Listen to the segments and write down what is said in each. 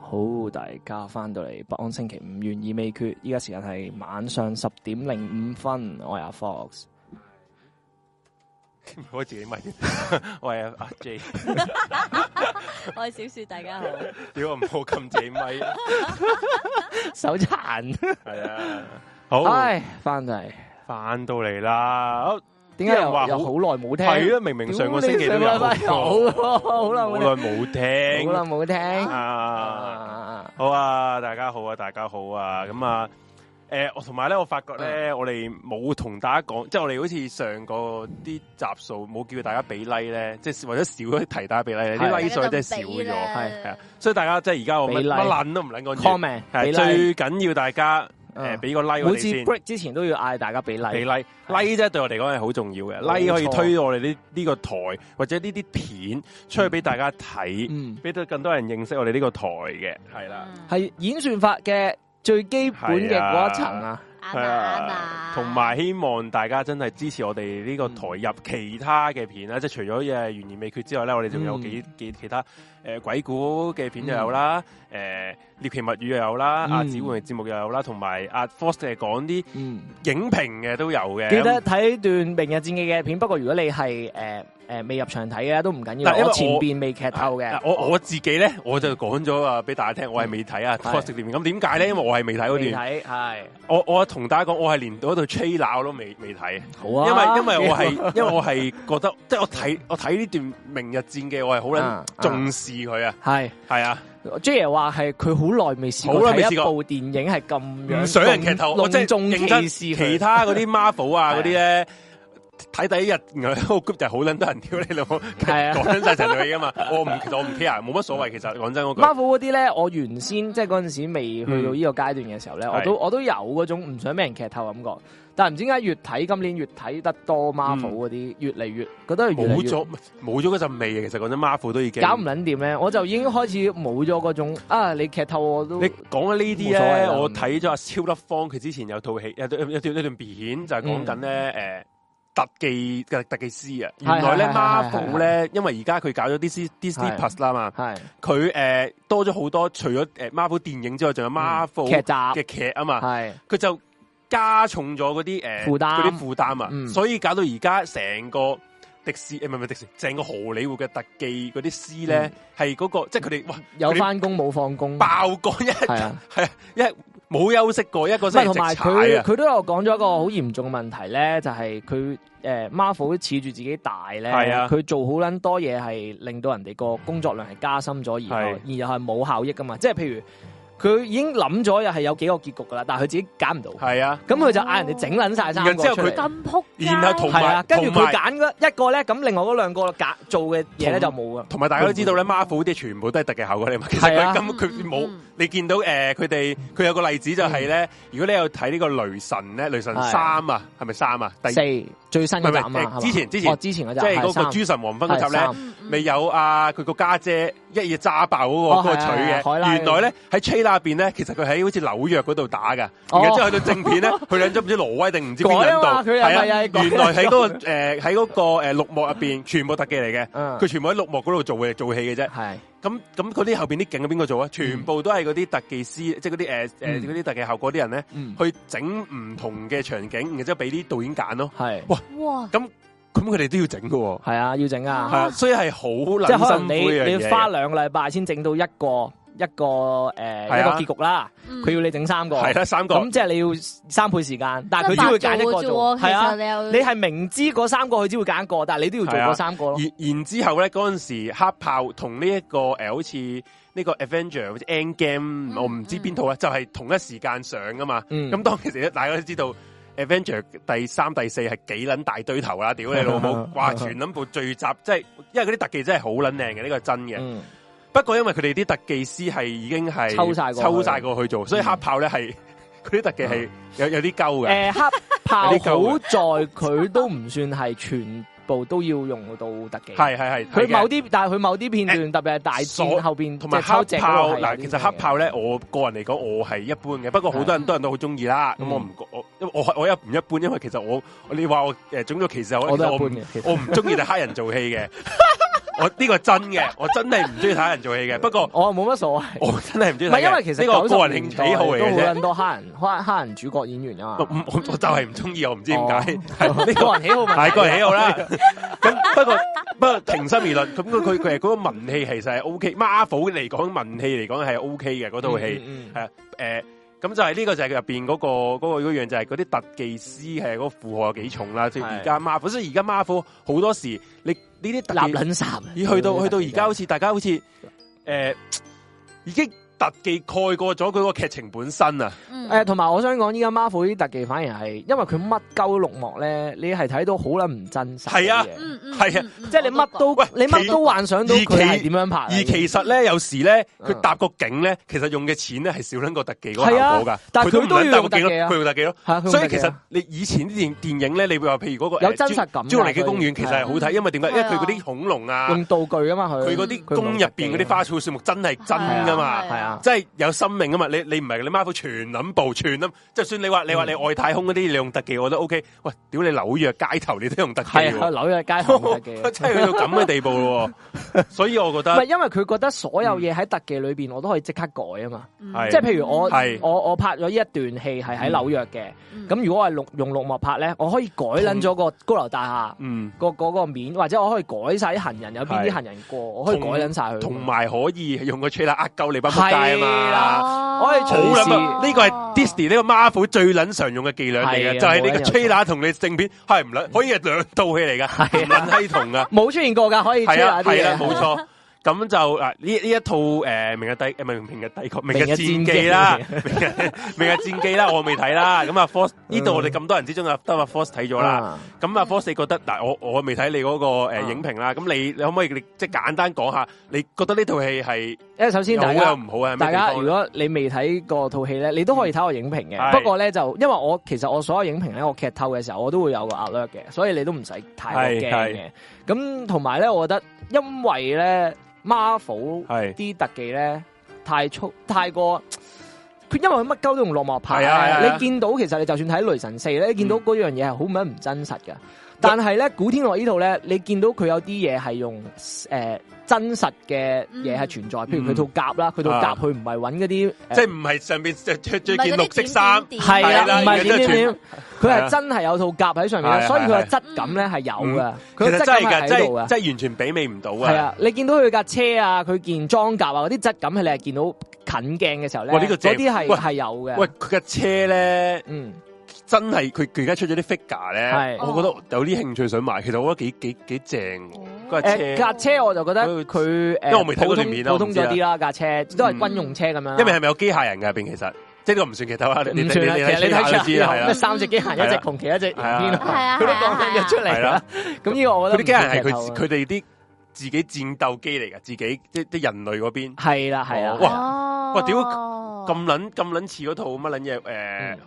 好，大家翻到嚟北安星期五懸疑未決，依家時間係晚上十點零五分，我係阿 Fox，唔 可以自己咪，我係阿 J，我系小雪，大家好。屌我唔好撳自己 咪，係手殘，啊，好 唉，翻到嚟，翻到嚟啦，好點解有人又話又好好耐冇聽？係啊啦，明明上個星期都有，屌你上個 禮拜有喎好耐冇好聽好耐冇聽，耐冇聽啊，啊，好啊，大家好啊，大家好啊，咁啊。诶，我同埋咧，我發覺咧，我哋冇同大家講，即係我哋好似上個啲集數冇叫大家俾 like 咧，即係或者少咗提大家俾 like 呢係啲 like 數真係少咗，係係啊，所以大家即係而家我乜俾 like 乜撚都唔撚講住 comment 俾系 like，最緊要大家诶嗯俾個 like 每我哋次先， break 之前都要嗌大家俾俾 like， like like 啫，對我嚟講係好重要嘅冇，like 可以錯推我哋呢呢個台或者呢啲片出去俾大家睇，嗯，俾到更多人認識我哋呢個台嘅，係啦，係演算法嘅最基本嘅嗰一層啊，啱係啊啱啊啊，同埋希望大家真係支持我哋呢嗯個台入其他嘅片啦，即係除咗誒懸疑未決之外咧，我哋仲有嗯幾幾其他誒鬼故嘅片又有啦，誒獵奇物語又有啦，嗯阿子焕嘅節目又有啦，同埋阿 Force 係講啲。嗯。影評嘅都有嘅，記得睇段《明日戰記》嘅片，不過如果你係誒誒未入場睇嘅都唔緊要，嗱因為我我前邊未劇透嘅哦啊，我我自己咧，我就講咗啊俾大家聽，我係未睇啊係 f o x 咁點解咧？因為我係未睇嗰未段，睇係我我同大家講，我係連嗰度 trailer 都未未睇，好因啊，為因為我係因為我係覺得，即係我睇我睇呢段《明日戰記》，我係好啊撚重視佢啊， 係係啊， J 爺話係佢好耐未試過好耐未睇一試過部電影係咁樣唔想人劇透，隆我隆真係重認其真事佢其他嗰啲 Marvel 啊係啊嗰啲咧。睇第一日，然後喺個 group 就好撚多人屌你老母，係啊講緊晒成套嘢噶嘛。我唔其實我唔 care，冇乜所謂。其實講真嗰句， Marvel 嗰啲咧，我原先即係嗰陣時未去到呢個階段嘅時候咧，嗯我都我都有嗰種唔想俾人劇透嘅感覺，但係唔知點解越睇今年越睇得多 Marvel 嗰嗯啲，越嚟越覺得越嚟冇越咗冇咗嗰陣味啊！其實講真，Marvel 都已經搞唔撚掂咧，我就已經開始冇咗嗰種啊！你劇透我都你講緊呢啲冇所謂咧，啦我睇咗阿超粒方佢之前有套戲，有有有段有段片就係講緊咧誒特技嘅特技師啊。原來咧嗯係係係係 Marvel 咧，因為而家佢搞咗 Disney 係 Disney Plus 啦嘛，係佢誒多咗好多，除咗誒 Marvel 電影之外，仲有 Marvel 嗯劇嘅劇啊嘛，集佢就加重咗嗰啲誒負擔嗰啲負擔啊，嗯所以搞到而家成個。迪士呃誒唔係唔係迪士，成個荷里活嘅特技嗰啲師嗯咧，係嗰、個即係佢哋哇係有翻工冇放工，爆過一係啊，系一冇休息過，一個唔係星期同直埋踩佢啊！佢都有講咗一個好嚴重嘅問題咧，就係佢誒 Marvel 恃住自己大咧，係啊佢做好撚多嘢係令到人哋個工作量係加深咗，然後然後係冇效益噶嘛，即係譬如佢已經諗咗又係有幾個結局噶啦，但係佢自己揀唔到，係啊，咁佢就嗌人哋整撚晒三個然之後出佢嚟。咁扑街，然後同係啊，埋跟住同佢埋揀嗰一個咧，咁另外嗰兩個揀做嘅嘢咧同就冇噶。同埋大家都知道咧，Marvel 啲全部都係特技效果嚟嘛。其實係啊佢咁佢冇嗯，你見到誒佢哋佢有個例子就係咧，如果你有睇呢個雷神咧，雷神嗯係三啊，係咪三啊？第四即最新嗰集啊唔係唔係嘛，誒之前係嘛之前哦之前嗰集，係嗰個係諸神黃昏三嗰集係咧三，咪有啊佢個家姐一嘢揸爆嗰哦個嗰個係取啊係啊海拉嘅。原來咧喺 trailer 入邊咧，其實佢喺好似紐約嗰度打㗎，哦然後之後去到正 片咧，去兩咗唔知挪威定唔知邊改啊兩嘛度，佢又係咪又係改原來喺嗰個誒喺嗰個誒綠幕入邊全部特技嚟嘅。嗯佢全部喺綠幕嗰度做嘅做戲嘅啫。係咁咁嗰啲後邊啲景係邊個做啊？全部都係嗰啲特技師，即係嗰啲誒誒嗯嗰啲特技效果啲人咧，嗯去整唔同嘅場景，然之後俾啲導演揀咯。係哇，咁佢哋都要整嘅喎，係啊，要整係啊，啊，所以係好即係撚可辛能苦你嘅你要花嘢。兩個禮拜先整到一個一個誒係啊嗯一個結局啦，佢佢要你整三個，係啦，三個咁即係你要三倍時間，但係佢只會揀一個做，係啊，啊你係明知嗰三個佢只會揀一個，但係你都要做係嗰啊三個咯，然然之後咧，嗰陣時黑豹同呢一個誒、呃好似呢個 Avenger 或者 End Game，、嗯我唔知邊套啦，啊就係、同一時間上噶嘛。嗯！咁、當其時大家都知道 Avenger 第三、第四係幾撚大堆頭啦，屌你老母 哇，全撚部聚集，即係因為嗰啲特技真係好撚靚嘅，呢個係真嘅。嗯，不過因為佢哋啲特技師係已經係抽晒過去嗯抽晒過去做，所以黑豹咧係 佢啲特技係有啊有啲鳩誒嘅，黑豹有啲夠嘅好在佢都唔算係全部都要用到特技，係係係。係佢嘅某啲，但係佢某啲片段，特別係大戰所後邊，同埋即係抽黑正炮嗰個係有啲嗱，其實黑咩嘅炮咧，我個人嚟講，我係一般嘅。不過好多人多人都好中意啦。咁嗯我唔我因為我我一唔一般，因為其實我你話我誒種咗歧視，我都我其實一我般唔嘅，其實 我唔中意就黑人做戲嘅。我呢個真嘅，我真係唔中意睇人做戲嘅。不過我冇乜所謂。我真係唔中意唔睇係嘅。因為其實呢個九個十人年興代趣好嚟都好嘅啫。撚多黑人黑黑人主角演員啊我嘛。唔我我就係唔中意，我唔知點哦啊解。 係 呢個個人喜好咪大概喜好啦。咁不過不過平心而論，咁佢佢佢係嗰個文戲其實係 O K。Marvel 嚟講文戲嚟講係 O K 嘅嗰套戲，誒咁、嗯嗯係就係呢個就係佢入邊嗰個嗰、個嗰樣就係嗰啲特技師係嗰個負荷有幾重啦。即係而家 Marvel，所以而家 Marvel 好多時你呢啲立特技，撚衫。咦去到去到而家好似大家好似誒、呃已經特技蓋過咗佢個劇情本身啊。嗯誒，同埋我想講，依家 Marvel 啲特技反而係，因為佢乜鳩綠幕咧，你係睇到好撚唔真實嘅嘢。係啊嗯嗯，係啊嗯，嗯即係你乜都喂你乜都幻想到佢係點樣拍啊而啦。其實咧，有時咧，佢嗯搭個景咧，其實用嘅錢咧係少撚過特技嗰個係啊效果噶。但係佢佢唔都撚要搭用個特景技啊咯，佢用特技咯。係啊佢所以咪其其實實你以前啲電電影咧，你會話譬如嗰個有誒真實感㗎侏侏羅紀公所園其以實係好睇，因為點解？因為係啊佢嗰啲恐龍啊，用道具啊嘛，佢佢嗰啲佢唔宮入邊用特嗰技啲花草樹木真係真㗎嘛啊係。啊，真係有生命啊嘛！你你唔係你 Marvel 全諗部全諗，就算你話你話嗯你外太空嗰啲你用特技，我覺得 O K。喂，屌你紐約街頭你都用特技係啊，喎，紐約街頭特技。啊 真係去到咁嘅地步咯 喎。所以我覺唔得係因為佢覺得所有嘢喺特技裏邊，我都可以即刻改啊嘛。嗯係即係譬如我係我我拍咗呢一段戲係喺紐約嘅，嗯咁如果我係綠用綠幕拍咧，我可以改撚咗個高樓大廈嗯。個嗰個面，或者我可以改晒啲行人有邊啲行人過，我可以改撚晒佢。同埋可以用個 trailer 呃鳩你班仆街係啊嘛。哦我係好隨撚時啊！呢個係 Disney 呢個 Marvel 最撚常用嘅伎倆嚟係啊嘅，就係你冇撚個有 trailer 同你正片係唔撚，可以係兩套戲嚟啊㗎，唔撚閪同㗎。冇出現過㗎，可以出係啊，下啲係啦，嘢。冇錯。咁就啊，呢呢一套誒《明日帝》誒唔係《明日帝國》《明日明日戰戰記記》啦， 《明日明日戰記》啦，我未睇啦。咁啊，Force 呢度我哋咁多人之中啊，得阿 Force 睇咗啦。嗯啊咁啊，Force 你覺得嗱，我我未睇你嗰個啊誒影評啦。咁你你可唔可以你即係簡單講下，你覺得呢套戲係？因為首先大有好有家。唔好啊！大家如果你未睇過套戲咧，你都可以睇我影評嘅。係不過咧就因為我其實我所有影評咧，我劇透嘅時候我都會有個 alert 嘅，所以你都唔使太過驚係嘅。咁同埋咧，我覺得因為咧 Marvel 係啲特技咧太粗太過。佢因為佢乜鳩都用落幕拍係啊係啊嗯係咧，啊你見到其實你就算睇《雷神四》咧，你見到嗰樣嘢係好唔唔真實嘅。但係咧，古天樂呢度咧，你見到佢有啲嘢係用誒、呃真實嘅嘢係存在，譬如佢嗯套甲啦，佢套啊甲佢唔係揾嗰啲呃即系唔係上边着着唔着係件嗰啲綠色衫，點點係點係啦，啦唔係而家點真係點點，佢係係啊真係有套甲喺上面啦，係啊所以佢係嘅啊嗯質感咧係有嘅，其佢嘅實質真感係㗎，係真喺度係嘅。真係完全媲美唔到係啊！啊，你見到佢架車啊，佢件裝甲啊，嗰啲質感係你係見到近鏡嘅時候咧，哇呢個正嗰啲係喂係有嘅。喂，佢架車咧，嗯，真係佢佢而家出咗啲 figure 咧係，我覺得有啲興趣想買。其實我覺得幾幾幾正哦喎，嗰架誒車，架車我就覺得佢誒，因為我未睇過普通裏面啊普通咗我唔啲知啦，架車都係軍用車咁樣啦。因為係咪有機械人㗎入邊？其實即系呢個唔算劇透啊！你你唔你算啦，其實睇你睇下就出知啦，係啊咩啦。三隻機械一隻窮奇一隻係啊天係啊佢都講緊咗出嚟啦係啦。咁呢個我佢覺啲得機械人係唔算劇佢透啊佢哋啲自己戰鬥機嚟㗎，自己即即人類嗰邊係啦係啦。哦哇哇哇屌咁咁撚咁撚似嗰套乜撚嘢誒《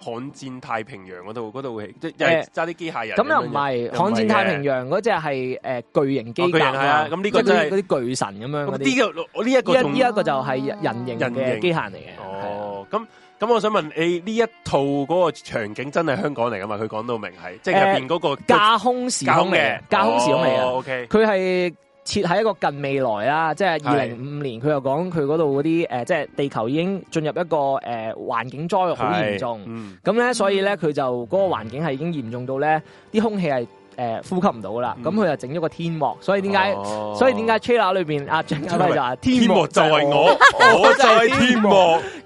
悍戰太平洋》嗰套嗰套戲，即係又嗯誒係揸啲機械人咁又樣唔嘅係，嘅悍戰太平洋嗰只係誒巨型機哦巨甲型係啊咁呢個即係嗰真啲嗰啲巨神咁樣嗰咁啲。呢個我呢一個呢仲一呢一個就係人形嘅機械人嚟嘅。啊哦，咁咁我想問你呢一套嗰個場景真係香港嚟噶嘛？佢講到明係，即係誒入邊嗰個係架空時架空嚟嘅嘅，哦架空時空嚟嘅。 O K，佢係設喺一個近未來啦，即係二係零五五年，佢又講佢嗰度嗰啲誒，即係地球已經進入一個誒、呃、環境災害好嚴重。嗯，咁咧，所以咧佢就嗰、個環境係已經嚴重到咧，啲空氣係誒呼吸唔到噶啦。嗯咁佢就整咗個天幕，所以點解？哦所以點解 trailer 裏邊阿張家輝就話天幕就係係我， 我就係天幕，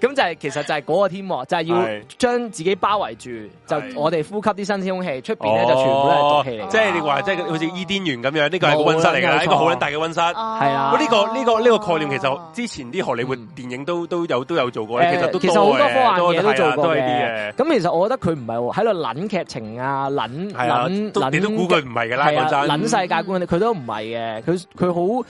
咁就係、其實就係嗰個天幕，就係、要係將自己包圍住，係就我哋呼吸啲新鮮空氣，出邊咧就全部都係毒氣嚟哦㗎。即係你話即係好似伊甸園咁樣，呢個係個温室嚟冇啦冇㗎，錯一個好撚大嘅温室。係啊我呢個呢個呢個概念其實我之前啲荷里活嗯電影都都有都有做過誒咧，其實都其實好多嘅科幻嘢都係啦做過都係啲嘅嘅。。咁其實我覺得佢唔係喺度撚劇情啊，撚係啊，撚都撚你都估佢唔係噶啦，係講啊，真，撚世界觀，佢都唔係嘅。佢佢好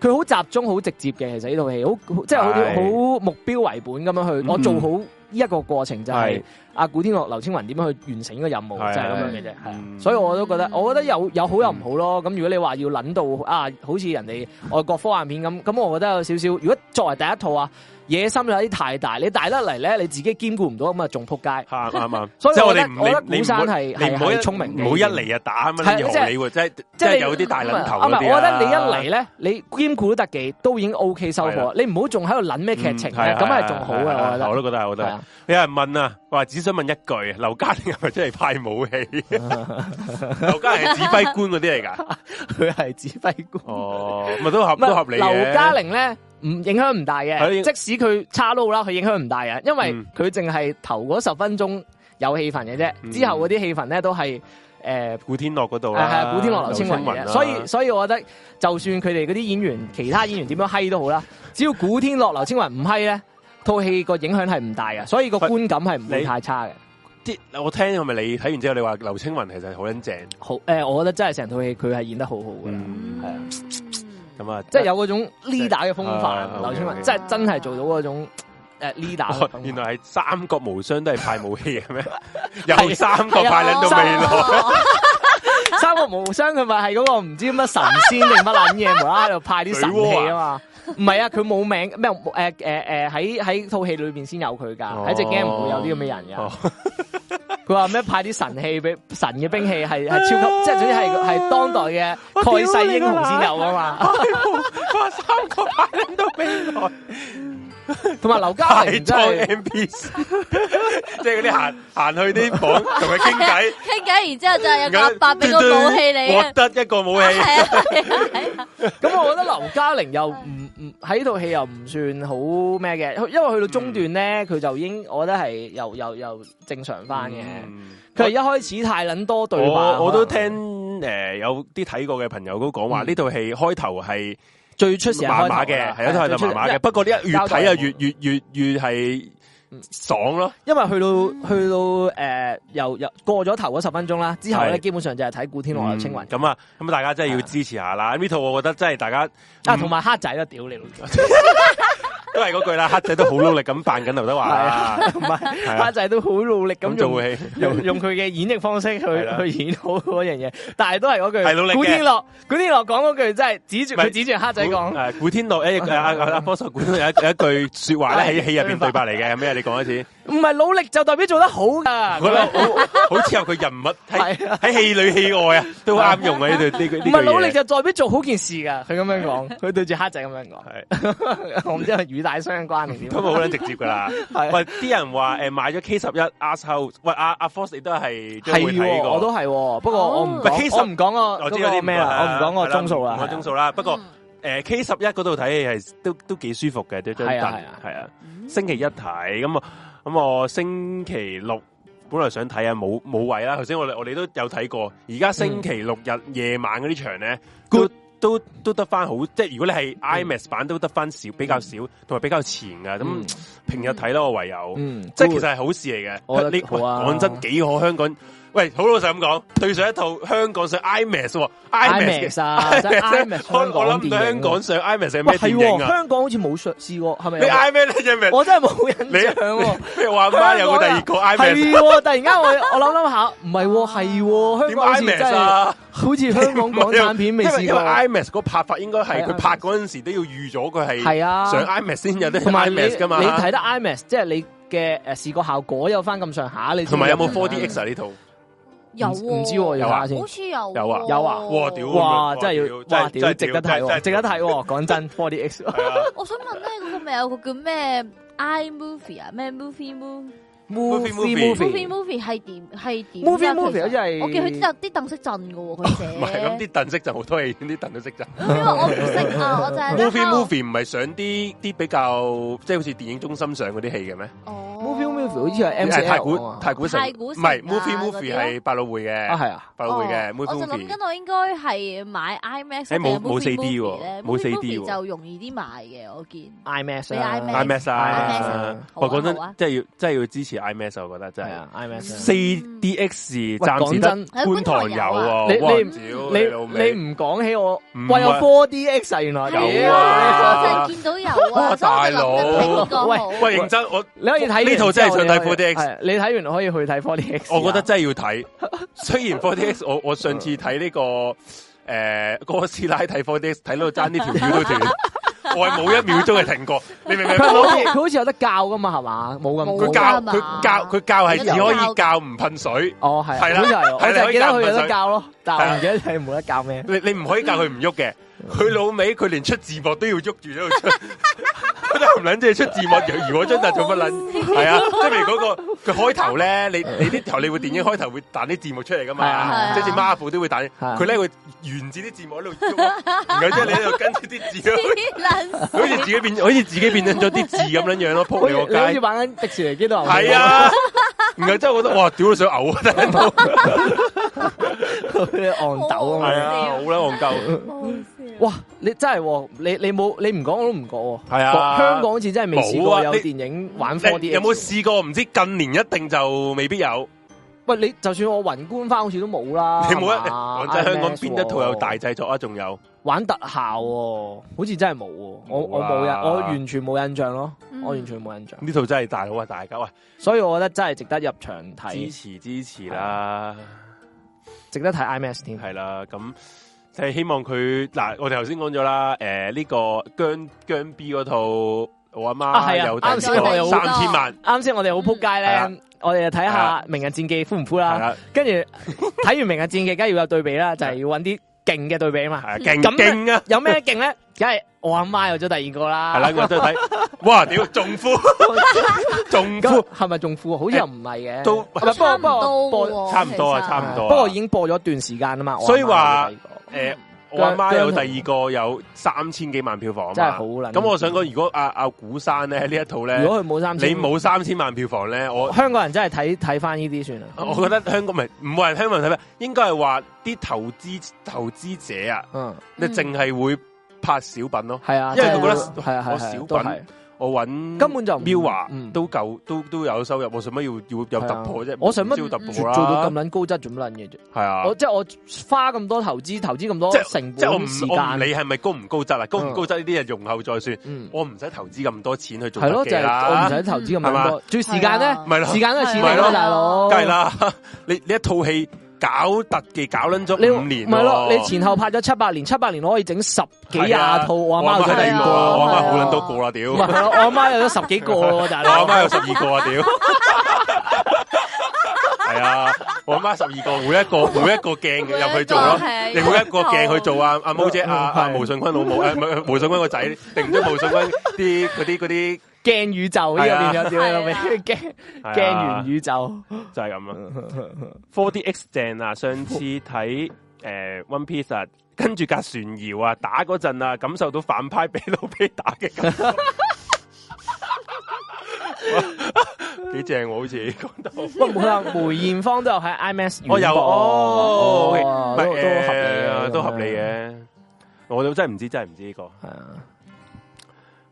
佢好集中、好直接嘅。其實呢套戲好即係好係好目標為本咁樣去，我嗯做好呢一個過程就係係阿古天樂、劉青雲點樣去完成呢個任務，係就係咁樣係嘅啫。係啊嗯所以我都覺得，我覺得有有好有唔好咯。咁如果你話要諗到啊，好似人哋呃外國科幻片咁，咁我覺得有少少。如果作為第一套啊，野心有啲太大，你大得嚟咧，你自己兼顧唔到，咁啊仲撲街。啱啱 啱，所以即係我我覺哋得唔我覺得你古你唔好山係你唔好係係聰明嘅，唔好一嚟就打咁係樣搖你喎，即係即係係你有啲大撚頭啱嗰啊啲我覺得你一啊嚟咧，你兼顧都得嘅，都已經 O K 收係啦貨。你唔好仲喺度諗咩劇情嗯咧，啊咁係仲好嘅，係啊係啊我覺得我。都覺得係，我都係係啊。有人問啊，話只想問一句，劉嘉玲係咪真係派武器？ 劉嘉玲係指揮官嗰啲嚟㗎？佢係指揮官。哦，咪都合唔係都合理嘅。劉嘉玲咧，唔影響唔大係嘅，即使佢差佬啦，佢影響唔大嘅，因為佢淨係頭嗰十分鐘有氣氛嘅啫，嗯之後嗰啲氣氛咧都係誒。古天樂嗰度系啦，古天樂、劉青雲劉嘅，啦所以所以我覺得，就算佢哋嗰啲演員，其他演員點樣閪都好啦，只要古天樂、劉青雲唔閪咧，套戲個影響係唔大嘅，所以個喂觀感係唔會你太差嘅。啲我聽係咪你睇完之後，你話劉青雲其實好撚正，好诶，我覺得真係成套戲佢係演得好好嘅，嗯係啊咁啊，即係有嗰種 leader 嘅風啊範。劉青雲 OK，OK 真係真係做到嗰種诶啊 leader 嘅哦風範原來係三國無雙都係派武器嘅 咩？啊由三國派撚到未來，三國無雙佢咪係嗰個唔知乜神仙定乜捻嘢，無啦啦喺度派啲神 器啊嘛。唔係啊，佢冇名咩？诶诶诶，誒喺喺套戲裏边先有佢噶，哦喺只 game 唔會有啲咁嘅啊人哦 噶。佢話咩派啲神器俾神嘅兵器 係係超級，即係總之係係當代嘅蓋世英雄先有噶 嘛。哇！三國派撚到未來。同埋劉嘉大玲真裝係 NPC，即係嗰啲行行去啲 房同佢傾偈，倾偈，然之后就有啊個阿伯俾個武器你獲嘅，得一個武器係， 啊係啊，咁我覺得劉嘉玲又唔唔喺套戲又唔算好咩嘅，因為去到中段咧，嗯佢就已經我覺得係又又又正常翻嘅。嗯佢係一開始太撚多對白，啊我我都可能聽诶有啲睇過嘅朋友都講話嗯呢套戲開頭係最出事係麻麻開頭嘅，啦係啊，都係麻麻嘅。，不過呢一越交代睇啊冇越越越越係嗯爽咯，因為去到去到誒又又過咗頭嗰十分鐘啦，之後咧係基本上就係睇古天樂、劉青雲嗯咁啊，咁大家真係要係啊支持下啦。呢套我覺得真係大家啊，唔同埋黑仔啦，屌你老母，都係嗰句啦，黑仔都好努力咁扮緊劉德華啦，同埋 係 啊黑仔都好努力咁咁做用戲。 用用佢嘅演繹方式去係啦去演好嗰樣嘢，但係都係嗰句，係努力嘅古天樂古天樂講嗰句真係指住唔係佢指住黑仔講。古誒古天樂一阿阿阿波叔古天樂有一有一句 説話咧，係喺戲入邊對白嚟嘅，係咩？你講一次，唔係努力就代表做得好噶，我覺得好好似有佢 人物喺係啊喺戲裏戲外啊，都啱用啊！呢句呢句呢唔句係努力嘢。就代表做好件事噶。佢咁樣講，佢對住黑仔咁 樣係講，我唔知係語帶相關定點。咁啊好撚直接 噶啦！係喂，啲人話誒買咗 K 十一 R 後，喂阿阿 Force 你都係都會係睇呢喎，個，我都係喎，不過我唔喂其講，實我唔講個我知哦有哦嗰啲個唔咩啦，我唔講係個鐘數啦，唔講係啊鐘數啦。不過誒 K 十一嗰度睇戲係都都幾舒服嘅，都張凳係啊係啊係啊。嗯星期一睇，咁啊，咁我星期六本來想睇啊，冇冇位啦。頭先我哋我哋都有睇過，而家嗯星期六日夜晚嗰啲場咧，good 都都得翻好，即係如果你係 IMAX 版都得翻少，比較少，同埋比較前噶。嗯咁平日睇啦，我唯有，嗯，即係其實係好事嚟嘅。我覺得你好啊喂講真幾可香港。喂，好老實咁講，對上一套香港上 IMAX 喎 IMAX 嘅 IMAX 啊，真係 IMAX 香我我港諗唔到電香影港啊。上 IMAX 係喂，咩係電喎影啊？香港好似冇上試過，係咪你有？ IMAX 你 IMAX 我真係冇印你象喎。啊譬如話媽有冇第二個 IMAX？係喎，突然間我我諗諗下，唔係喎，係喎，香啊點港好似真 IMAX 係。啊？好似香港港產片未 因為試因為過， IMAX 個拍法應該係係佢啊拍嗰陣時都要預咗佢係係啊，上 IMAX 先有得同埋你你 IMAX 噶嘛。睇得 IMAX，即係你嘅誒視覺效果有翻咁上下，你先同埋有冇入去 4DX 啊？呢套有唔喎唔知喎，有有啊下先好。似有有啊喎有啊哇屌哇！真係要真係哇屌，值真係得睇屌真喎，係值得睇喎！講真，4DX 係啊我想問咧，嗰個咪有個叫咩 iMovie 啊，咩 Movie Movie Movie movie Movie Movie 係點係點㗎 movie 其實 movie 好似係我見佢啲啲凳識震嘅喎，佢寫唔係咁啲凳式就好多嘢， 啲凳都識咋。因為我唔識啊，我就係 Movie Movie 唔係上啲啲比較即係好似電影中心上嗰啲戲嘅咩？ movie movie 好似係 MCL 係太啊古嘛太古城，太古唔城係啊 Movie 嗰啲 Movie 咯係百老匯啊，嘅，係啊，百老匯嘅哦我就 Movie 諗 Movie 緊，我應該係買誒 IMAX 冇冇 4D 喎冇 4D D 喎就容易啲買嘅，我見。 ，IMAX 你啊 IMAX IMAX 啊 IMAX 啊，我講真好啊好啊真係要真係要支持 IMAX，我覺得真係係。啊，IMAX 啊四 DX 暫時喂講得真觀塘有啊啊喎，你哇你屌你老味你唔講起我，唔喂有係 4DX 啊，原來有啊屌我就係見到有好啊， 哇所以我就諗緊邊個大好佬喂，認真我你可以睇完呢套真之係後想睇 4DX 你可以係你睇完可以去睇 4D X。我覺得真係要睇。雖然 4DX，我我上次睇呢、個诶、哥斯拉睇 4DX，睇到爭呢條腰都 斷，我係冇一秒鐘係停過。你明唔明？佢好似佢好似有得教噶嘛，係嘛？冇咁佢冇啊教㗎嘛佢教佢教係只可以教唔噴水，哦係，係啦好似係，我係啦就係記得佢有可得以教咯，但係我唔係記得佢冇得教咩。你你唔可以教佢唔喐嘅。嗯佢老尾佢連出字幕都要喐住喺度出，佢都唔撚即係出字幕。如如果真係做乜撚？嗯係啊，即係譬如嗰個佢開頭咧，你你啲荷里活電影開頭會彈啲字幕出嚟係啊係噶嘛，啊即係似 Marvel 都會彈。係啊佢咧會沿住啲字幕喺度喐，然後之後你喺度跟住啲 字，黐撚好似自己變，好似自己變咗啲字咁樣樣咯，好撲似你個你好似街。玩緊迪士尼機動遊戲係，啊，然後之後覺得哇，屌到想嘔啊！聽到佢哋戇豆啊係嘛。啊，好啦，戇 鳩。 線，哇！你真係喎，你你冇你唔講我都唔覺喎。係啊香港好似真係未試冇過啊有你電影玩 4D X 你。有冇試過？唔知近年一定就未必有。喂，你就算我宏觀翻，好似都冇啦。你冇一啊係 嘛講真，香港 IMAX 邊一套有大喎製作啊？仲有玩特效喎？好似真係冇喎。我我冇啊冇印，我完全冇印象咯。嗯我完全冇印象，呢套真係大佬啊！大家喂，所以我覺得真係值得入場睇支，持支持啦，值得睇 IMAX 添。係啦，咁就係希望佢嗱，我哋頭先講咗啦，誒呢個姜姜 B 嗰套，我阿啊係媽啊有啱第先三我有千萬，啱先我哋好扑街嗯係咧，我哋就睇係下啊《明日戰記》敷唔敷係啦，啦，跟住睇完《明日戰記》，梗係要有對比 啦，就係要揾啲勁嘅對比嘛。係啊勁咁咧勁啊！有咩勁咧？梗係我阿媽有咗第二個啦。係啦，我都睇， 哇！屌，仲夫 仲咁夫，係咪仲敷？好似又唔係嘅，都唔係不過差唔不過多播喎，差唔多啊，其實差唔多啊。不過已經播咗一段時間啊嘛，所以話我阿媽有第二個誒，我阿媽有第二個有三千幾萬票房啊嘛，真係好撚咁我想講，如果阿阿古山咧呢一套咧嗯如。果佢冇三千，你冇三千萬票房咧，我哦香港人真係睇睇翻呢啲算啦。我覺得香港唔係唔係香港人睇咩，應該係話啲投資投資者啊，嗯，你嗯淨係會拍小品咯。係啊，因為佢覺得係啊我係小係品都係我揾根本就唔喵華嗯都夠都都有收入，我使乜要要有突破係啫啊？我想乜唔知要突做破啦？做到咁撚高質做乜撚嘢啫？係啊我，即係我花咁多投資，投資咁多即係成即係我唔本時我唔間，理係咪高唔高質啦，高嗯唔高質呢啲係容後再算。嗯，我唔使投資咁多錢去做係咯，特就技係我唔啦，使投資咁嗯係撚嘛多，仲要時間咧，啊咪咯時，間都係錢咪嚟咯啦，大佬，梗係。啦， 你你一套戲搞特技搞撚咗你五年唔係咯？喎你前後拍咗七八年，七八年我可以整十幾廿係啊套，我阿媽有我咗第阿媽二個個啊，啊，我阿媽係好啊撚多個啦，屌！唔係我阿媽有咗十幾個喎，大我阿佬。媽有十二個啊，屌！係啊，我阿媽十二個， 每一個每一個鏡入去做咯，每一你個係每一個鏡去做啊，阿毛姐、阿阿係毛信坤老母、誒唔係毛信坤個仔，定唔知毛信坤啲嗰啲嗰啲 驚宇宙呢係啊個變咗屌你老味，係驚係啊 驚完宇宙。就係咁啊啦。4DX 嗯正啊，上次睇誒 One Piece 啊，跟住隔船搖啊，打嗰陣啊，感受到反派俾老俾打嘅 感覺。幾正喎，好似講得好。不過冇啦，梅艷芳都有喺 IMAX 我有哦，OK，哦唔都都係合理啊誒嘅，都合理。嘅。我都真係唔知，真係唔知呢個係啊，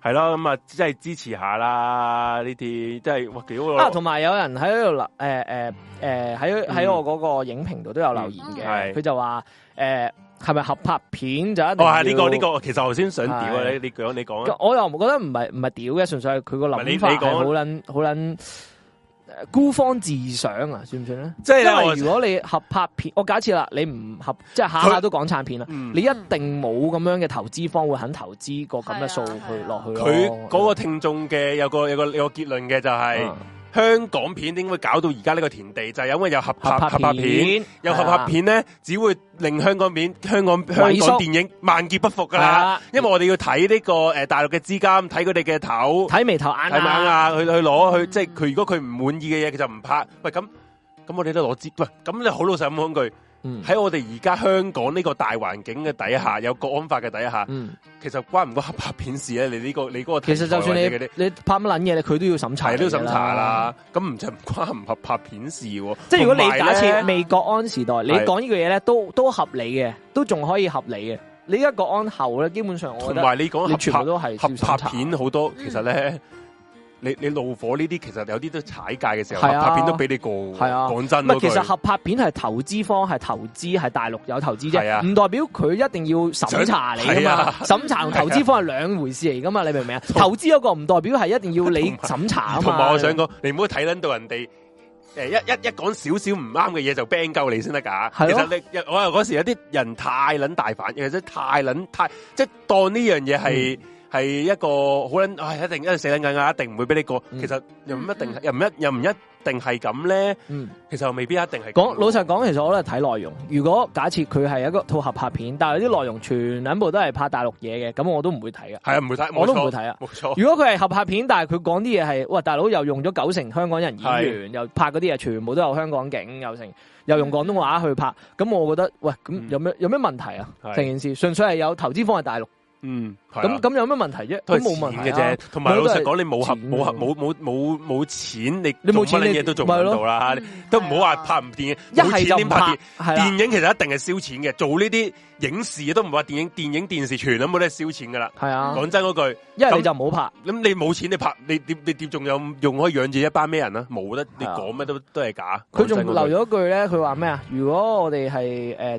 係咯。咁啊，真係支持下啦。呢啲真係哇，幾好啊，同埋有人喺度留，诶诶诶，誒喺喺我嗰個影評度都有留言嗯嘅，係佢就話诶係咪合拍片就一定哦，要？係呢個呢個，其實我頭先想屌啊！係你你講你講啊，咁我又唔覺得唔係唔係屌嘅，純粹係佢個唔係你諗法你係講好撚好撚誒孤芳自賞啊，算唔算咧？即係因為咧如果你合拍片，我假設啦，你唔合即係下下都港產片啦，嗯你一定冇咁樣嘅投資方會肯投資個咁嘅數係啊去係啊落去我咯佢嗰個聽眾嘅有個有個有個結論嘅就係嗯香港片點會搞到而家呢個田地，就係因為有合拍合合拍拍片，片，啊有合拍片咧，只會令香港片香港香萎縮港電影萬劫不復係噶啦。啊，因為我哋要睇呢個誒大陸嘅資金，睇佢哋嘅頭。睇眉頭眼係咪啊，啊？去去攞去，嗯即係佢如果佢唔滿意嘅嘢，佢就唔拍。喂，咁咁我哋都攞支，喂，咁你好老實咁講句，嗯喺我哋而家香港呢個大環境嘅底下，有國安法嘅底下，嗯，其實關唔關合拍片事咧？你呢、個你嗰個其實就算題材你或者嗰啲你拍乜撚嘢，佢都要審查，係都要審查。啦，咁唔就唔關唔合拍片事喎。即係如果你同埋假呢設未國安時代，你係講呢個嘢咧，都都合理嘅，都仲可以合理嘅。你而家國安後咧，基本上我覺同得埋你講你全部合都係拍要審合查拍片好多，其實咧。你你怒火呢啲，其實有啲都踩界嘅時候，係啊合拍片都俾你過喎。係啊講真唔係咯，其實佢合拍片係投資方係投資係大陸有投資係啊啫，唔代表佢一定要審查你噶係嘛啊。審查同投資方係兩回事嚟噶嘛，你明唔明啊？ 投資嗰個唔代表係一定要你審查啊同埋嘛。我想講，你唔好睇撚到人哋。誒一一一講少少唔啱嘅嘢就 ban 鳩你先得㗎。係其咯實你我又嗰時有啲人太撚大反，或者太撚太即係當呢樣嘢係係一個好撚，唉一定一定死撚緊啊，一定唔會俾你過。嗯其實又唔一定嗯，又唔一又唔一定係咁咧。嗯，其實未必一定係咁講喎。老實講，其實我都係睇內容。如果假設佢係一個套合拍片，但係啲內容全撚部都係拍大陸嘢嘅，咁我都唔會睇噶。係啊，唔會睇，我都唔冇會錯睇啊。冇錯。如果佢係合拍片，但係佢講啲嘢係，哇大佬又用咗九成香港人演員，又拍嗰啲嘢全部都有香港景，又成又用廣東話去拍，咁我覺得，喂，咁嗯有咩有咩問題啊？係成件事純粹係有投資方係大陸，嗯，係啊咁咁有咩問題啫？都都係冇問題錢嘅啊啫。同埋咪老都係實講，你冇合錢冇合啫冇冇冇冇錢，你你冇做乜錢你嘢都做唔咪係咯到啦。嗯都唔好話拍唔電影，啊一冇係錢就點唔拍電拍影？，係啊啦，電影其實一定係燒錢嘅，做呢啲影視都唔話電影、電影、電視全都冇得燒錢噶啦。係啊，講真嗰句，一係你就唔好咁你冇錢你拍，你點你點仲有用可以養住一班咩人啊？冇得你係啊講咩都都係假。拍。佢仲講真嗰句留咗一句咧，佢話咩啊？如果我哋係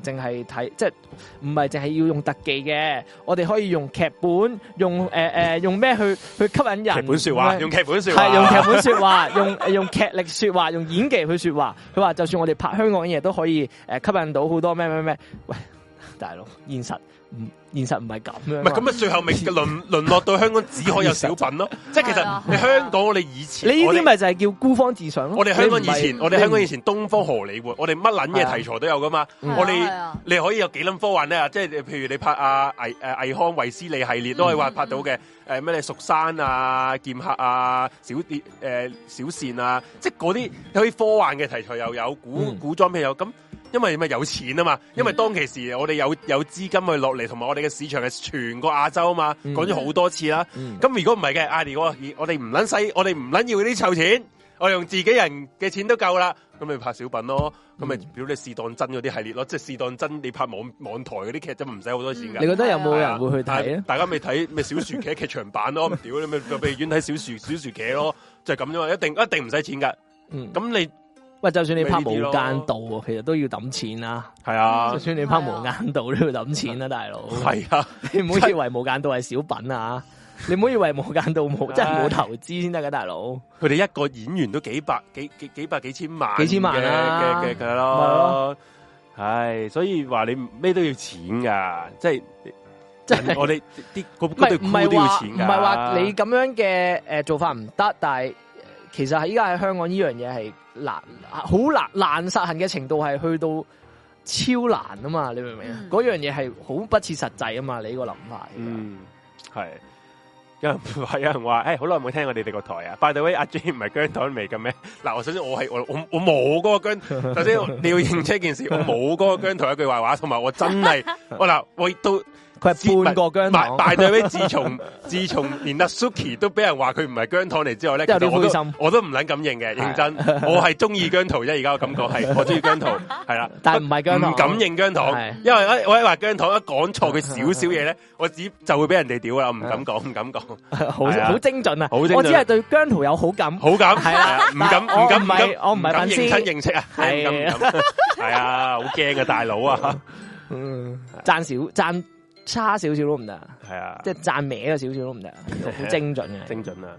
誒淨係睇，即係唔係淨係要用特技嘅，我哋可以用劇本，用誒誒用咩去去吸引人？劇本說話，咩用劇本說話，系用劇本说話， 用呃用剧力说話，用演技去说話。佢話就算我哋拍香港嘢都可以诶、呃吸引到好多咩咩咩。喂， 大佬，現實唔現實唔係咁樣啊。唔係咁啊，最後咪淪淪 落到香港只可有小品咯。即係其係啊實你香港我哋以前你呢我哋啲咪就係叫孤芳自賞咯。我哋香港你以唔係前，我哋香港以前東方荷里活，我哋乜捻嘢題材都有噶嘛。嗯啊我哋你可以有幾撚科幻咧？即係譬如你拍啊魏誒魏康維斯利系列都可以嗯話拍到嘅。誒咩？你蜀山啊、劍客啊、小碟誒小倩啊，即係嗰啲你可以科幻嘅題材又有，古嗯古裝片又有咁。因為咪有錢啊嘛，因為嗯當其時我哋有有資金去落嚟，同埋我哋嘅市場係全個亞洲啊嘛，嗯講咗好多次啦。嗯咁如果唔係嘅，嗌如果我哋唔撚使，我哋唔撚要呢啲臭錢，我用自己人嘅錢都夠啦。咁咪拍小品咯，咁咪嗯表你試當真嗰啲系列咯，即係試當真你拍網網台嗰啲劇都唔使好多錢嗯㗎。你覺得有冇係人啊會去睇咧？大家咪睇咪小薯茄劇場版咯，咁屌你咪入戲院睇小薯小薯茄咯，就係咁啫嘛，一定一定唔使錢㗎。嗯，咁你喂，就算你拍《咪無呢啲咯間道》，啊其實都要抌錢啦。係啊就嗯算你拍《係無啊間道》都要抌錢啦， 大佬。係啊，你唔好以為《無間道》係小品啊！你唔好以為《無間道》冇真係冇投資先得噶，大佬。佢哋一個演員都幾百幾幾幾百幾千萬幾千萬啦嘅嘅嘅咪咯咯。唉，所以話你咩都要錢噶，即係即係我哋啲個唔係嗰對唔箍係都要話錢㗎唔係話你咁樣嘅誒做法唔得，但係呃其實喺依家喺香港呢樣嘢係難好難難實行嘅程度係去到超難啊嘛，你明唔明啊嗯？嗰、樣嘢係好不切實際啊嘛，你呢個諗法。嗯，嗯，係。有人話，有 人話，誒，好耐冇聽我哋哋個台啊！By the way，阿 J 唔係姜糖味嘅咩？ 嗱，我首先我係我我我冇嗰個 姜，首先你要認清一件事，我冇嗰個姜糖一句壞話，同埋我真 係我嗱，我到佢係半個姜大糖，大隊尾，自從自從連阿 Suki 都俾人話佢唔係姜糖嚟之後咧，其真係有啲實我灰都心我都唔撚敢認嘅，認真，我係中意姜濤啫，而家我感覺係我中意姜濤，係啦，但係唔係姜糖唔敢認姜糖係，因為一我一話姜糖一講錯佢少少嘢咧，我只就會俾人哋屌啦，我唔敢講，唔敢講， 好係啊好精準啊！好精準我只係對姜圖有好感。好敢係係啦啊，唔敢但唔我敢唔係敢我唔係粉敢絲認親認識啊，唔敢唔敢，係啊，好驚啊大佬啊，嗯，爭少爭差少少都唔得啊，係啊，即係爭歪咗少少都唔得啊，好精準嘅。 精準啊！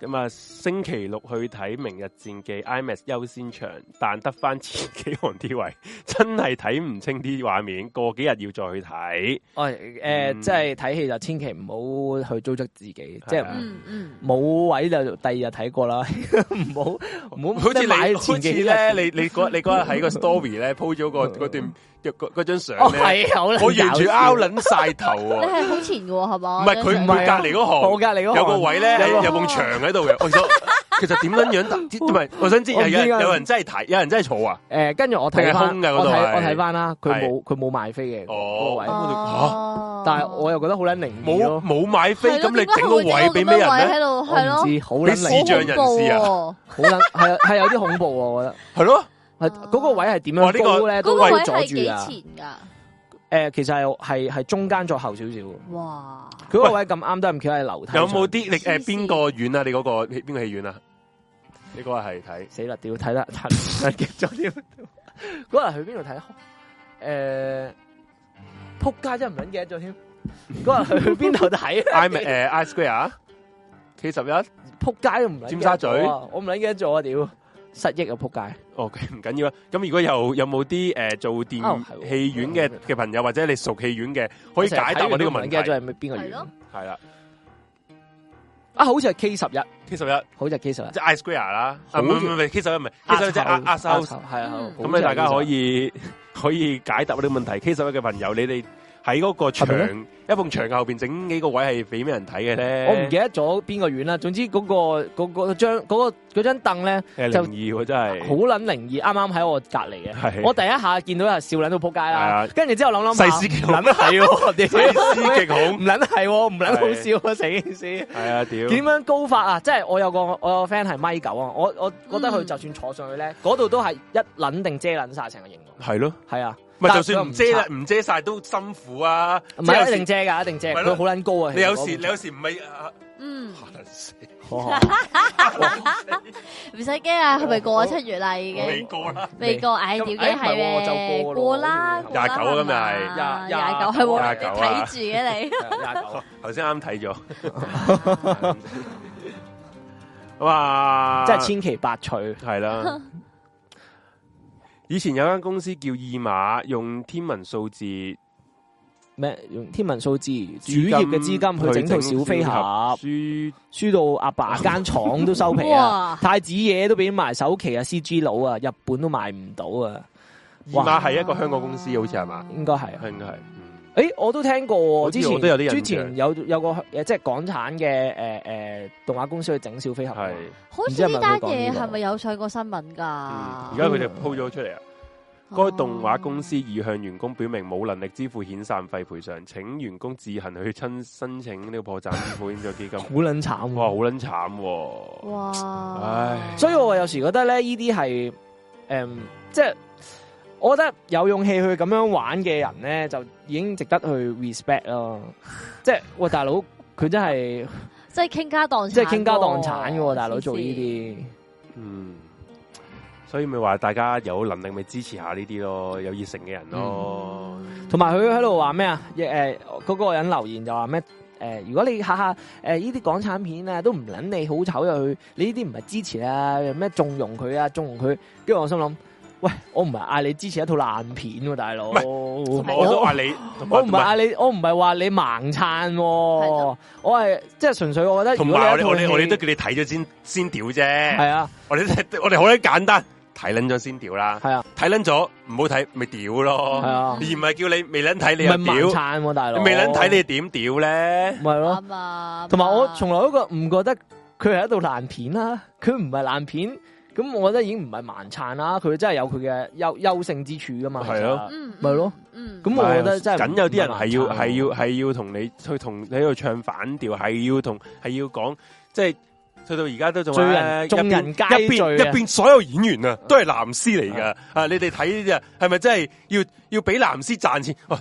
咁啊，星期六去睇《明日戰記》IMAX 優先場，但得翻千幾行啲位， 真係睇唔清啲畫面。過幾日要再去睇，哦，誒、嗯即係睇戲就千祈唔好去糟質自己，即係係啊嗯嗯，冇位就第二日睇過啦， 唔好唔好好似即係你買好前似幾日嗯咧，你你嗰你嗰日 喺個 story 咧 po 咗個嗰段嗰嗰張相哦咧，係好撚搞笑啊我完全拗撚晒頭你喎。係好前嘅喎，係嘛？唔係佢唔唔係係啊隔離嗰我行，隔離嗰有個行位咧係有個有埲牆喺度嘅。我想其實點 樣樣得知？唔係，我想知有我唔知啊人㗎有人真係睇，有人真係坐啊？誒，跟住我睇定係翻，空㗎嗰我度睇係我睇翻啦，佢係冇佢冇賣飛嘅嗰個哦位，哦但係我又覺得好撚靈異冇咯，冇買飛，係咯嗯咁你點解整個佢會位俾整個咩咁人嘅位啊咧？喺度係我唔咯，知好撚你視靈障異，人士啊啊！好撚係係有啲恐 怖喎，我覺得。係咯，係嗰個位係點哇樣呢個高咧？嗰個都位會阻係住啊！幾前㗎？诶、其實係係係中間再後少少嘅。哇！佢嗰個位咁啱得咁巧喺樓梯上。有冇啲你诶黐線边个院啊？你嗰、個个邊個戲院啊？你嗰個 係睇死啦？屌睇得睇得記咗添。嗰日去邊度睇？诶、仆街真係唔撚記得咗添。嗰日去邊度睇 I 诶 I Square 啊 K 十一哦仆街都唔撚記得咗啊尖沙咀我唔撚記得咗啊！屌失憶啊！仆街。 ，OK 唔緊要啊。咁如果有有冇啲诶做電哦係喎戲院嘅嘅朋友，或者你熟戲院嘅，可以解答我呢個問題。我成日睇完都唔撚記得咗係咪邊個係咯院？係啦啊，好似係 K 十一， ，K 十一好似係 K 十一。即係 I Square 啦，啊好唔唔唔唔，K 十一唔係 K 十一即係 R 係 House。啊，嗯好似係咁你大家 K11 可以 可以解答呢個問題。K 十一嘅朋友，你哋喺嗰個牆係咪一埲牆後边整幾個位係俾咩人睇嘅咧？我唔記得咗邊個院啦。總之嗰、個嗰、個張嗰、個嗰張凳咧，誒就靈異喎，真係好撚靈異，啱啱喺我隔離嘅。係我第一下見到係笑撚到仆街係啦啊，跟住之後諗諗下，細思極恐撚係 喎，細屌思極恐唔，撚係喎，唔撚好笑啊！成件事係啊，屌！點樣高法啊？即係我有個我有個 friend 係米九啊，我我覺得佢嗯就算坐上去咧，嗰度都係一撚定遮撚晒成個形容。係咯，係啊，咪但就係佢算唔唔遮啦拆，唔遮晒都辛苦啊！唔即係有係時一定遮㗎，一定遮。咪佢咯好撚高啊！你有時時你有時唔係啊嗯，可能死唔使驚啊，係咪過咗七月啦？已未經 過啦，未過，唉，咁條件哎唔係係喎就咩？過咯過啦，好似係29咁又啊係廿廿廿九係喎，廿你九啊睇住嘅廿你。九。頭先 啱睇咗，哇！真系千奇百趣。系 啦。以前有間公司叫二馬，用天文數字咩用天文數字主業嘅資金去整套小飛俠，輸輸到阿爸間廠都 收皮啊！哇太子爺都俾埋首期啊，C G 佬啊，日本都買唔到啊，二哇馬係一個香港公司，好似係嘛？應該係啊。應該係。诶，我都聽過喎，好之似我前都有啲印象之前有有個誒即係港產嘅呃诶诶動畫公司去整小飛俠啊係嘛，。好唔知似係咪呢單會講呢嘢個係咪有上過新聞㗎？哦嗯而而家佢哋鋪咗出嚟啊！哦該動畫公司已向員工表明冇能力支付遣散費賠償，請員工自行去親申請呢個破產保險基金好。撚啊慘哇，好喎！撚慘喎！哇，唉所以我有時覺得咧，呢啲係诶即係我覺得有勇氣去咁樣玩嘅人咧，就已經值得去 respect 咯。即係喂，大佬佢真係即係傾家蕩產喎，即係傾家蕩產嘅喎，大佬做呢黐線啲嗯，所以咪話大家有能力咪支持下呢啲咯，有熱誠嘅人咯。同埋佢喺度話咩啊？诶、嗰、個人留言就話咩？诶、如果你下下诶呢啲港產片啊，都唔撚你好醜又去，你呢啲唔係支持啊，又咩縱容佢啊，縱容佢。跟住我心諗，喂，我唔係嗌你支持一套爛片喎、大佬。唔係同埋我都話你，同埋我唔係嗌你，我唔係話你盲撐喎咯，我係即係純粹我覺得，同埋我哋我哋我哋都叫你睇咗先先屌啫。係啊，我哋都係我哋好鬼簡單，睇撚咗先屌啦。係啊，睇撚咗唔好睇咪屌係咯，啊而，唔係叫你未撚睇你唔係又盲屌，撐喎，大佬，你未撚睇你點屌咧？咪係咯，啱啊！同埋我從從來都覺唔覺得佢係一度爛片啦，佢唔係爛片，咁我覺得已經唔係盲撐啦，佢真係有佢嘅優優勝之處噶嘛，係咯其實，嗯咪咯，嗯咁我覺得真係梗有啲人係唔係盲撐要喎係要係要同你去同你喺度唱反調，係要同係要講，即係去到而家都仲最話人咧眾一邊人皆一邊醉一啊邊所有演員啊都係藍絲嚟㗎啊！你哋睇呢啲係咪真係要要俾藍絲賺錢？哇！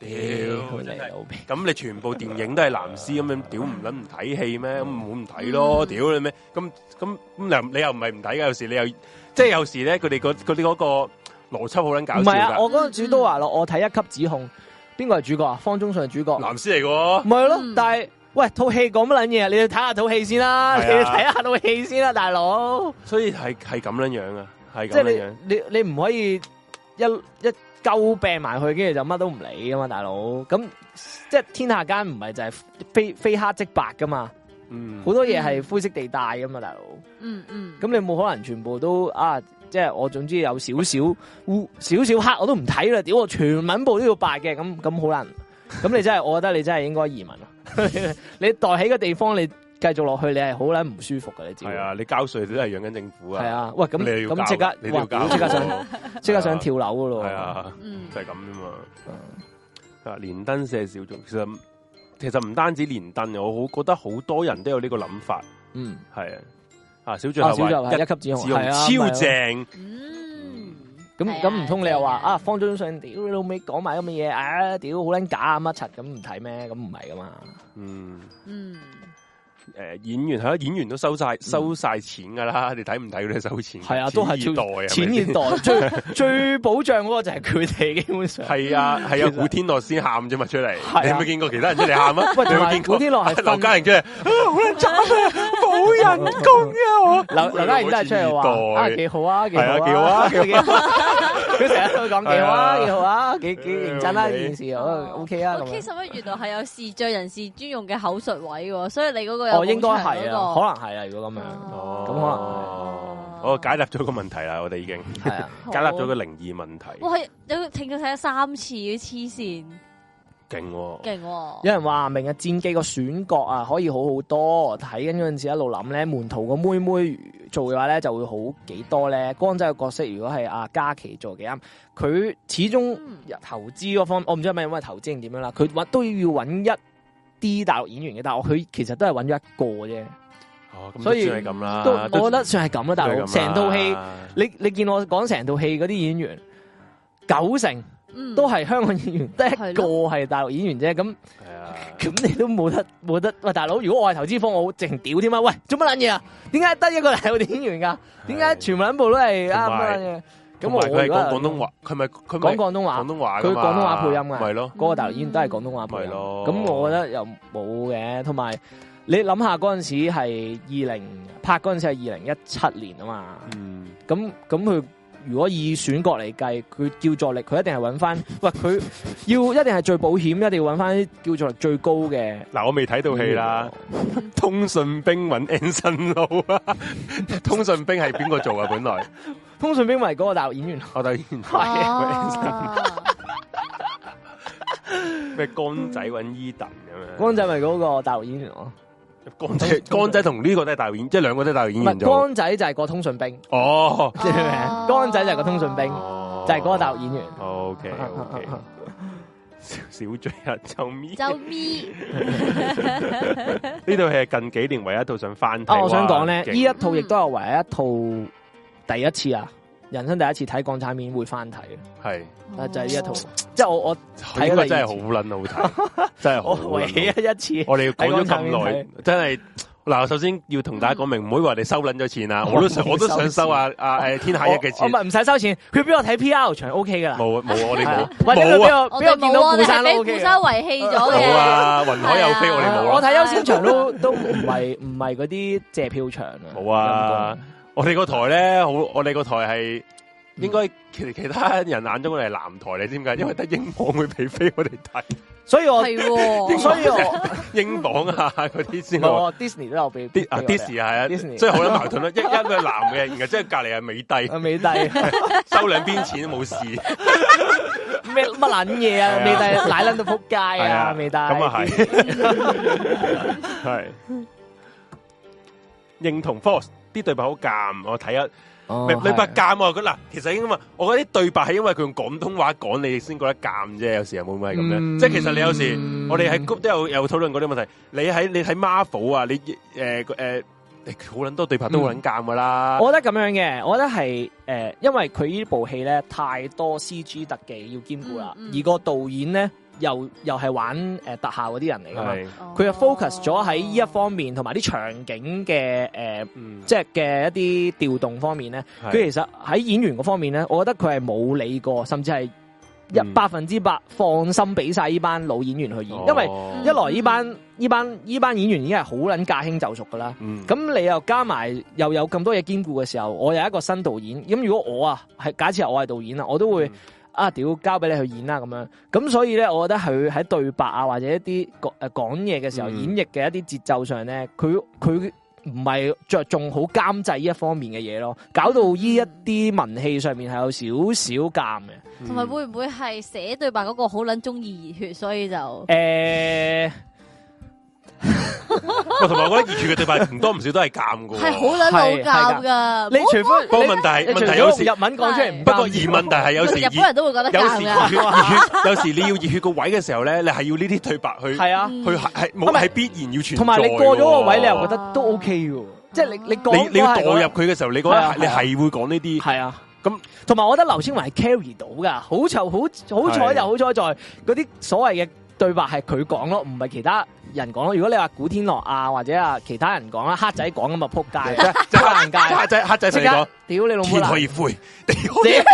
屌屌真你係老味，咁你全部電影都係藍絲咁樣，屌唔撚唔睇戲嗯咩？咁唔好唔睇咯，屌你咩？咁咁咁你你又唔係唔睇㗎？有時你又即係有時咧，佢哋嗰佢哋嗰個邏輯好撚搞唔笑係啊，㗎，我嗰陣時都話咯，我睇一級指控，邊個係主角啊？方中信係主角，藍絲嚟㗎咪係咯嗯，但係喂套戲講乜撚嘢啊？你要睇下套戲先啦，係你啊要睇下套戲先啦，大佬。喎，所以係係咁樣樣啊，係即系咁樣樣。你你你唔可以一一鳩病埋去，跟住就乜都唔理噶嘛，大佬。咁即系天下間唔係就係非非黑即白噶嘛，嗯，好多嘢係灰色地帶噶嘛，大佬。嗯嗯，咁你冇可能全部都啊，即係我總之有少少烏少少黑我都唔睇啦，屌我全文部都要白嘅，咁咁好難。咁你真係，我覺得你真係應該移民啦。 你待喺個地方，你繼續落去，你係好撚唔舒服嘅，你知。係啊，你交税都係養緊政府啊。係，啊，喂，咁你要交咁即刻，你都要哇交，即刻想。 想即刻想跳樓噶咯。係，啊，嗯就係咁啫嘛。啊，連登社小眾，其實其實唔單止連登，我好覺得好多人都有呢個諗法，嗯，係啊。啊，小眾啊，小係就話係一一級指控，字用係啊，超正，嗯，咁係啊咁唔通你又話係啊啊方中信屌你老味講埋咁嘅嘢，啊屌好撚假啊乜柒咁唔睇咩？咁唔係噶嘛？嗯，嗯，诶、演員係啦，演員都收晒收晒錢噶啦，你睇唔睇佢哋收錢㗎？嗯係啊都係錢二代啊，錢現代最 最保障嗰個就係佢哋基本上。系啊係啊其，實古天樂先喊啫嘛出嚟，係啊你有冇見過其他人出嚟喊啊？喂你同有冇埋見過古天樂係劉嘉瞓 玲出嚟，啊冇人工啊！我劉劉嘉佢玲真係出嚟好似話二啊代幾好啊，幾好係啊啊，幾好啊！ 佢成日都講幾好啊，係啊幾好啊，幾幾認真啦哎呀件事哦，OK 啊咁我 K 樣。十一原來係有視障人士專用嘅口述位喎，所以你嗰個有哦，應該好長嗰係個啊，可能係啊，如果咁樣哦，咁可能係我哦解答咗個問題啦，我哋已經係啊。好解答咗個靈異問題，哇，係有個聽眾睇咗三次，黐線，勁喎！勁喎！有人話明日戰記個選角啊，可以好好多。睇緊嗰陣時一路諗咧，門徒個妹妹做嘅話咧，就會好幾多咧。光仔嘅角色如果係阿嘉琪做嘅啱，啊佢始終啊嗯投資嗰方，我唔知係咪因為投資定點樣啦。佢揾都要揾一啲大陸演員嘅，但係佢其實都係揾咗一個啫。哦，咁所所以以係咁啦，啊都都我覺得算係咁啦，大佬。成套戲，你你見我講成套戲嗰啲演員，九成嗯都係香港演員，得一係個咯係大陸演員啫。咁係啊，咁你都冇得冇得喂，大佬！如果我係投資方，我好淨屌添啊！喂，做乜撚嘢啊？點解得一個大陸演員㗎？點解全部撚部都係啱同啊乜撚埋嘢？咁咁我我佢係如果講廣東話，佢咪佢咪講廣東話廣，東話佢㗎嘛廣東話配音㗎咪咯，嗰個大陸演員都係廣東話配音。咪咯咁我覺得又冇嘅，同埋你諗下嗰陣時係二零拍嗰陣時係二零一七年啊嘛。嗯，咁咁佢如果以選角嚟計，佢叫助力，佢一定係揾 翻，喂佢要一定係最保險，一定要揾翻啲叫助力最高嘅。嗱，我未睇到戲啦。，嗯通訊兵揾 Anson 路啊！ 通訊兵係邊個做啊？本來 通訊兵咪嗰個大陸演員，我睇 完啊咩江仔揾 Eden 咁樣，光仔咪嗰個大陸演員咯，江仔江仔同呢個都係大演，即係兩個都係大演唔員係做。光仔就係個通訊兵，哦知唔知咩哦光仔就係個通訊兵哦就係嗰個大陸演員。 ，OK OK，小醉啊，臭咪！周咪呢套戲係近幾年唯一一套想翻睇。啊，我想講哇咧，勁呢一套亦都係唯一一套第一次啊，人生第一次睇港產片會翻睇嘅，係哦啊就係呢一套，即係我我睇咗應該第二次真係好撚好睇， 真係好啊撚我好唯一睇。一次，我哋講咗咁喺耐，真係嗱，首先要同大家講明，唔好以為你收撚 咗錢啊！我都想，我我冇收都想收啊啊誒天下一嘅我我錢，咪唔使收錢，佢俾我睇 P R 場 O K 噶啦，冇冇我係哋冇啊或者佢冇啊俾我我俾我哋見冇到啊，顧我山哋都 O 俾顧 K 山遺棄咗冇嘅，啊，雲海有飛我哋係啊冇我啦，睇優先場都都唔係唔係嗰啲借票場啊，冇啊陰公，我哋個台咧好，我哋個台係。應該其其他人眼中我哋係南台，你知唔解？因為得英皇會俾飛我哋 睇，所以我係所喎，以我。英皇啊嗰啲先我我 Disney 都有俾啲啊 Disney 係啊， Disney 所以好撚矛盾啦。一一個係男嘅，然後即係隔離係美帝，啊美帝咩收兩邊錢都冇事。乜撚嘢係啊啊美帝奶撚到仆街係啊美帝咁啊 係，係認同 Force 啲對白好尷，我睇下哦咪係咪白尷喎。佢嗱，其實應該嘛，我覺得啲對白係因為佢用廣東話講，你先覺得尷啫。有時候會唔會係咁咧？嗯即係其實你有時我哋喺 group 都有有討論過啲問題。你喺你睇 Marvel 啊，你誒誒好撚多對白都好撚尷噶啦。我覺得咁樣嘅，我覺得係诶、呃因為佢呢部戲咧太多 C G 特技要兼顧啦，嗯嗯而個導演咧又又係玩诶、呃特效嗰啲人嚟噶嘛，係佢又 focus 咗喺呢一方面，同埋啲場景嘅诶、呃嗯，即係嘅一啲調動方面咧，係佢其實喺演員嗰方面咧，我覺得佢係冇理過，甚至係一嗯百分之百放心俾晒呢班老演員去演，哦因為一嗯來呢班呢班呢班演員已經係好撚駕輕就熟噶啦。嗯咁你又加埋又有咁多嘢兼顧嘅時候，我有一個新導演。咁如果我啊，係假設我係導演啊，我都會、嗯啊屌交俾你去演啊啦咁樣。咁所以咧，我覺得佢喺對白啊或者一啲講誒講嘢嘅時候，嗯演繹嘅一啲節奏上咧，佢佢。唔係着重好監製呢一方面嘅嘢咯，搞到呢一嗯啲文氣上面係有少少尷嘅。同埋會唔會係寫對白嗰個好撚中意熱血，所以就誒、 喂同埋我覺得熱血嘅對白唔多唔少都係尷噶。係好撚老教㗎？你除非不過問題你除問咗題有時用日文講出嚟唔不得，過而問題係有時日本人都會覺得有時尷熱㗎。血 熱血，有時你要熱血個位嘅時候咧，你係要呢啲對白 去係啊。嗯去係係唔冇係係必然要存在喎。同埋你過咗個位，你又覺哦得都 OK 嘅喎，即係你你講你你要代入係佢嘅時候，你覺得係啊 你係會講呢啲係啊，咁同埋我覺得劉青雲係 carry 到噶，好就好好彩係就好彩在嗰啲所謂嘅對白係佢講咯，唔係其他人講咯。如果你話古天樂啊或者啊其他人講啦，黑仔講咁啊撲 街，即係好尷尬黑仔黑仔即同你講刻啊屌你老母天啦可！以灰，地可以屌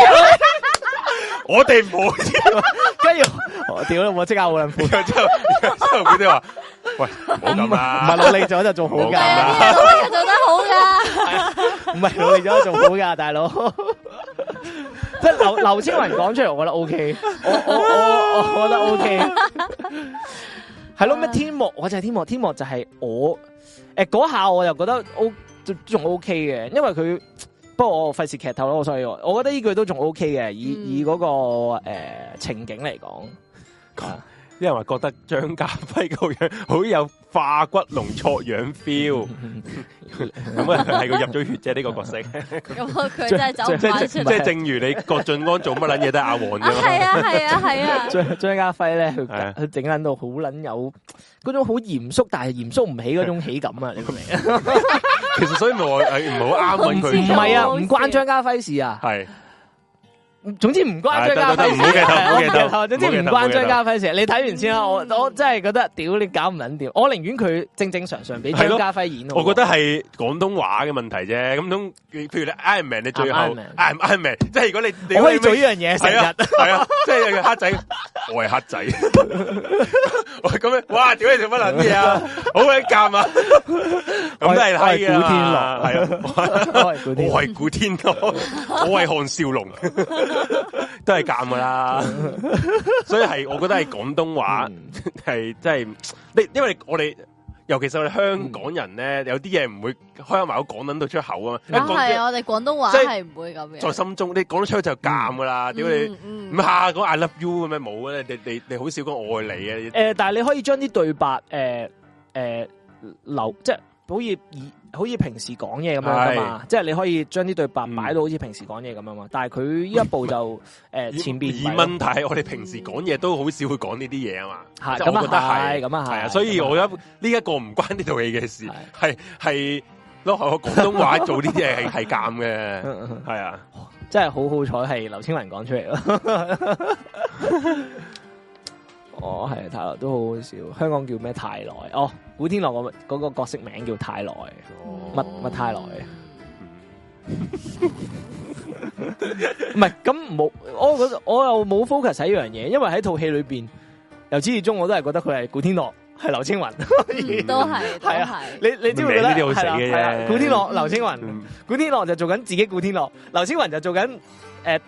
我哋唔好。 跟住我屌我即刻好撚苦，然後之後然後之後佢哋話：喂，冇咁啊唔係，啦努力咗就做好冇係咁㗎啦，啊，呢個老嘢做得好噶，唔係努力咗就做好㗎，大佬。即係劉劉青雲講出嚟，我覺得 O K，我我我我覺得 O K。係咯，咩天幕？我就係天幕，天幕就係我诶嗰下我又覺得 O 都仲 O K 嘅，因為佢不過我費事劇透咯，所以我我覺得呢句都仲 O K 嘅，以嗯以嗰個诶情景嚟講。啲人話覺得張家輝個樣好有化骨龍錯樣 feel，咁啊係佢入咗血啫呢個角色，咁 我佢真係走即唔翻係出即唔係嚟。係正如你郭晉安做乜撚嘢都 係阿黃啊，啫嘛係啊，係啊，係啊，張張家輝咧，佢係佢整撚到好撚有嗰種好嚴肅，但係嚴肅唔起嗰種喜感啊！你明唔明啊？其實所以咪話誒唔好啱揾唔佢，係啊，好唔笑關張家輝事啊，係總之唔關張家輝事係得得得唔好係劇啊， 透唔好劇透係啊總之唔唔好關劇透張家輝事。你睇完先啦，我嗯我真係覺得屌你搞唔撚掂，我寧願佢正正常常俾係張咯家輝演好。啊我覺得係廣東話嘅問題啫。咁通譬如你 Iron Man，你最後 I'm Iron Man I'm Iron Man，即係如果你你我可以做呢樣嘢 成係啊日，係啊，即係黑仔，我係黑仔， 我係咁樣，哇！屌你做乜撚嘢啊？好鬼尷啊！咁都我係係閪啊我嘛，係啊。我係古天樂 我係啊古天樂，我係韓少龍，都係尷噶啦。所以係，我覺得係廣東話嗯係真係你，因為我哋尤其是我哋香港人咧，有啲嘢唔會開埋口講撚到出口啊嘛。一啊係講啊，我哋廣東話即係係唔會咁嘅。出在心中，你講得出就尷噶啦。屌你，嗯，唔嗯下講 I love you 咁樣冇啊！你你你好少講愛你啊！诶、但系你可以將啲對白诶诶、呃留，即係好似以好似平時講嘢咁樣噶嘛，即係你可以將啲對白擺到好似平時講嘢咁樣嘛。但係佢呢一步就诶、呃嗯以前边以問題，我哋平時講嘢都好少會講呢啲嘢啊嘛。係即係我咁覺得啊係，係咁啊系係啊，所以咁啊我覺得呢一個唔關呢套戲嘅事係，係系咯，我廣東話做呢啲嘢係 係尷嘅，嗯嗯係啊，真係好好彩係劉青雲講出嚟咯。 哦，係泰來都好好笑。香港叫咩泰來？哦，古天樂嗰個嗰個角色名叫泰來，乜乜泰來？唔係咁冇，我覺得我又冇 focus 喺呢樣嘢，因為喺套戲裏边由始至終我都係覺得佢係古天樂，係劉青雲。 嗯都 係都係啊係。你你知唔知覺得名呢啲好死嘅係啫啦係啦古天樂、劉青雲，嗯古天樂就做緊自己古天樂，劉青雲就做緊诶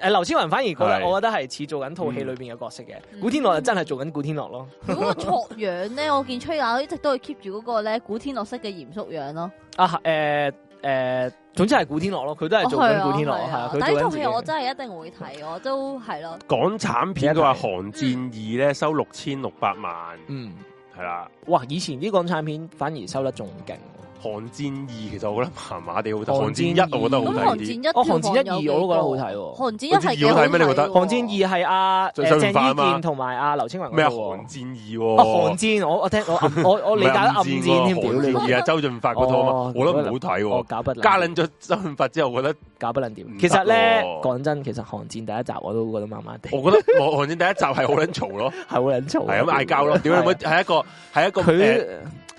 诶，劉青雲反而覺得係我覺得係似做緊套戲裏边嘅角色嘅，嗯古天樂就真係做緊古天樂咯。嗰個錯樣咧，我見崔雅一直都係 keep 住嗰個咧古天樂式嘅嚴肅樣咯。啊诶诶，總之係古天樂咯，佢都係做緊古天樂，哦係係啊啊，佢但做呢緊套自己戲嘅我。真係一定會睇，我都係咯。港產片佢話《寒戰二》咧收六千六百萬，嗯，係啦，哇！以前啲港產片反而收得仲勁喎。 《寒戰二》其實我覺得麻麻地好睇，《寒寒戰戰一》我覺得咁《好睇寒戰啲，一》哦韓戰一票房有幾二我都覺得好高睇喎韓戰一係幾韓戰二好睇咩你覺得《寒戰二》係阿最想鄭伊化嘛健同埋阿劉青雲嗰咩啊？《啊套喎寒啊戰二》哦，喎，寒戰，我我聽我暗我我理解得暗戰添，屌寒你戰老二母！啊，周潤發嗰套啊哦嘛，我覺得唔好睇我喎。搞不撚掂加撚咗周潤發之後，我覺得 搞不撚掂。唔其實得咧，喎講真，其實寒戰第一集我都覺得麻麻地， 係我覺得《寒戰》第一集係好撚嘈咯，好撚嘈，係咁嗌交咯，屌你咪係係一個係一個誒佢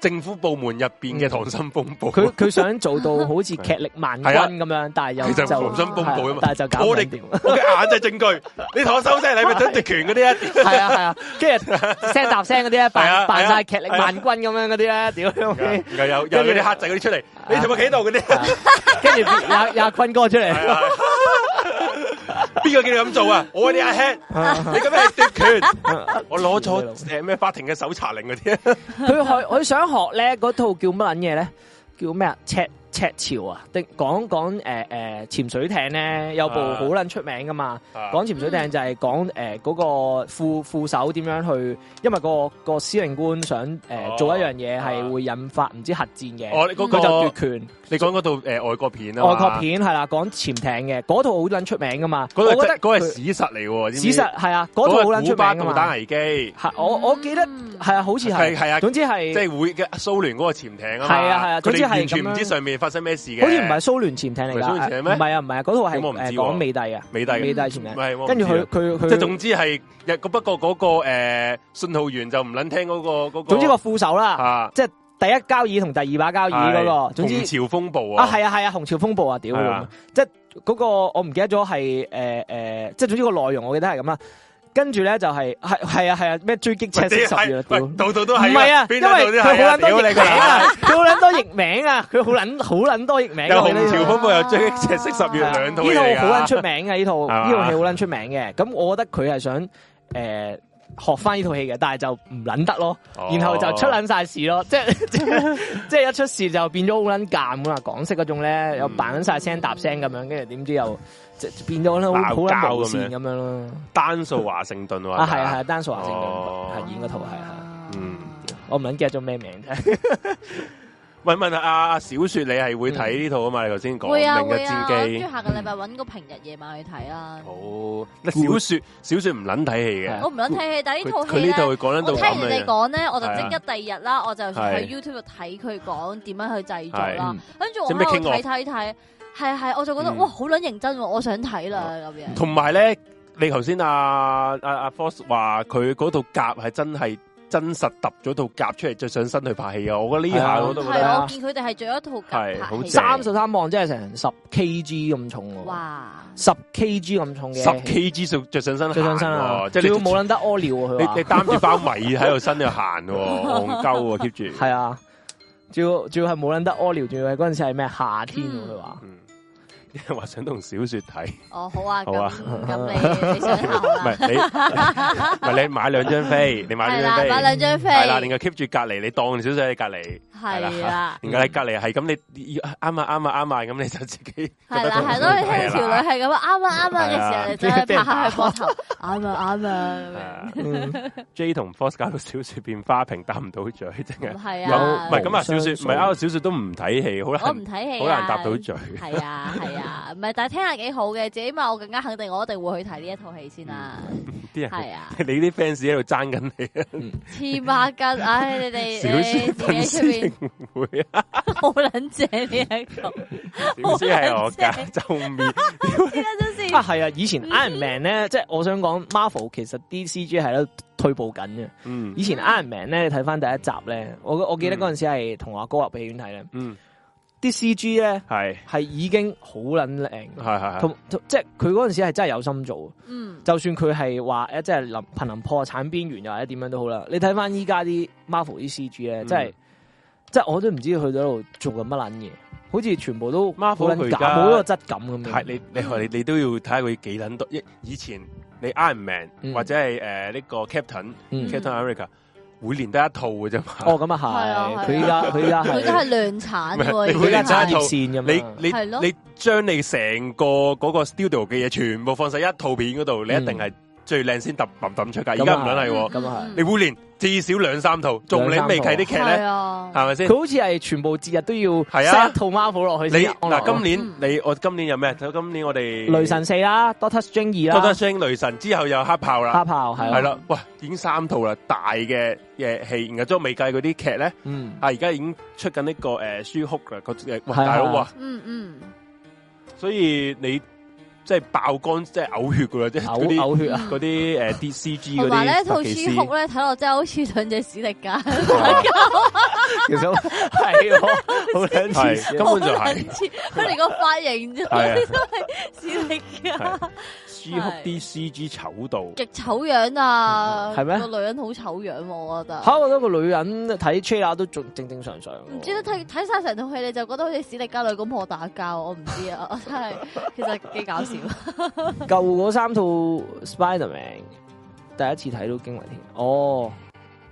政府部門入邊嘅溏心風暴。佢佢想做到好似劇力 萬軍咁樣，但係又啊其就實溏心風暴啊嘛但係就搞唔撚掂。 我嘅眼就係證據，你同我收聲，你咪等直權 嗰啲一係啊係啊，跟住聲搭聲嗰啲咧，係啊係扮啊扮晒劇力萬軍咁樣嗰啲咧，屌你老味！又有又有嗰啲黑仔嗰啲出嚟，你做乜企 喺度嗰啲？跟住阿阿坤哥出嚟。邊個叫你咁做啊？我哋阿 head，你咁樣係啊奪權，我攞咗誒咩法庭嘅搜查令嗰啲，佢學佢想學咧嗰套叫乜撚嘢咧？叫咩啊？赤赤潮啊？定講講诶诶潜水艇咧，有部啊好撚出名噶嘛。講潛水艇就係講诶嗰個副副手點樣去，因為個個司令官想诶、哦做一樣嘢係會引發唔知核戰嘅，我嗰佢、就奪個權。你講嗰套誒外國片啊嘛，外國片係啦，講潛艇嘅嗰套好撚出名噶嘛。我嗰覺個得真嗰個係佢史實嚟喎，知唔知史實係啊，嗰套好嗰個撚出係古名巴噶導彈嘛。危機，係我我記得嗯係啊，好似係係係啊總之係即係會嘅蘇聯嗰個潛艇啊嘛，係啊係啊佢總之哋係完咁樣全唔知上面發生咩事嘅，好似唔係蘇聯潛艇嚟唔係蘇聯潛㗎，艇唔咩係啊唔係啊，嗰套係咁我唔知誒喎講美帝啊，美帝嘅美帝潛艇唔。係我唔跟住知佢啊佢佢，即係總之係日不過嗰個诶信號員就唔撚聽嗰個嗰個，總之個副手啦，啊第一交椅同第二把交椅嗰個，總之紅潮風暴啊，係啊係啊，紅潮風暴啊，屌係啊！即係嗰個我唔記得咗係誒誒，即係總之個內容我記得係咁啦。跟住咧就係係係啊係啊，咩追擊赤色十月啊，屌！喂唔度度都係㗎係啊，邊因度為度都佢係好撚啊屌多譯你個名人！啊，佢好撚多譯名啊，佢好撚好撚多譯名啊。有我記得紅呢潮套風暴，有追擊赤色十月係啊兩套呢嘢套嚟好撚㗎出名 嘅，呢套係嘛呢套戲好撚出名嘅。咁我覺得佢係想诶學翻呢套戲嘅，但係就唔撚得咯。哦然後就出撚晒事咯，即係 即係即係一出事就變咗好撚尷啦，港式嗰種咧嗯又扮撚晒聲搭聲咁樣，跟住點知又即係變咗好好鬧交撚無咁樣線咁樣咯。單數華盛頓喎啊，係啊係，單數華盛哦頓係啊演嗰套係係，嗯我唔撚記得咗咩名啫。喂，問下阿阿小雪，你係會睇嗯呢套啊嘛？你頭先講《會啊明會日啊，戰我機諗住》。下個禮拜揾個平日夜晚去睇啦。好，嗱小雪小雪唔撚睇戲係嘅啊我，唔想睇戲，但係呢佢套佢戲呢咧度。講撚到我聽咁人哋嘅，講咧，我就係啊即刻第二日啦，我就去係 YouTube 度睇佢講點樣去製作啦係。跟住我即係咩喺 King 度睇睇睇，係係，我就覺得嗯哇，好撚認真喎，我想睇啦咁樣。同埋咧，你頭先阿阿阿 Force 話佢嗰套甲係真係真實揼咗套甲出嚟着上身去拍戲啊！我覺得呢係下啊我都覺係啊得係，我見佢哋係做一套夾拍戲係好正三十三磅真係成十 kg 咁重喎，哇！十 kg 咁重嘅十 kg 着着上身最上身行啊喎，！即係仲要你冇撚得屙尿啊！佢你話你擔住包米喺度身度行喎，戇鳩喎 keep 住。係啊，仲要仲要係冇撚得屙尿，仲要係嗰陣時係咩夏天喎佢話。嗯， 因為話想同小雪睇，哦，好啊，好咁啊咁你你想下唔 啦，係你，唔係你買兩張飛，你買係啦，兩買張飛，兩張飛，係啦，然後 keep 住隔離，你當小雪喺隔離，係啦，然後喺隔離係咁，你啱啊啱啊啱啊，咁你就自己覺係得啦，係咯，你聽到條女係啦係咁啊啱啊啱啊嘅時係啊候，你就去拍下佢 膊頭，啱啊啱啊咁係 樣啊嗯 J 同 Force 搞到小雪變花瓶，搭唔到嘴，真係唔。係有有唔啊，係咁啊？小雪唔係相啊，信小雪都唔睇戲，好我難唔睇戲啊，好難搭到嘴。 系啊系啊，唔系但系听下几好嘅，自己嘛我更加肯定我一定会去睇呢一套戏先啦，啲人系啊，你啲 fans 喺度爭緊你，黐孖筋，唉你哋小你雪粉自己出絲面定 會啊！好卵正呢一 个，小知係我噶周面，依家真先啊，系啊！以前 Iron Man 咧，即系我想講 Marvel 其實啲 CG 係喺度退步緊嘅。嗯以前 Iron Man 咧，你睇翻第一集咧，我我記得嗰阵时係同我阿哥入戲院睇咧，嗯，啲 CG 咧係係已經好撚靚，係係係同同即係佢嗰阵时係真係有心做。嗯就算佢係話誒，即係臨濒臨破產邊緣又或者點樣都好啦。你睇翻依家啲 Marvel 啲 CG 咧，嗯真係即係我都唔知佢喺度做緊乜撚嘢，好似全部都 Marvel 好撚佢而假家冇咗個質感咁係樣。你你話你你都要睇下佢幾撚多，一以前你 Iron Man 嗯或者係誒呢個 Captain 嗯 Captain America 每年得一套嘅啫哦，嘛，咁係啊係啊啊係，佢依家佢依家佢而家係系量产喎，唔係佢佢依而家家產產業業線咁你樣。你係咯你將你成個嗰個 studio 嘅嘢全部放晒一套片嗰度，你一定係最靚先揼揼揼出街，而家唔撚係喎，咁啊嗯你每年至少兩三套，仲你未睇啲劇係咧，啊，係咪先？佢好似係全部節日都要係啊 set 一套 Marvel 落去你先安樂嗱今嗯年你我今年有咩？睇今年我哋雷神四啦，Doctor Strange 二多得啦，聲雷神之後又黑豹啦黑。豹係啊系啦，啦，哇，已經三套啦，大嘅嘅戲，然後之後未計嗰啲劇咧，嗯，啊，而家已經出緊呢個誒書哭啦，個誒哇係啊大佬係哇啊，嗯嗯，所以你即係爆肝，即係嘔血噶啦，即係嘔嗰啲嘔 血啊！嗰啲誒 D C G 嗰同埋呢啲套特書技哭咧睇落真係好似兩隻史迪加，其實 係喎好撚 黐係啊線根本就好係撚似 佢哋個髮型真係啊啊係史迪加。書哭啲 C G 醜到，极丑样啊！係咩个女人好丑样喎，我觉得。吓，我覺得個女人睇 trailer 都仲正正常常喎。唔知得睇睇晒成套戏，你就觉得好似史力加女公婆打交，我唔知啊，我真 系其实几搞笑。舊嗰三套 Spiderman 第一次睇都驚為天人。哦，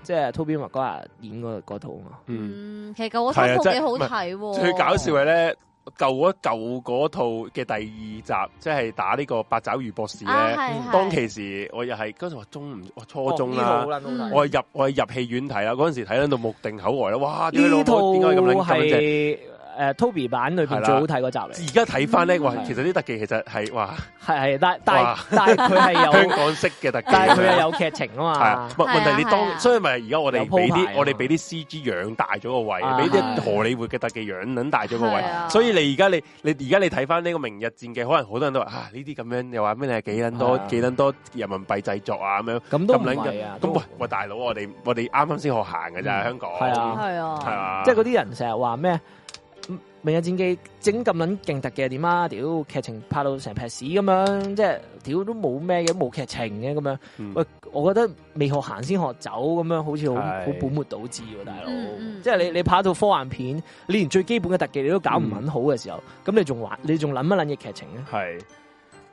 即係 Tobey m a g u 演嗰嗰套啊嘛。嗯，嗯，其实舊嗰三套几好睇喎。最搞笑係咧。舊嗰舊嗰套嘅第二集，即係打呢個八爪魚博士啊，咧。嗯系當其時，我又係嗰陣話中唔我初中啦，哦呢套好撚好睇嗯我係入我係入戲院睇啦，嗰陣時睇撚到目定口呆啦，哇！屌你老呢母套點解咁撚咁撚正？係诶 Toby 版裏係边啦最好睇嗰集嚟，而家睇翻咧，嗯哇！係其實啲特技其實係哇，係係，但但哇係但係佢係 香有，港式嘅特技，但係佢係有劇情啊係啊嘛。問係啊問題你係啊當，所以咪而家我有哋鋪俾排啊啲我哋俾啲 C G 養大咗個位啊，俾係啲荷里活嘅特技養撚大咗個位係啊，所以你而家你你而家你睇翻呢個《明日戰記》，可能好多人都話啊呢啲咁樣又話咩係幾撚多係啊幾撚多人民幣製作啊咁樣，咁都咁唔撚係啊嘅，，都咁喂喂大佬，我哋我哋啱啱先學行嘅咋嗯香港，係啊係係啊，啊，即係嗰啲人成日話咩？明日戰記整咁撚勁特嘅點啊？屌劇情拍到成劈屎咁樣，即係屌都冇咩嘅，冇劇情嘅咁樣。嗯喂，我覺得未學行先學走咁樣，好似好係好本末倒置喎，大佬。嗯嗯即係你你拍一套科幻片，你連最基本嘅特技你都搞唔撚好嘅時候，嗯咁、你仲玩你仲諗乜撚嘢劇情咧？系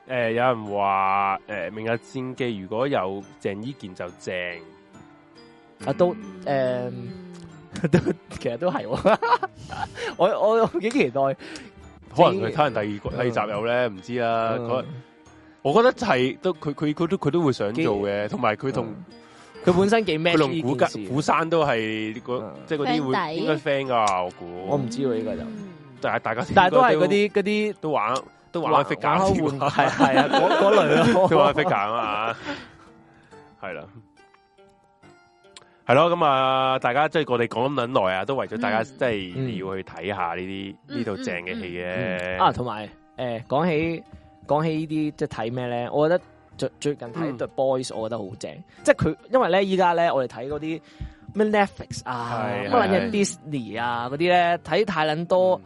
诶、誒有人话诶、誒明日戰記》如果有鄭伊健就正，嗯啊都誒嗯其實都係喎， 我我我幾期待。可能佢可能第嗯二個第二集有咧，唔知啊。佢我覺得係都佢佢佢都佢都會想做嘅，同埋佢同嗯佢本身幾咩？佢同古呢家件事啊古山都係嗰嗯即係嗰啲 friend 會底應該 friend 噶，我我估。唔知喎呢個就嗯但係大家但係都係應該嗰啲嗰啲都玩都玩 figure 添玩啊係係啊，嗰嗰類咯。都玩 figure 啊嘛，係啦。係咯，咁啊，大家即係我哋講咁撚耐啊，都為咗大家嗯即係嗯要去睇下呢啲呢度正嘅戲嗯嘅。啊，同埋誒講起講起呢啲即係睇咩咧，我覺得最最近睇嗯 The Boys，我覺得好正，即係佢因為咧依家咧我哋睇嗰啲。咩 Netflix 啊，係乜撚嘢係 Disney 啊嗰啲咧，睇太撚多，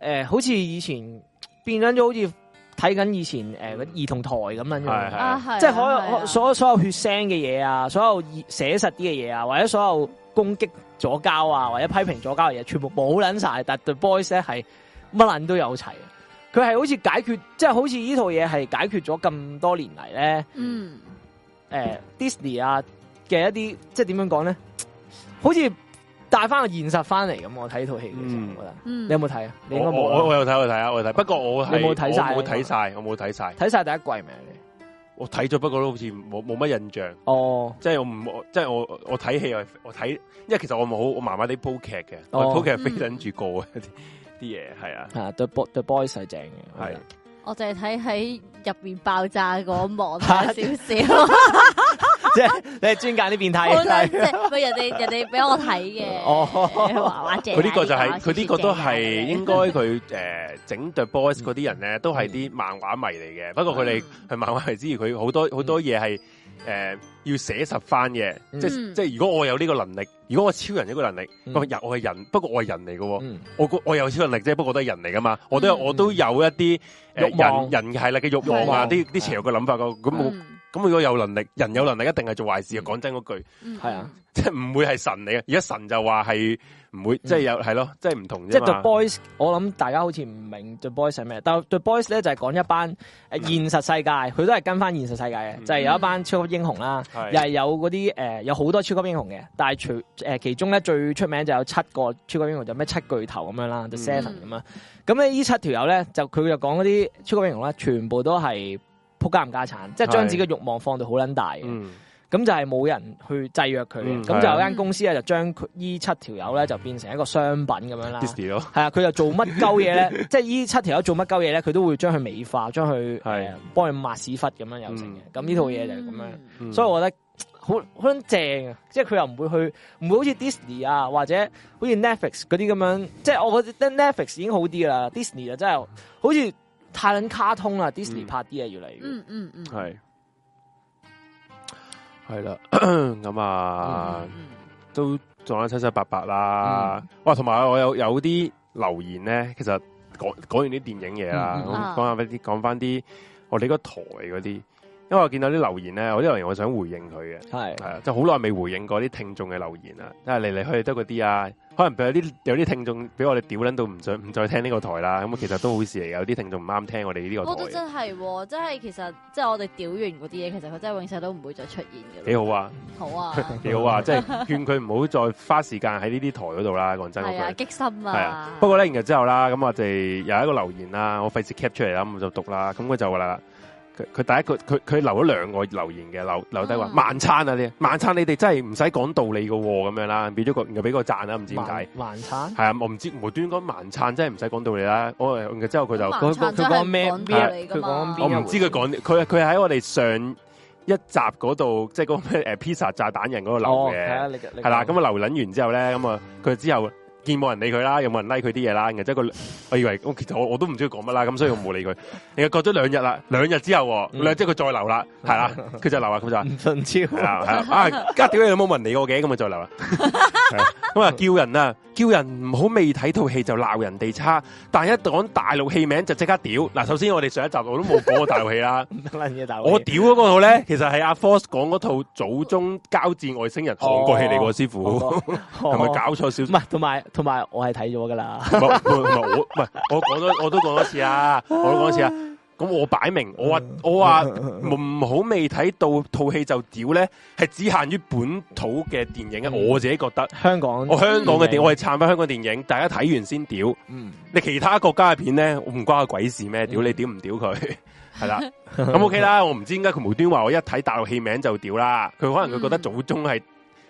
嗯誒好似以前變緊咗，好似睇緊以前誒嗰啲兒童台咁樣嗯係係樣，啊係啊，即係可係啊有所所有血腥嘅嘢啊，所有寫實啲嘅嘢啊，或者所有攻擊左交啊，或者批評左交嘅嘢，全部冇撚晒。但 The Boys 咧係乜撚都有齊嘅，佢係好似解決，即係好似呢套嘢係解決咗咁多年嚟咧。嗯诶 Disney 啊嘅一啲，即系點樣講咧？好似帶翻個現實翻嚟咁。我睇套戲嘅時候，嗯我覺得嗯，你有冇睇啊？你應該我我我冇我啊。有睇我有睇啊，我有睇。不過我係你冇睇晒我冇睇晒，我冇睇晒。睇晒第一季未啊？你我睇咗，不過都好似冇冇乜印象。哦，即係我唔，我即係我我睇戲我我睇，因為其實我冇好我麻麻地煲劇嘅，哦我煲劇非等住過嘅啊啲啲嘢係啊。係啊，The Bo- The Boys 係正嘅，我覺得我淨係睇喺入面爆炸嗰一幕 睇少少。即係你係專揀啲變好啦，態即係咪人哋人哋俾我睇嘅？哦娃娃姐啊，佢呢個就係呢個佢呢個都係應該佢 誒整 The Boys 嗰啲人咧，都係啲漫畫迷嚟嘅。不過佢嗯哋係漫畫迷之餘，佢好多好多嘢係誒要寫實翻嘅。即嗯即係如果我有呢個能力，如果我超人呢個能力，嗯我人我係人，不過我係人嚟嘅喎。嗯，我個我有超能力啫，不過我都係人嚟噶嘛，我都有嗯我都有一啲誒慾望人人係啦嘅慾望慾望啊，啲啲邪惡嘅諗法個咁我嗯咁如果有能力，人有能力一定係做壞事嘅。啊講真嗰句，嗯係啊，即係唔會係神嚟嘅。而家神就話係唔會，即係有係咯，即係唔同嗯即啫係 The 嘛。 Boys，我諗大家好似唔明 The Boys 係咩，但 The Boys 咧就係講一班誒嗯現實世界，佢都係跟翻現實世界嘅，嗯就係有一班超級英雄啦。係嗯又係有嗰啲誒有好多超級英雄嘅，但係除誒、呃其中咧最出名就有七個超級英雄，就咩七巨頭咁樣啦，就嗯 seven 咁樣。咁咧呢七條友咧就佢就講嗰啲超級英雄咧，全部都係撲家唔家產，即係將自己嘅慾望放到好撚大嘅。嗯咁就係冇人去制約佢嘅。嗯咁、就有間公司咧就將佢呢七條友咧就變成一個商品咁樣啦。 Disney 咯，係啊，佢就做乜鳩嘢 咧？即係呢七條友做乜鳩嘢咧？佢都會將佢美化，將佢係誒幫佢抹屎忽咁樣有成嘅。咁呢套嘢就係咁樣。嗯所以我覺得好好撚正啊！即係佢又唔會去，唔會好似 Disney 啊，或者好似 Netflix 嗰啲咁樣。即係我覺得 Netflix 已經好啲啦，Disney 就真係好似太撚卡通啦。Disney 嗯拍啲嘢越嚟越，嗯嗯嗯，係係啦，咁啊嗯都撞得七七八八啦。哇，同埋我有有啲留言咧，其實講講完啲電影嘢啦，嗯嗯咁講下翻啲講翻啲我哋嗰台嗰啲，因為我見到啲留言咧，我啲留言我想回應佢嘅。系係啊，即係好耐未回應過啲聽眾嘅留言啦，即係嚟嚟去去都嗰啲啊，可能有啲有啲聽眾俾我哋屌撚到唔想唔再聽呢個台啦，咁其實都好事嚟嘅，有啲聽眾唔啱聽我哋呢個我覺得台，真係喎，真係其實即係我哋屌完嗰啲嘢，其實佢真係永世都唔會再出現嘅幾啦。好 啊，好 啊，幾好啊，即係勸佢唔好再花時間喺呢啲台嗰度啦，講真係啊，嗰句。激心係啊啊，，不過啊咧，然後之後啦，咁我哋有一個留言啦，我費事 cap 出嚟啦，咁我就讀啦，咁佢就話啦，佢佢第一個佢佢留咗兩個留言嘅，留留低話嗯晚餐啊你，晚餐你哋真係唔使講道理嘅喎，咁樣啦，俾咗個又俾個讚啦，唔知點解晚。晚餐係啊，我唔知無端講晚餐真係唔使講道理啦。我然之後佢就咁佢盲佢撐佢真係講咩唔講邊道理一㗎佢講嘛啊邊我一唔知佢講佢佢喺我哋上一集嗰度，即係嗰個咩誒披薩炸彈人嗰度留哦，嘅。係啊，你係系啦，咁啊留撚完之後咧，咁啊佢之後見冇人理佢啦，又冇人 like 佢啲嘢啦，然之後佢，我以為我其實我我都唔知佢講乜啦，咁所以我冇理佢。然後過咗兩日啦，兩日之後喎，嗯兩即係佢再留啦，係啦，佢就留啦，佢就話 吳俊超係啦，係啦，啊，家屌你有冇人理我嘅，咁啊再留啦。係啦咁啊叫人啊，叫人唔好未睇套戲就鬧人哋差，但一講大陸戲名就即刻屌。嗱，首先我哋上一集我都冇講過大陸戲啦。唔得撚嘢大佬，我屌嗰個套咧，其實係阿 Force 講嗰套《祖宗交戰外星人》韓國戲嚟喎，師傅。係系 咪搞錯少唔？係，同埋同埋我係睇咗噶啦，唔係唔係我唔係我 講多我都講多次啊，我都講多次啊。咁我擺明嗯我話我話唔好未睇到套戲就屌咧，係只限於本土嘅電影啊！嗯我自己覺得，香港我香港嘅電嗯影我係撐翻香港電影，大家睇完先屌。嗯你其他國家嘅片咧，我唔關我鬼事咩？屌嗯你屌唔屌佢？ 係啦，咁 OK 啦。我唔知點解佢無端話我一睇大陸戲名就屌啦。佢可能佢覺得嗯祖宗係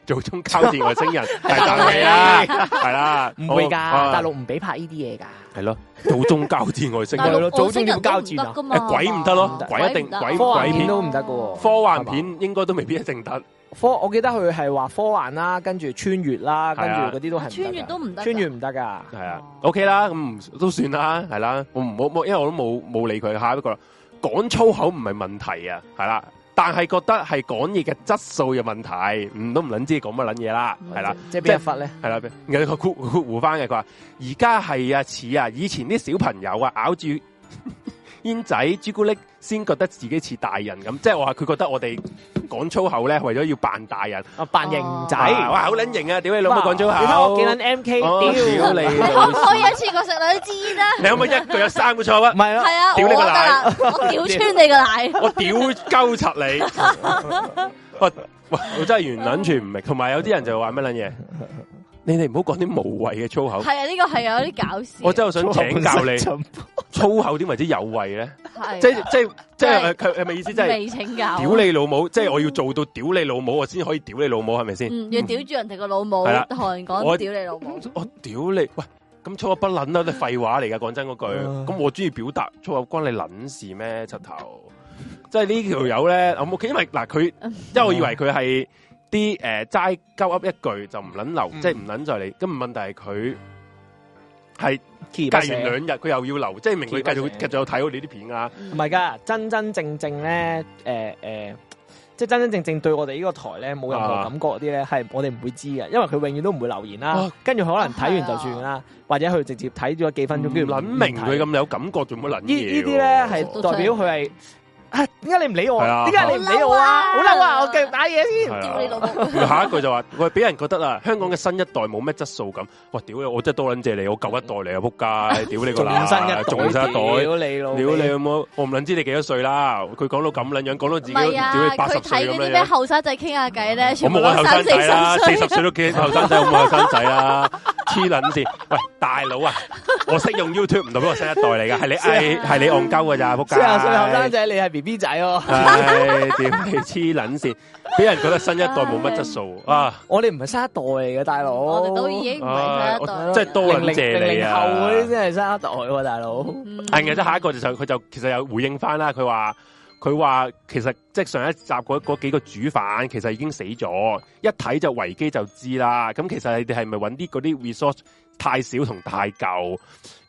祖宗交戰 外星人係大陸戲啦，係啦，啊唔會㗎，我大陸唔俾拍呢啲嘢㗎。系咯，祖宗交戰外星 大係人，咯陸早外中星要人交都唔戰啊得噶嘛，誒鬼唔得咯鬼一定唔得鬼科幻鬼片片都唔得噶喎，科幻片應該都未必一定得，科我記得佢係話科幻啦，跟住穿越啦，跟係啊住嗰啲都係唔得㗎穿越都唔得㗎穿越唔得㗎。係啊哦，OK 啦，咁唔都算啦，係啦，我唔好冇，因為我都冇冇理佢。下一個啦，講粗口唔係問題啊，係啦，但係覺得係講嘢嘅質素有問題，唔都唔撚知講乜撚嘢啦，係啦。即係邊一忽咧？系啦，然後佢括括弧翻嘅，佢話而家係啊似啊，以前啲小朋友啊咬住 煙仔朱古力，先覺得自己似大人咁，即係我話佢覺得我哋講粗口咧，為咗要扮大人，啊，扮型仔，哎哦哇好撚型啊！屌你老母哇講粗你睇口，我幾撚 M K，哦屌屌你！你可 唔老可以一屎！次過食兩支 煙啊？你可唔可以一句有三個粗口啊 唔？係咯係，啊，屌我你個得啦，我屌穿你個奶。我屌鳩柒你！喂喂，我真係完撚全唔明，同埋有啲人就話乜撚嘢？你哋唔好講啲無謂嘅粗 口。係啊，呢個係有啲搞笑。我真係想請 教你，你。粗口點為之有謂咧？係即即即真係係佢係咪意思即係未啊請教。屌！你老母？即係我要做到屌你老母，我先可以屌你老母，係咪先？嗯，要屌住人哋個老母係啦，同人我講屌你老母。我屌你！喂，咁粗口不撚啊啦，都係廢話嚟噶。講真嗰句，啊咁我中意表達粗口，關你撚事咩？柒頭，即係呢條友咧，我冇因為 嗱佢，因為我以為佢係啲誒齋鳩噏一句就唔撚留，嗯即係唔撚在理。咁問題係佢係隔隔完兩日，佢又要留，即係明佢繼續繼續有睇我哋啲片啊。唔係㗎，真真正正咧，誒、誒。即係真真正正對我哋呢個台咧冇任何啊感覺嗰啲咧，係我哋唔會知嘅，因為佢永遠都唔會留言啦啊。跟住佢可能睇完就算啦，或者佢直接睇咗幾分鐘，跟住撚唔明佢睇咁有感覺做乜撚呢呢嘢喎？啲咧係代表佢係啊，點解你唔理我係啊？啊點解你唔理我啊？好好嬲嬲啊！啊我繼續打嘢先。係啊屌你老母！佢下一句就話：喂，俾人覺得啊，香港嘅新一代冇咩質素咁。哇，屌你！我真係多撚謝你，我舊一代嚟啊，仆街！屌你個仲乸，新一 代，仲新一代。屌你老味，屌你有冇？我唔撚知你幾多歲啦。佢講到咁撚樣，講到自己唔係屌啊，你八十佢睇歲嗰咁啲咩樣樣。後生仔傾下偈咧，我全部冇都話後生三四仔啦，四十歲十。歲都幾後生仔，我冇後生仔啦，黐撚線！喂，大佬啊，我識用 YouTube 唔代表我新一代嚟㗎，係你係係你戇鳩㗎咋，仆街！四十歲後生仔，你係 B B 仔喎。唉，屌你黐撚線，俾人覺得新一代冇乜質素啊！我哋唔係新一代嚟嘅，大佬。 我哋都已經唔係第一代唉啦我，真係多零撚零謝零你零啊後嗰啲先係新一代喎，大佬。嗯係嘅，即係下一個就佢就其實有回應翻啦，佢話佢話其實即係上一集嗰嗰幾個主犯其實已經死咗，一睇就維基就知啦。咁其實你哋係咪揾啲嗰啲 resource 太少同太舊？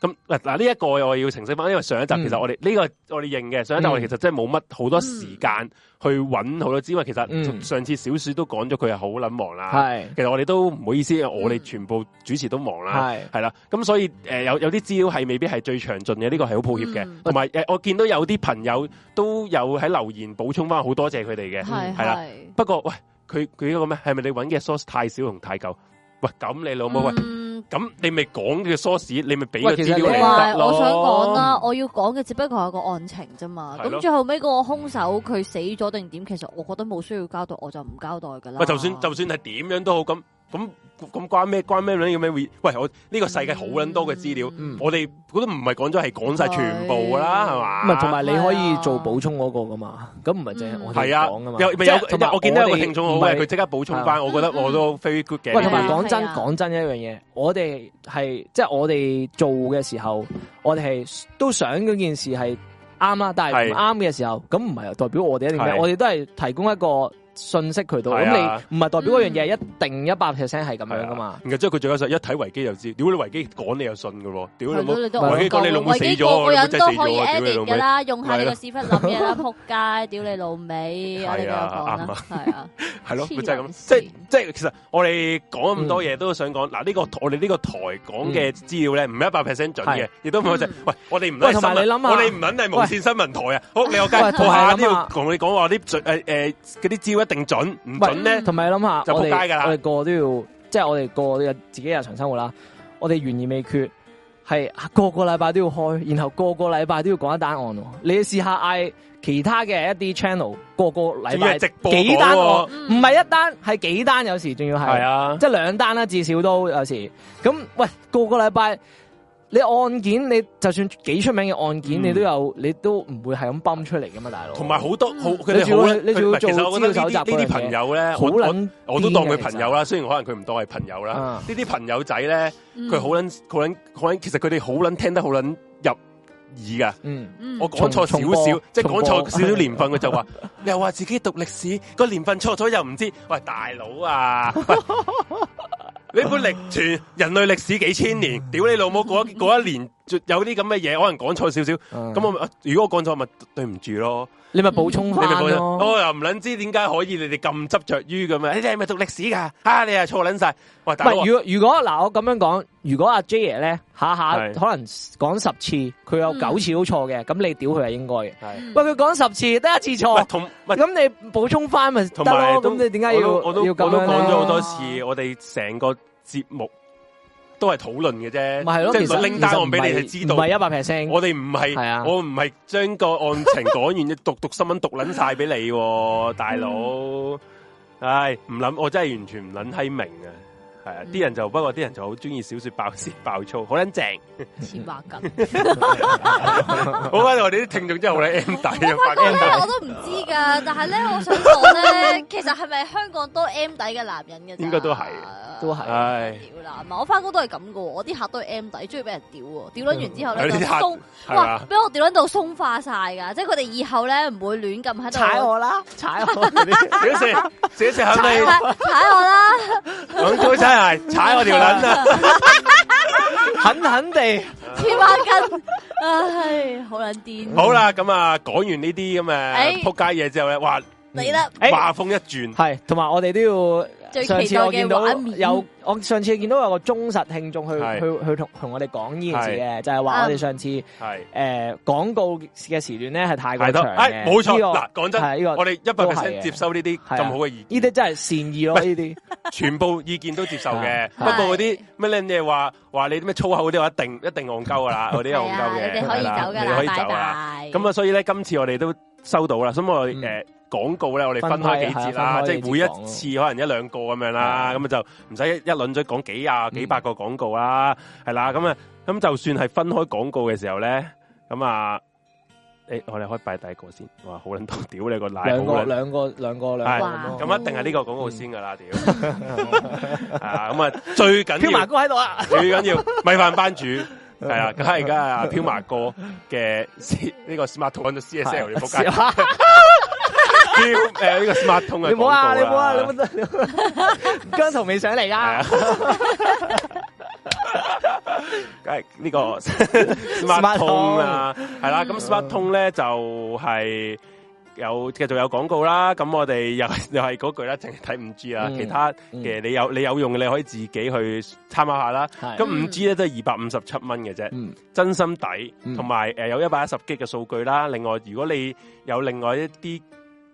咁嗱嗱呢一個我要澄清翻，因為上一集嗯其實我哋呢、個我哋認嘅，上一集嗯我哋其實真係冇乜好多時間去揾好多資料，因為其嗯實上次小鼠都講咗佢係好撚忙啦。係嗯其實我哋都唔好意思，我哋全部主持都忙啦。係。系啦，咁所以诶、呃有有啲資料係未必係最詳盡嘅，呢、個係好抱歉嘅嗯。同埋诶，呃我見到有啲朋友都有喺留言補充翻，好多謝佢哋嘅。嗯係係啦係。不過喂，佢佢呢個咩？係咪你揾嘅 source 太少同太舊？喂，咁你老母喂，嗯咁你咪講嘅 source，你咪俾喂個其實資料你你同得埋咯。我想講啦，我要講嘅只不過係個案情啫嘛。係咯咁最後尾嗰個兇手佢死咗定點，其實我覺得冇需要交代，我就唔交代噶啦。喂，就算就算係點樣都好，咁咁咁關咩關咩撚咁咩 re- 喂，我呢個世界好撚多嘅資料，嗯我哋嗰都唔係講咗係講晒全部㗎啦，係唔嘛？係，同埋你可以係啊做補充嗰個噶嘛，咁唔係淨係嗯我哋係啊，講噶嘛，有咪即係有同埋我見到有個哋聽眾好唔係啊嘅，佢即刻補充係翻，我覺得我都 very good 嘅。喂，同埋係啊講真係啊講真一樣嘢，我哋係即係我哋做嘅時候，我哋係都想嗰件事係啱啦，但係唔係啱嘅時候，咁唔係代表我哋一定咩，係我哋都係提供一個信息渠道。係啊咁你唔係代表嗰樣嘢一定一百 percent 係咁樣 à. 噶嘛？然後之後佢最搞笑，啊一睇維基就知，屌你維基講你又信嘅喎，屌你老母你都維基講你老母維基死咗個你老個人母真都係死可以咗屌你 edit 老母噶啦，用下你係個啊屎忽諗嘢啦， 仆街，屌你老尾，我哋繼係續啊講啦，係啊，係咯，黐咪就係咁，撚即線係即係其實我哋講咁多嘢都想講，嗱呢個我哋呢個台講嘅資料咧，唔係一百 percent 準嗯係嘅，亦都唔係就嗯喂我哋唔喂係同埋新聞你諗下我哋唔撚係無線新聞台啊，好你有喂街，同同埋下你諗呢下度同你講話啲準誒誒嗰啲資料一定準，唔喂嗯準咧同埋你諗下，就我仆哋街㗎啦我哋個個都要，即係我哋個個自己日常生活啦，我哋懸而未決。係個個禮拜都要開，然後個個禮拜都要講一單案喎。你試下嗌其他嘅一啲 channel，個個禮仲要拜係直播幾單案講喎，嗯唔係一單，係幾單，有時仲要係係，啊，即係兩單啦，至少都有時。咁喂，個個禮拜你案件，你就算幾出名嘅案件，嗯你都有，你都唔會係咁泵出嚟噶嘛，大佬。同埋好多好嗯佢你哋仲好要撚你仲要佢其實做我覺資料得呢搜集啲嗰樣呢啲嘢朋友咧，好我我撚，我都當佢朋友。啦，雖然可能佢唔當係朋友啦，啊呢啲朋友仔咧。佢佢好，捻好捻好捻，其實佢哋好捻聽得好捻入耳噶。嗯，嗯我講錯少重播少，即係講重錯播 少少年份，佢就話 又話自己讀歷史個年份錯咗又唔知。喂，大佬啊！ 喂呢本歷傳人類歷史幾千年，屌你老母！嗰一嗰一年有啲咁嘅嘢，可能講錯少少。咁咁我咪啊如果我講錯咪對唔住咯。你咪補充你咪翻講咗，咯。我哦又唔捻知點解可以你哋咁執着於咁啊？你哋係咪讀歷史㗎？ 啊，你又錯捻晒。喂，唔大佬啊係，如果如果嗱，我咁樣講，如果阿 J 爺咧下下係可能講十次，佢有九次都錯嘅，咁你屌佢係應該嘅。係喂，哦佢講十次得一次嗯喂錯，同喂咁你補充翻咪得同埋咯？都啊咁你點解要我都我要都咁我都樣講呢咗好多次啊，我哋成個節目都係討論嘅啫，咪係咯，即其係實拎單案俾你係知道唔。係一百 percent。我哋唔係啊係，我唔係將個案情講完，讀讀新聞讀撚晒俾你喎， 大佬。唉，唔諗，我真係完全唔撚閪明啊！係啊，啲人就不過啲人就好中意小說爆舌爆粗，好撚正。黐孖筋。 好啊，我哋啲聽眾真係好撚 M 底啊！發不過覺咧，我都唔知噶。但係咧，我想講咧，其實係咪香港多 M 底嘅男人嘅？應該都係都係唉，屌啦，唔係我翻工都係咁噶。我啲客都係 M 底，中意俾人屌喎。屌撚完之後係咧就你啲客鬆，係哇！啊，俾我屌撚到鬆化晒噶，即係佢哋以後咧唔會亂咁喺度踩我啦，踩我！小食小食肯踩定踩我啦，揾高踩鞋踩我條撚啊！狠狠地，黐孖筋，唉，好撚癲。好啦，咁啊，講完呢啲咁哎嘅扑街嘢之後咧，哇，你啦，哎話風一轉，係同埋我哋都要。最期上待次我見嘅到畫面有我上次見到有個忠實聽眾去係去去同同我哋講呢件事嘅，就嗯係話我哋上次係誒廣告嘅時段咧係太過係得，長哎，嘅，冇錯，呢嗱，講個真，係呢個我哋一百都係 percent 嘅接收呢啲係啊咁好嘅意見，呢啲真係善意咯，呢 啲全部意見都接受係。嘅不過嗰啲咩咧，你哋話話你啲咩粗口嗰啲，我一定一定戇鳩噶啦，嗰啲係戇鳩嘅，係啊，你哋可以係走噶你哋可以啦，走拜啦。拜。咁啊，所以咧，今次我哋都收到啦，咁我嗯哋誒廣告咧，我哋分開幾分節啦，開係啊即分開幾節係每一次可能一兩個咁樣啦，係咁就唔使一一輪嘴講幾啊幾百個廣告啦，係啦，咁啊，咁就算係分開廣告嘅時候咧，咁啊，誒，我哋可以擺第一個先，哇，好撚多屌你個奶兩好個撚，兩個兩個兩個哇咁咯咁一定係呢個廣告先噶啦，屌，啊，咁啊，最緊飄要埋。哥喺度啊！最緊要米飯班 主係啦，梗係而家阿飄麻哥嘅 C- 呢個 smart 通揾到 CSL 你 仆街，飄誒呢個 smart 通嘅啊你唔好啊！廣告啦你唔好啊！ 你唔好， 姜濤未上嚟係啊噶， 梗係呢個 smart 通啦，係啦，咁 smart 通咧就係。有繼續有廣告啦，咁我哋又又係 嗰句啦，淨係睇五 G 啦，嗯其他嘅你有你有用嘅，你可以自己去參考下啦。咁咁五 G 咧都係二百五十七蚊嘅啫，嗯真心抵嗯，同埋呃誒有一百一十 G 嘅數據啦。另外，如果你有另外一啲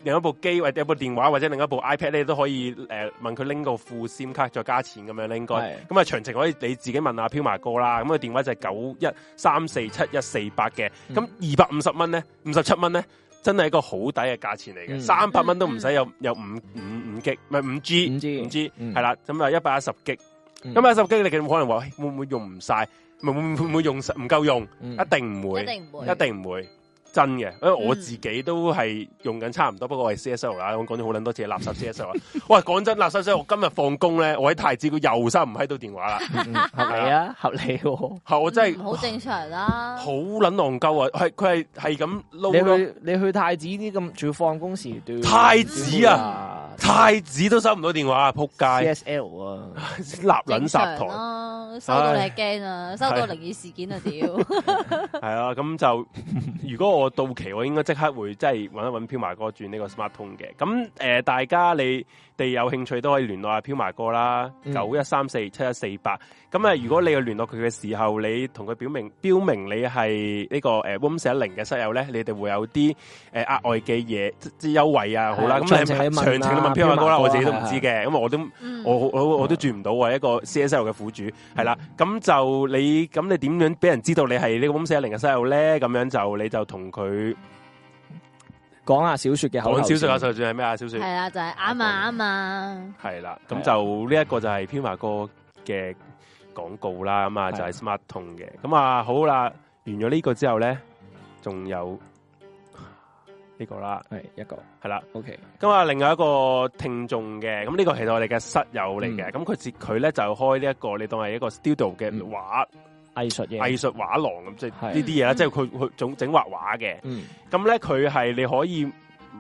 另一部機或者有部電話或者另一部 iPad 咧，都可以誒、呃、問佢拎個副 SIM 卡再加錢咁樣咧，應該係咁啊詳情可以你自己問阿飄麻哥啦。咁佢嗯電話就係九一三四七一四八嘅，咁二百五十蚊咧，五十七蚊咧真係一個好抵嘅價錢嚟嗯嘅，三百蚊都唔使有有五五五 G，唔係五 G，五 G 五 G 嗯係啦，咁啊一百一十 G，嗯咁一十 G 你哋可能話喂會唔會用唔晒，唔會會唔會用晒唔夠用，嗯一定唔會一，定唔會一定唔會。真嘅，因為我嗯自己都係用緊差唔多，不過我係 C S L 啦，我講咗好撚多次垃圾 C S L 啦。 喂，講真，垃圾 C S L，我今日放工咧，我喺太子佢又收唔喺到電話 啦，嗯合理啊，合理喎。係我真係嗯好正常啦。好撚戇鳩啊！係佢係係咁你撈咯，去你去太子啲咁，仲要放工時段，太子啊太子都收唔到電話啊！仆街， ，CSL 啊， 立正撚常殺台。啦，收到你係驚啊，收到靈異事 件啊，屌！系啊，咁就如果我到期，我應該即刻會即係揾一揾飄麻哥轉呢個 smart 通嘅。咁诶、呃大家你哋有興趣都可以聯絡下飄麻哥啦，嗯九一三四七一四八。咁啊，如果你要聯絡佢嘅時候，你同佢表明标明你係呢、個个诶 room 四一零嘅室友咧，你哋會有啲诶额外嘅嘢即即優惠啊，好啦。係咁詳你情咪你問詳啊情你問飄麻哥飄麻哥啦，啊我自己都唔知嘅，咁我都。嗯我我我都轉唔到啊！一個 CSL 嘅苦主係啦，咁就你咁你點樣俾人知道你係呢個 o 四一零嘅細路咧？咁樣就你就同佢講下小说嘅口頭講小说啊，禪就算係咩啊？小说係啦，就係啱啊啱啊，係啦，係啊咁就呢一個就係編華哥嘅廣告啦，咁啊係就係 Smart 通嘅，咁啊好啦，完咗呢個之後咧，仲有呢個啦，係一個係啦。 OK，咁啊，另外一個聽眾嘅，咁呢個其實我哋嘅室友嚟嘅，咁佢自佢咧就開呢、一個，你當係一個 studio 嘅嗯畫藝術嘢，藝術畫廊咁，即係係呢啲嘢啦，嗯即係佢佢整整畫畫嘅。嗯咁咧佢係你可以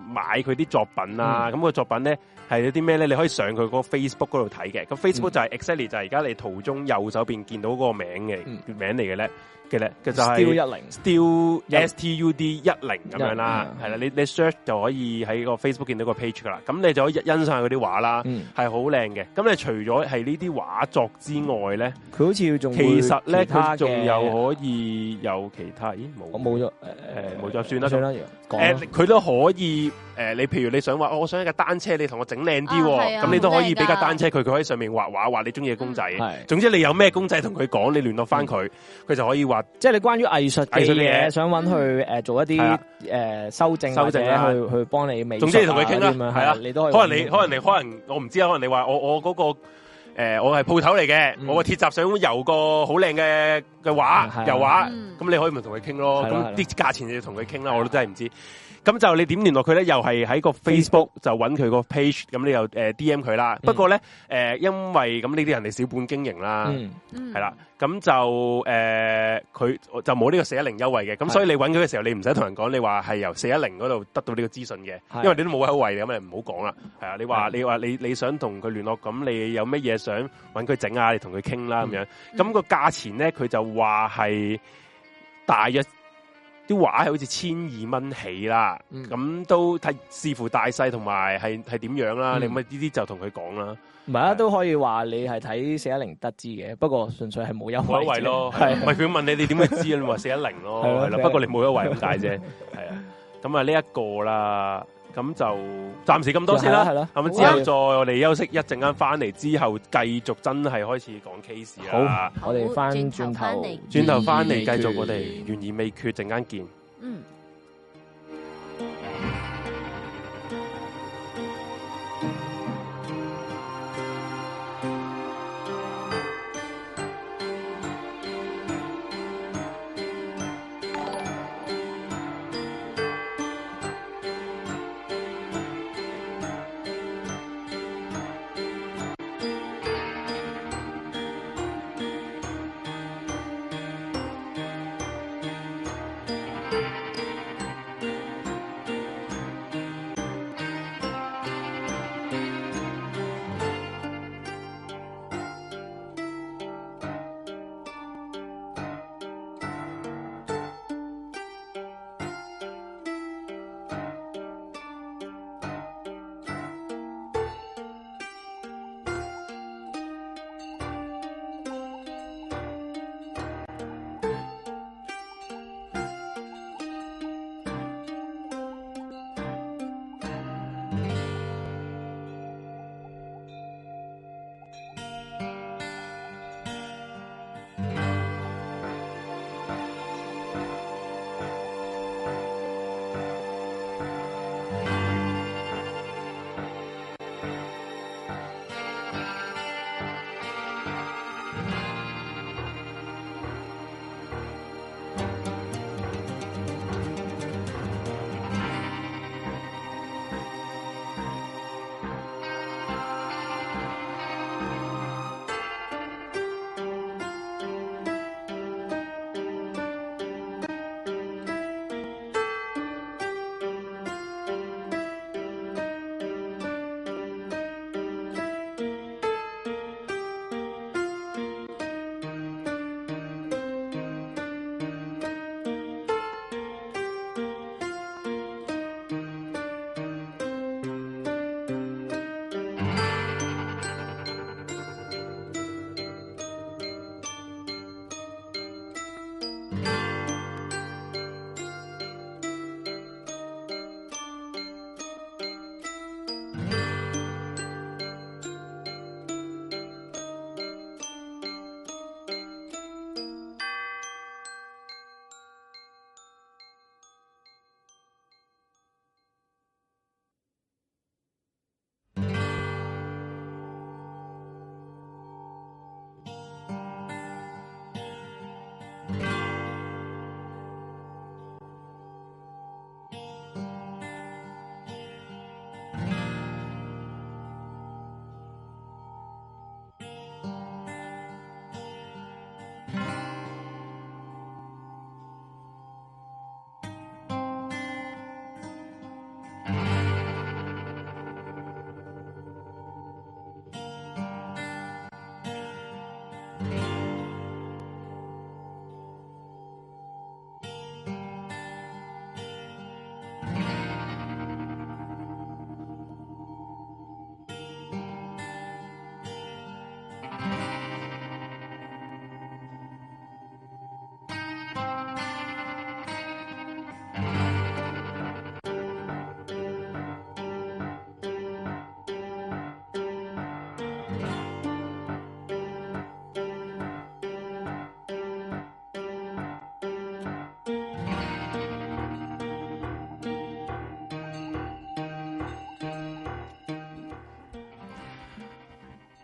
買佢啲作品嗯啦，咁、個作品咧係有啲咩咧？你可以上佢嗰個 Facebook 嗰度睇嘅。咁嗯 Facebook 就係 exactly 就係而家你途中右手邊見到嗰個名嘅、嗯名嚟嘅咧嘅咧，嘅就係、 ，Still 一零， Still 一 S T U D 一零咁樣啦，一係啦，你你 search 就可以喺個 Facebook 見到個 page 噶啦，咁你就可以欣賞下佢啲畫啦，嗯，係好靚嘅。咁你除咗係呢啲畫作之外咧，佢好似仲會其實咧其他嘅佢仲有可以有其他，咦冇我冇咗誒冇咗算啦算啦，講誒啦佢都可以誒、你譬如你想話、哦我想一架單車，你同我整靚啲喎，啊係咁、啊你都可好靚以㗎嗯俾架單車佢，佢可以上面畫畫畫你中意嘅公仔。係。總之你有咩公仔同佢講，你聯絡翻佢，佢、就可以畫即係你關於藝術嘅藝術嘅嘢，嘢想揾佢誒做一係啲啊誒修正，修正啊或者去去幫你美術啊。總之你同佢傾啦咁樣係啦你都可以可揾佢。能你可能你可能我唔知啊，可能你話我我嗰、個呃我係鋪頭嚟嘅，嗯我個鐵閘上油個好靚嘅嘅畫係啊油畫，嗯咁你可以咪同佢傾咯，係啦係啦咁啲價錢你要同佢傾啦，我都真係唔知。咁就你點聯絡佢咧？又係喺個 Facebook 就揾佢個 page，咁你又誒 DM 佢啦。嗯不過咧誒、呃因為咁呢啲人哋小本經營啦。嗯嗯係啦，咁就誒，呃佢、就冇呢個四一零優惠嘅，咁所以你揾佢嘅時候，你唔使同人講你話係由四一零嗰度得到呢個資訊嘅係，因為你都冇優惠嘅，咁你唔好講啦。係啊，你話係你話你你想同佢聯絡，咁你有乜嘢想揾佢整啊？你同佢傾啦咁樣。嗯咁、個價錢咧，佢就話係大約啲畫係好似千二蚊起啦。嗯咁、都睇視乎大細同埋係係點樣啦。嗯你咪呢啲就同佢講啦。唔係啊，都可以話你係睇四一零得知嘅，不過純粹係冇優冇惠一啫位咯，係係啊唔係佢問你你點會知啊？你話四一零咯，係咯410係啦。不過你冇一位咁解 啫，係啊。咁啊呢一個啦，咁就暫時咁多先係啦。啦啊係啦咁之後再我哋休息一陣間翻嚟之後，繼續真係開始講 case 啦。我哋翻轉轉頭頭返嚟，轉頭翻嚟懸疑未繼續我哋決懸疑未決，陣間見。嗯。 Hãy subscribe cho kênh Ghiền Mì Gõ Để không bỏ lỡ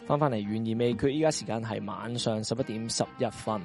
翻翻嚟悬而未决，依家時間係晚上十一點十一分。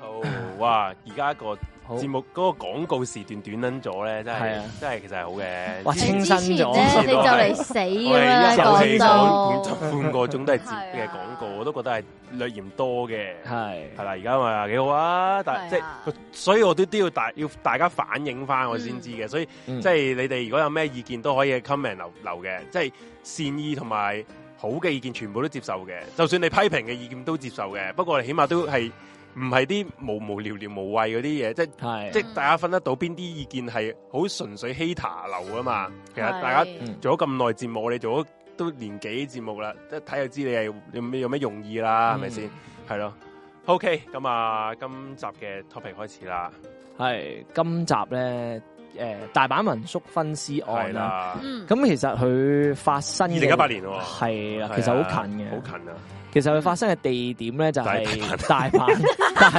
好哇！而家個好，節目嗰個廣告時段短撚咗咧，真係啊係真係其實係好嘅。哇之前清新咗之前咧，哎你就 嚟死我㗎啦，哋遊戲講講到半半個鐘啊都係接係嘅啊廣告，我都覺得係略嫌多嘅。係係啦，而家咪幾好啊！但即係係啊，所以我都都要大要大家反映翻我先知嘅，所以嗯即係你哋如果有咩意見都可以 comment 留留嘅，即係善意同埋好嘅意見全部都接受嘅，就算你批評嘅意見都接受嘅，不過我哋起碼都係唔係啲無無聊聊無謂嗰啲嘢，即係係即係大家分得到邊啲意見係好純粹 hater 流啊嘛，其實大家。嗯做咗咁耐節目，我哋做咗都年幾節目啦，一睇就知你係有咩有咩用意啊啦，係咪嗯先？係咯。OK，咁啊，今集嘅 topic 開始啦，係今集咧，诶、大阪民宿分屍係案啦。啦，嗯咁其實佢發生二嘅零一八年喎，係啦係，啊其實好近好嘅。近啊，其實佢發生嘅地點咧就係大大阪，大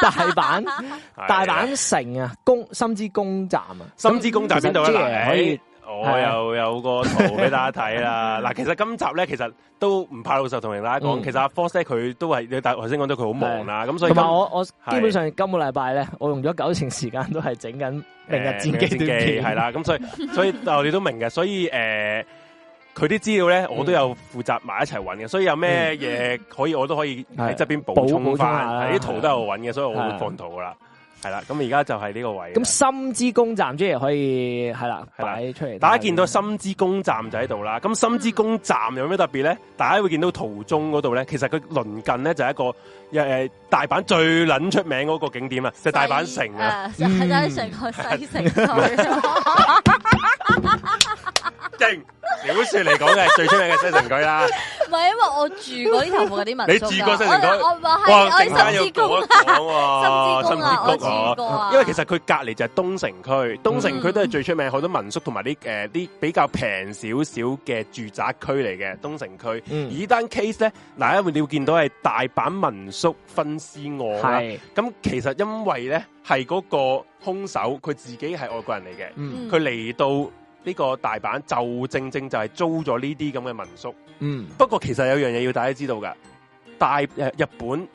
大阪 係大阪城啊，公深之公站啊，深之公站邊度其實即咧？係啊嗱，可以誒我又有個圖俾大家 睇啦。嗱，其實今集咧，其實都唔怕老實同大家講，嗯其實阿 Force 呢佢都係你大頭先講到佢好忙啦，咁所以同埋今我我基本上今個禮拜咧，我用咗九成時間都係整緊明日戰機誒明日短戰機片，係，啦，咁 所以所以我哋都明嘅，所以诶，誒佢啲資料咧，我都有負責埋一齊揾嘅，所以有咩嘢可以，我都可以喺側邊補充嗯補補充下翻，啦係啲圖都有揾嘅，所以我係會放圖噶啦，係啦，咁而家就係呢個位啦。咁深之公站即係可以係啦，係啦擺出嚟。大家見到深之宮站就喺度啦，咁深之宮站有咩特別咧？大家會見到途中嗰度咧，其實佢鄰近咧就係一個誒大阪最撚出名嗰個景點啊，就係大阪城啊。嗯西，誒大阪城個西城區，勁小説嚟講嘅係最出名嘅西城區啦。 唔係因為我住過呢頭附近啲民宿㗎你住過西城區我我話係哇！我陣間喺要深講一之宮啊 講喎，深之宮啊，我深之住谷啊過啊，因為其實佢隔離就係東城區，東城區都係最出名，好多民宿同埋啲誒啲比較平少少嘅住宅區嚟嘅東城區。而嗯，呢單 case 咧，嗱，因為你會見到係大阪民宿分屍案啦。係咁其實因為咧係嗰個兇手佢自己係外國人嚟嘅，嗯佢嚟到呢個大阪就正正就係租咗呢啲咁嘅民宿。嗯不過其實有樣嘢要大家知道噶，大誒、呃日本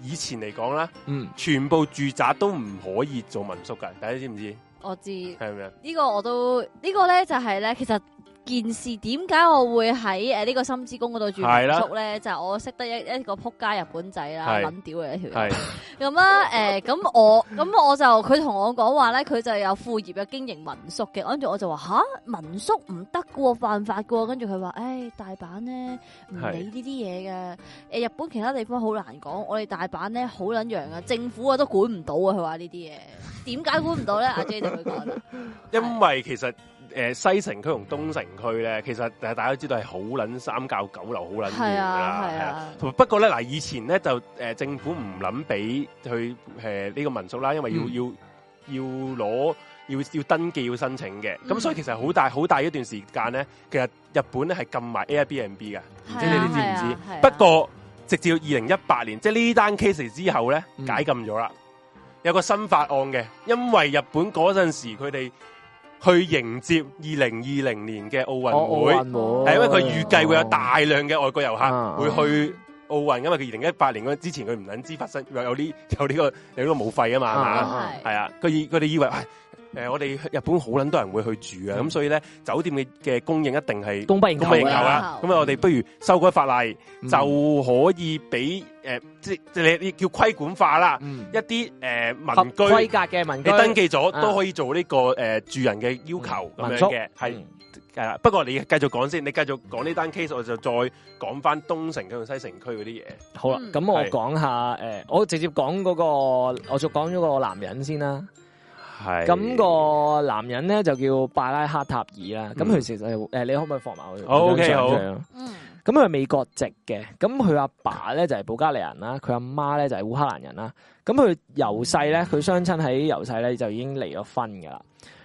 以前嚟講啦，嗯，全部住宅都唔可以做民宿噶，大家知唔知？我知。係咪啊？呢個我都呢、個咧就係咧，其實件事點解我會喺誒呢個深之宮嗰度住係啦民宿咧？就係我識得一一個撲街日本仔啦，係撚屌嘅一條友。係咁啦，誒咁我咁我就佢同我講話咧，佢就有副業有經營民宿嘅，跟住我就話吓，民宿唔得嘅喎，犯法嘅喎，跟住佢話誒大阪咧唔理呢啲嘢嘅，誒日本其他地方好難講，我哋大阪咧好撚樣啊，政府啊都管唔到啊，佢話呢啲嘢點解管唔到咧？阿 J 就會講啦，因為其實誒、呃西城區同東城區咧，其實呃大家都知道係好撚三教九流，好撚亂係㗎啊啦。係係啊啊。同埋不過咧，嗱以前咧就誒、呃政府唔諗俾去誒呢個民宿啦，因為要、嗯要要攞要要登記要申請嘅，咁、嗯所以其實好大好大一段時間咧，其實日本咧係禁埋 Airbnb 嘅，啊唔知你哋知唔知？係啊不過直至到二零一八年，即係呢單 case 之後咧嗯解禁咗啦，有個新法案嘅，因為日本嗰陣時佢哋去迎接二零二零年嘅奧運會。哦運係因為佢預預計會有大量嘅外國遊啊客會去奧運，因為佢二零一八年嗰之前佢唔撚知發生有有呢有呢、個有呢個武肺啊嘛，係啊嘛？係係啊，佢以佢哋以為，唉誒、我哋日本好撚多人會去住啊，咁、嗯所以咧酒店嘅嘅供應一定係供不應供求不應求啊啦。咁啊，我哋不如修改法例，嗯就可以俾誒、即即你你叫規管化啦，嗯一啲誒、合啊民規居。格嘅民你居登記咗啊都可以做呢、個誒、住人嘅要求嗯咁樣民宿嘅，係嗯系啦，不過你繼續講先，你繼續講呢單 case，我就再講翻東城區同西城區嗰啲嘢。好啦，嗯咁我係講下诶，我直接講嗰個，我就講咗個男人先啦。系咁個男人咧就叫拜拉克塔爾啦。咁佢嗯其實係誒，你可唔可以放埋佢？好，OK，好哦好。嗯咁佢係美國籍嘅，咁佢阿爸咧就係保加利亞人啦，佢阿媽咧就係烏克蘭人啦。咁佢由細咧，佢雙親喺由細咧就已經離咗婚噶啦。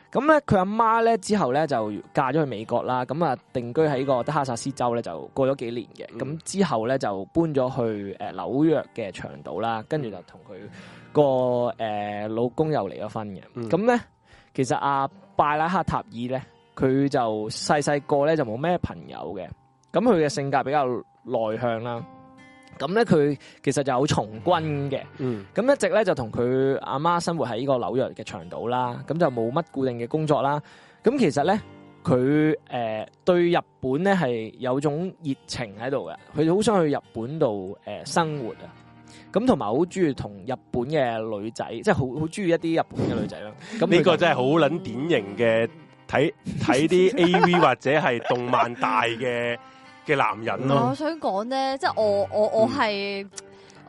咁咧，佢阿媽咧之後咧就嫁咗去美國啦，咁啊定居喺個德克薩斯州咧就過咗幾年嘅，咁、嗯之後咧就搬咗去誒紐約嘅長島啦，跟住就同佢個誒老公又離咗婚嘅，嗯咁咧、其實阿、拜拉克塔爾咧，佢就細細個咧就冇咩朋友嘅，咁佢嘅性格比較內向啦。咁咧佢其實就有從軍嘅，嗯，咁一直咧就同佢阿媽生活喺呢個紐約嘅長島啦，咁就冇乜固定嘅工作啦。咁其實咧佢誒對日本咧係有種熱情喺度嘅，佢好想去日本度誒、呃生活啊。咁同埋好中意同日本嘅女仔，即係好好中意一啲日本嘅女仔啦。咁佢呢個就真係好撚典型嘅睇 睇啲 A V 或者係動漫大嘅嘅男人我咯，嗯想講咧，即係我我我係。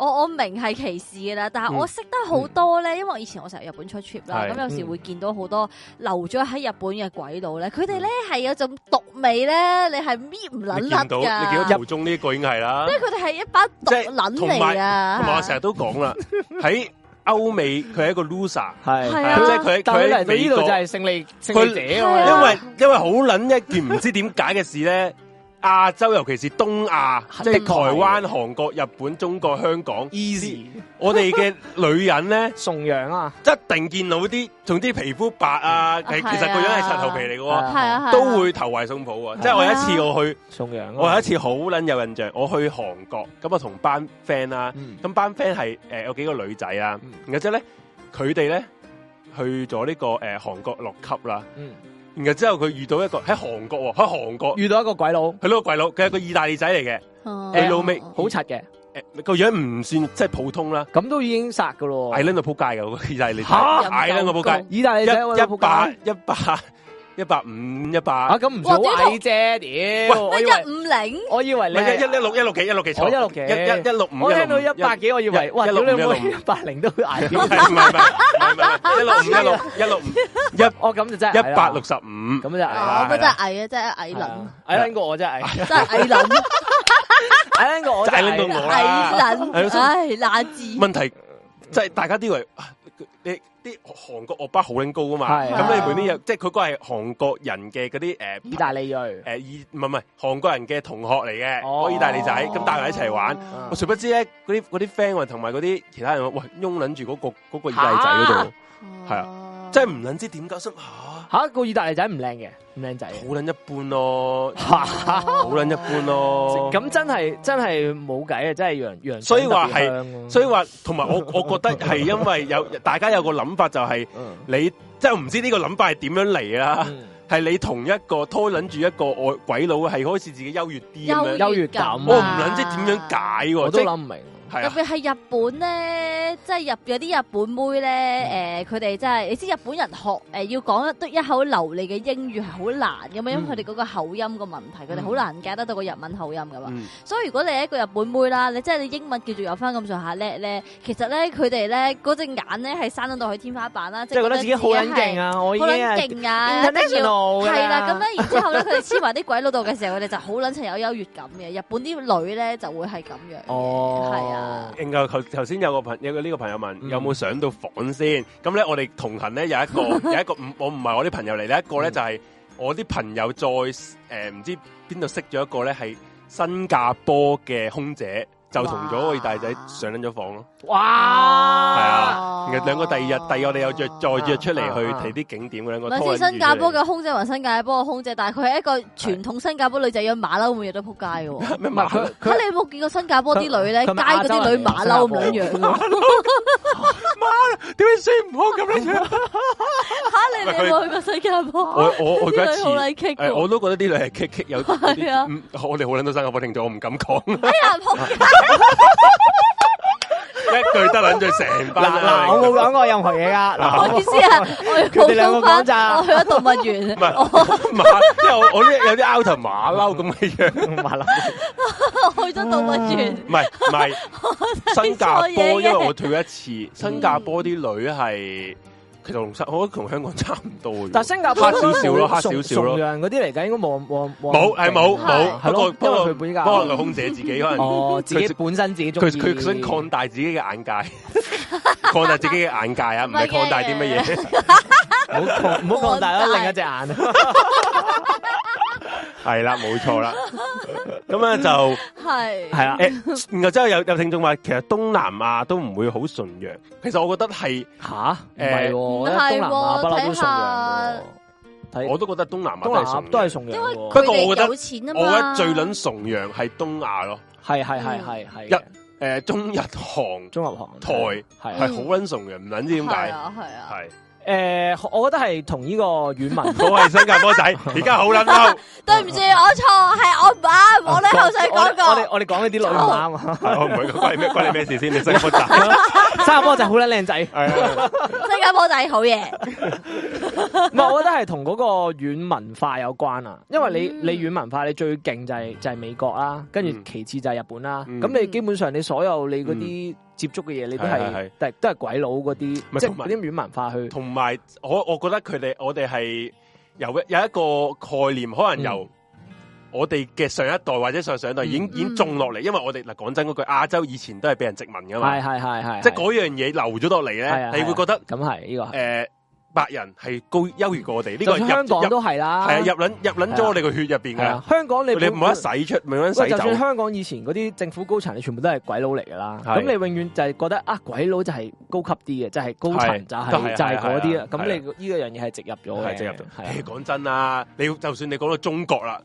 我我明係歧視嘅啦，但係我識得好多咧，因為以前我成日日本出 trip 啦，嗯係咁有時嗯會見到好多留咗喺日本嘅鬼佬咧，佢哋咧係有陣毒味咧，你係搣唔嗯你撚甩見到你見㗎，到途中呢一個已 經係啦即。係佢哋係一班毒即係撚同嚟埋同埋我啊！成日都講啦，喺歐美佢係一個 loser，係係係啊啊即係佢但佢嚟佢喺到呢美度國就係勝利勝利者咁樣係啊因為因為好撚一件唔知點解嘅事咧，亞洲尤其是東亞，即係啊的確台係灣、韓國、日本、中國、香港， easy 我哋嘅女人咧崇洋啊，一定見到啲，總之皮膚白啊，其係啊其實個樣係柒頭皮嚟嘅係喎，啊係啊，係啊都會投懷送抱係啊！啊即係我有一次我去，崇洋啊，我有一次好撚有印象，我去韓國咁啊，同班 friend 啦，嗯咁班 friend 係誒有幾個女仔啊嗯，然後之後咧佢哋咧去咗呢個誒韓國落級啦。嗯然後之後佢遇到一個喺韓國喎，喺韓國，佢遇到一個鬼佬呢個鬼佬，佢係個意大利仔嚟嘅，哦你老味好柒嘅，誒個樣唔算即係普通啦，咁都已經殺噶咯矮。撚到仆街嘅嗰個意大利仔，哦嚇矮撚個仆街，意大利一仔我覺得好一百簡單一百一百五一啊，百，咁唔算好矮啫，屌！我以咩一為五零？我以為唔你係一一係一六一六幾一六幾我錯，一六幾一一一六五，我聽到一百一。幾，我以為一哇，一屌六五你冇一六一百零都矮唔係唔係唔係唔係一六五一六一 六五我哦咁就真係一百六十，十五，咁啊咁就矮啦啊哦我覺得真係矮啊，真係矮係撚，啊矮撚過我真係矮， 真係矮撚，矮撚過我真係就矮撚過我啦矮係撚，啊唉，懶字。問題即係大家都以為啊你啲韓國惡巴好撚高啊嘛，係咁啊你每啲嘢即係佢個係韓國人嘅嗰啲誒意大利裔，誒意呃唔係唔係韓國人嘅同學嚟嘅，哦我意大利仔咁帶佢一齊玩。哦我殊不知咧，嗰啲嗰啲 friend 話同埋嗰啲其他人話，喂，擁撚住嗰個嗰個意大利仔嗰度，係啊真係唔撚知點解心嚇，好嚇個意大利仔唔靚嘅，唔靚仔嘅，撚一 般咯，嚇好撚一般咯。咁真係真係冇計啊！真係洋洋，所以話係係所以話同埋我我覺得係因為有大家有個諗法就係嗯你即係唔知呢個諗法係點樣嚟啦，係你同一個拖撚住一個外鬼佬係好似自己優越啲咁樣，優越感我唔撚知點樣解我喎，都即係諗唔明。係特啊。別係日本咧，即係日有啲日本妹 Ừ. 咧，誒佢哋真係，你知日本人學誒、要講一一口流利嘅英語係好難 Ừ. 噶嘛，因為佢哋嗰個口音個問題，佢哋好難解得到個日文口音噶 Ừ. 嘛。嗯所以如果你係一個日本妹啦，你即係你英文叫做有翻咁上下叻咧，其實咧佢哋咧嗰隻眼咧係生得到去天花板啦，即係覺得自己好撚勁啊，啊！我已好經撚係勁啊，一定要 international 㗎係啦，咁咧，然之後咧，佢哋黐埋啲鬼佬度嘅時候，佢哋就好撚係有優越感嘅。日本啲女咧就會係咁樣嘅，哦係啊，然後頭頭先有個朋有個呢個朋友問、嗯有冇上到房先？咁咧我哋同行咧有一 個有一個唔我唔係我啲朋友嚟，呢一個咧嗯就係我啲朋友再誒唔、知邊度識咗一個咧係新加坡嘅空姐，就同咗個大仔哇上撚咗房咯。係哇！啊，然後兩個第二日第二我哋又約再約出嚟啊啊去睇啲景點嘅兩個咪拖先，撚新加坡住出嚟嘅空姐還新加坡嘅空姐，但係佢係一個傳統新加坡女仔養馬騮，每日都撲街嘅喎。咩唔係馬佢睇佢你有冇見過新加坡啲女咧，佢街佢咪亞嗰洲啲人女嚟馬騮咁樣樣新喎點解孫悟空咁樣樣？嚇唔你係佢哋有冇去過新加 坡？我我我啲嗰一女好次。撚棘誒、我喎，都覺得呢類係棘棘有啲，係啊嗯我哋好撚到新加坡聽咗，我唔敢講。哎呀撲街！一句得捻咗成 班嗱嗱，我冇講過任何嘢 噶。我嗱，意思係我要佢哋兩個補充翻講咋我去咗動物園唔，哦係馬，即係我我呢有啲 out 頭馬騮咁嘅樣，我麻甩我去咗動物園。唔係 唔係新加坡，錯嘢嘅因為我退一次，新加坡啲女係其實同新我覺得同香港差唔多嘅但啫，新加坡黑少少咯黑少少咯崇洋嗰啲嚟緊應該冇冇冇冇係冇冇，係不過咯，不因為過佢不本過價個空姐自己可能哦，自己佢本身自己中佢意佢想擴大自己嘅 眼界，擴大自己嘅眼界啊，唔係擴大啲乜嘢，唔好擴唔好擴大啦，擴大另一隻眼。啊係啦，冇錯啦，咁咧就。係係啦， 诶、然後之後有有聽眾話，其實東南亞都唔會好崇洋。其實我覺得係吓，唔誒係喎，唔因為係東南亞喎不嬲都睇崇洋喎。係我都覺得東南亞東都南係亞崇洋都係崇洋因為喎，佢不過我覺哋得有錢啊嘛。我覺得最撚崇洋係東亞咯，係係係係係嘅一誒、中日韓中立行台係係好撚崇洋，唔撚知點係解啊係啊，係。诶，誒呃我覺得係同呢個軟文我係新加坡仔，而家好撚嬲， 對唔住，我錯，係我唔啱， 我哋後世講我哋過。哦我哋講呢啲女唔啱 啊！係我唔會關你咩關你咩事先，你新加 坡仔新加坡就好撚靚 仔，係啊新加坡仔好嘢，唔係我覺得係同嗰個軟文化有關啊，因為你嗯你軟文化你最勁就係就係美國啦，跟住嗯其次就係日本啦，嗯咁你基本上你所有你嗰啲接觸嘅嘢，你都係係係係都係都係鬼佬嗰啲，咪即係同埋嗰啲軟文化去同埋我我覺得佢哋我哋係有一有一個概念，可嗯能由我哋嘅上一代或者上上一代已經嗯已經種落嚟，因為我哋嗱講真嗰句，亞洲以前都係俾人殖民噶嘛係，係係係，即係嗰樣嘢留咗落嚟係啊咧，係你啊會覺得咁係呢個係，诶、白人係高優越過我哋，呢、就個算入香港入都係啦，係啊入撚入撚咗我哋個血入边係噶啊，，香港你你本冇得洗出，冇得喂，洗就走，算香港以前嗰啲政府高層，你全部都係鬼佬嚟㗎啦。係咁你永遠就係覺得啊，鬼佬就係高級啲嘅，就係高層，係就就係係就係嗰啲啦。係係咁你呢個樣嘢係植入咗嘅，係植入咗。係啊誒講真啦，你就算你講到中國啦，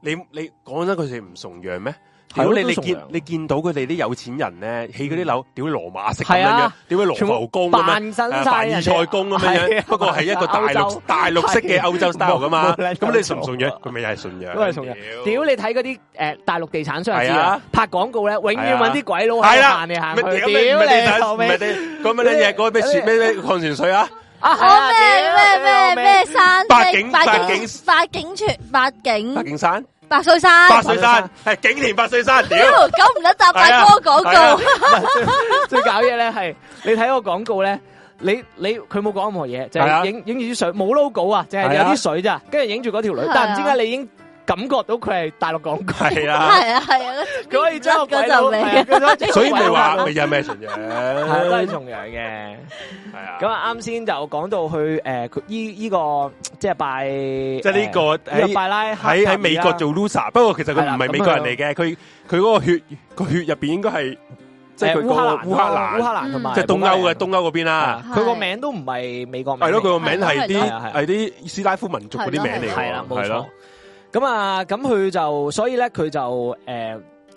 你你講真，佢哋唔崇洋咩？係屌咯你你都崇見洋你見到佢哋啲有錢人咧，起嗰啲樓，屌羅馬式咁係樣樣啊，屌佢羅浮宮咁樣，扮身誒晒凡人爾哋賽宮咁樣係樣啊，不過係一個大扮 歐陸洲大陸式係嘅歐洲 style 噶 嘛冇，冇撚咁你崇唔錯崇洋？佢咪又係崇洋，都係崇洋屌你睇嗰啲誒大陸地產商就知係啦啊，拍廣告咧，永遠係啊揾啲鬼佬系喺度啦，行嚟行唔係去，屌屌唔係地你產後唔係尾地嗰乜撚嘢？嗰咩雪咩咩礦泉水啊？啊係我啊咩咩屌咩你後尾咩山八景八八景景八景全白八景景山、白水白山，水山係景田白水山，屌屌，咁唔得集大哥廣係啊告， 最搞嘢咧係你睇個廣告咧。你你佢冇講任何嘢，就係係啊影影住啲水，冇 logo 啊，淨係係有啊啲水咋，跟住影住嗰條女係啊，但唔知點解你已經感覺到佢係大陸 廣告，係啊。係啊係啊，佢可以將個鬼嗰佬陣係啊味，佢可將個 所以咪鬼佬話拍到咪有咩重樣？係都係係重陽嘅。啊，咁啊，啱先就講到去誒，佢依依個即係拜，即係呢個誒依個喺拜拉克塔爾喺啦喺美國做 loser，不過其實係啦佢唔係美國人嚟嘅，佢佢嗰個血個血入邊應該係即係誒佢烏克個蘭烏克咯烏克蘭，蘭同埋即係東歐嘅東歐歐嗰邊啦。佢個名都唔係美國名嚟係嘅，咯，佢個名係係啲啊係啊係啲斯拉夫民族嗰啲名嚟系㗎喎，啦，冇係錯咯，。咁啊，咁佢就所以咧，佢就诶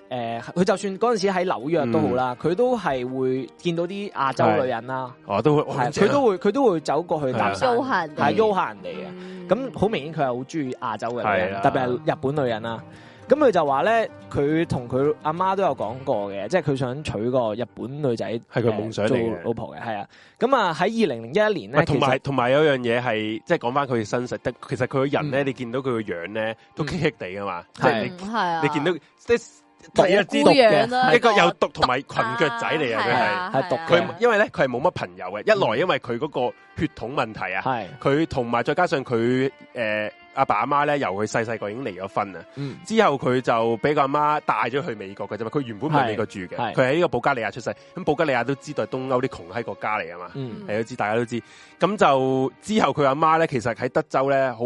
诶，佢、就算嗰阵时喺紐約都好啦，嗯佢、都係會見到啲亞洲女人啦，我都會系哇咁佢正啊都會佢都會走過去搭租訕，閒係係啊邀下人哋嘅。嘅咁好明顯佢係好中意亞洲嘅女係人，啊特別係日本女人啦。咁佢就話咧，佢同佢阿媽都有講過嘅，即係佢想娶個日本女仔，係佢夢想嚟做嘅老婆嘅，係啊。咁啊喺二零零一一年唔係咧，同埋同埋有樣嘢係，即係講翻佢嘅身實，得其實佢個人咧，你見到佢個樣咧都嗯棘棘地噶嘛，即係你係你係啊，你見到即係其第一實知毒孤樣嘅啦，一個有毒同埋裙腳仔嚟啊！啊啊係毒啊佢係係嗯佢因為咧佢係冇乜朋友嘅，一來因為佢嗰個血統問題啊，係，佢同埋再加上佢誒阿爸阿媽咧，由佢細細個已經離咗婚啊，嗯，之後佢就俾個阿媽帶咗去美國嘅啫嘛，佢原本唔係係美國住嘅係，佢喺呢個保加利亞出世，咁保加利亞都知道係東歐啲窮閪國家嚟啊嘛。嗯。係都知，大家都知。咁就之後佢阿媽咧，其實喺德州咧，好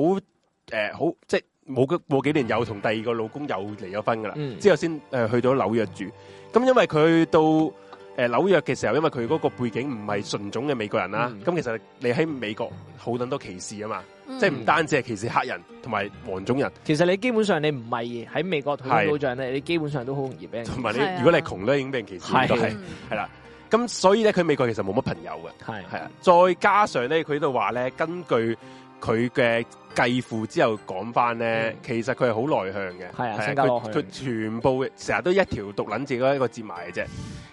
诶，好、即係冇幾冇幾年又同第二個老公又離咗婚噶啦。嗯之後先诶、呃去咗紐約住。咁因為佢到诶紐約嘅時候，因為佢嗰個背景唔係純種嘅美國人啦，嗯咁、其實你喺美國好撚多歧視啊嘛，嗯即係唔單止係歧視黑人同埋黃種人，其實你基本上你唔係喺美國土生係土長咧，你基本上都好容易俾人同埋你、係啊如果你係窮咧，已經俾人歧視，係都係嗯係啦。咁所以咧，佢美國其實冇乜朋友嘅。係系啊，再加上咧，佢呢度話咧，根據佢嘅繼父之後講翻咧嗯，其實佢係好內向嘅，係啊係性格內佢向佢全部成日都一條獨撚自己一個接埋嘅啫。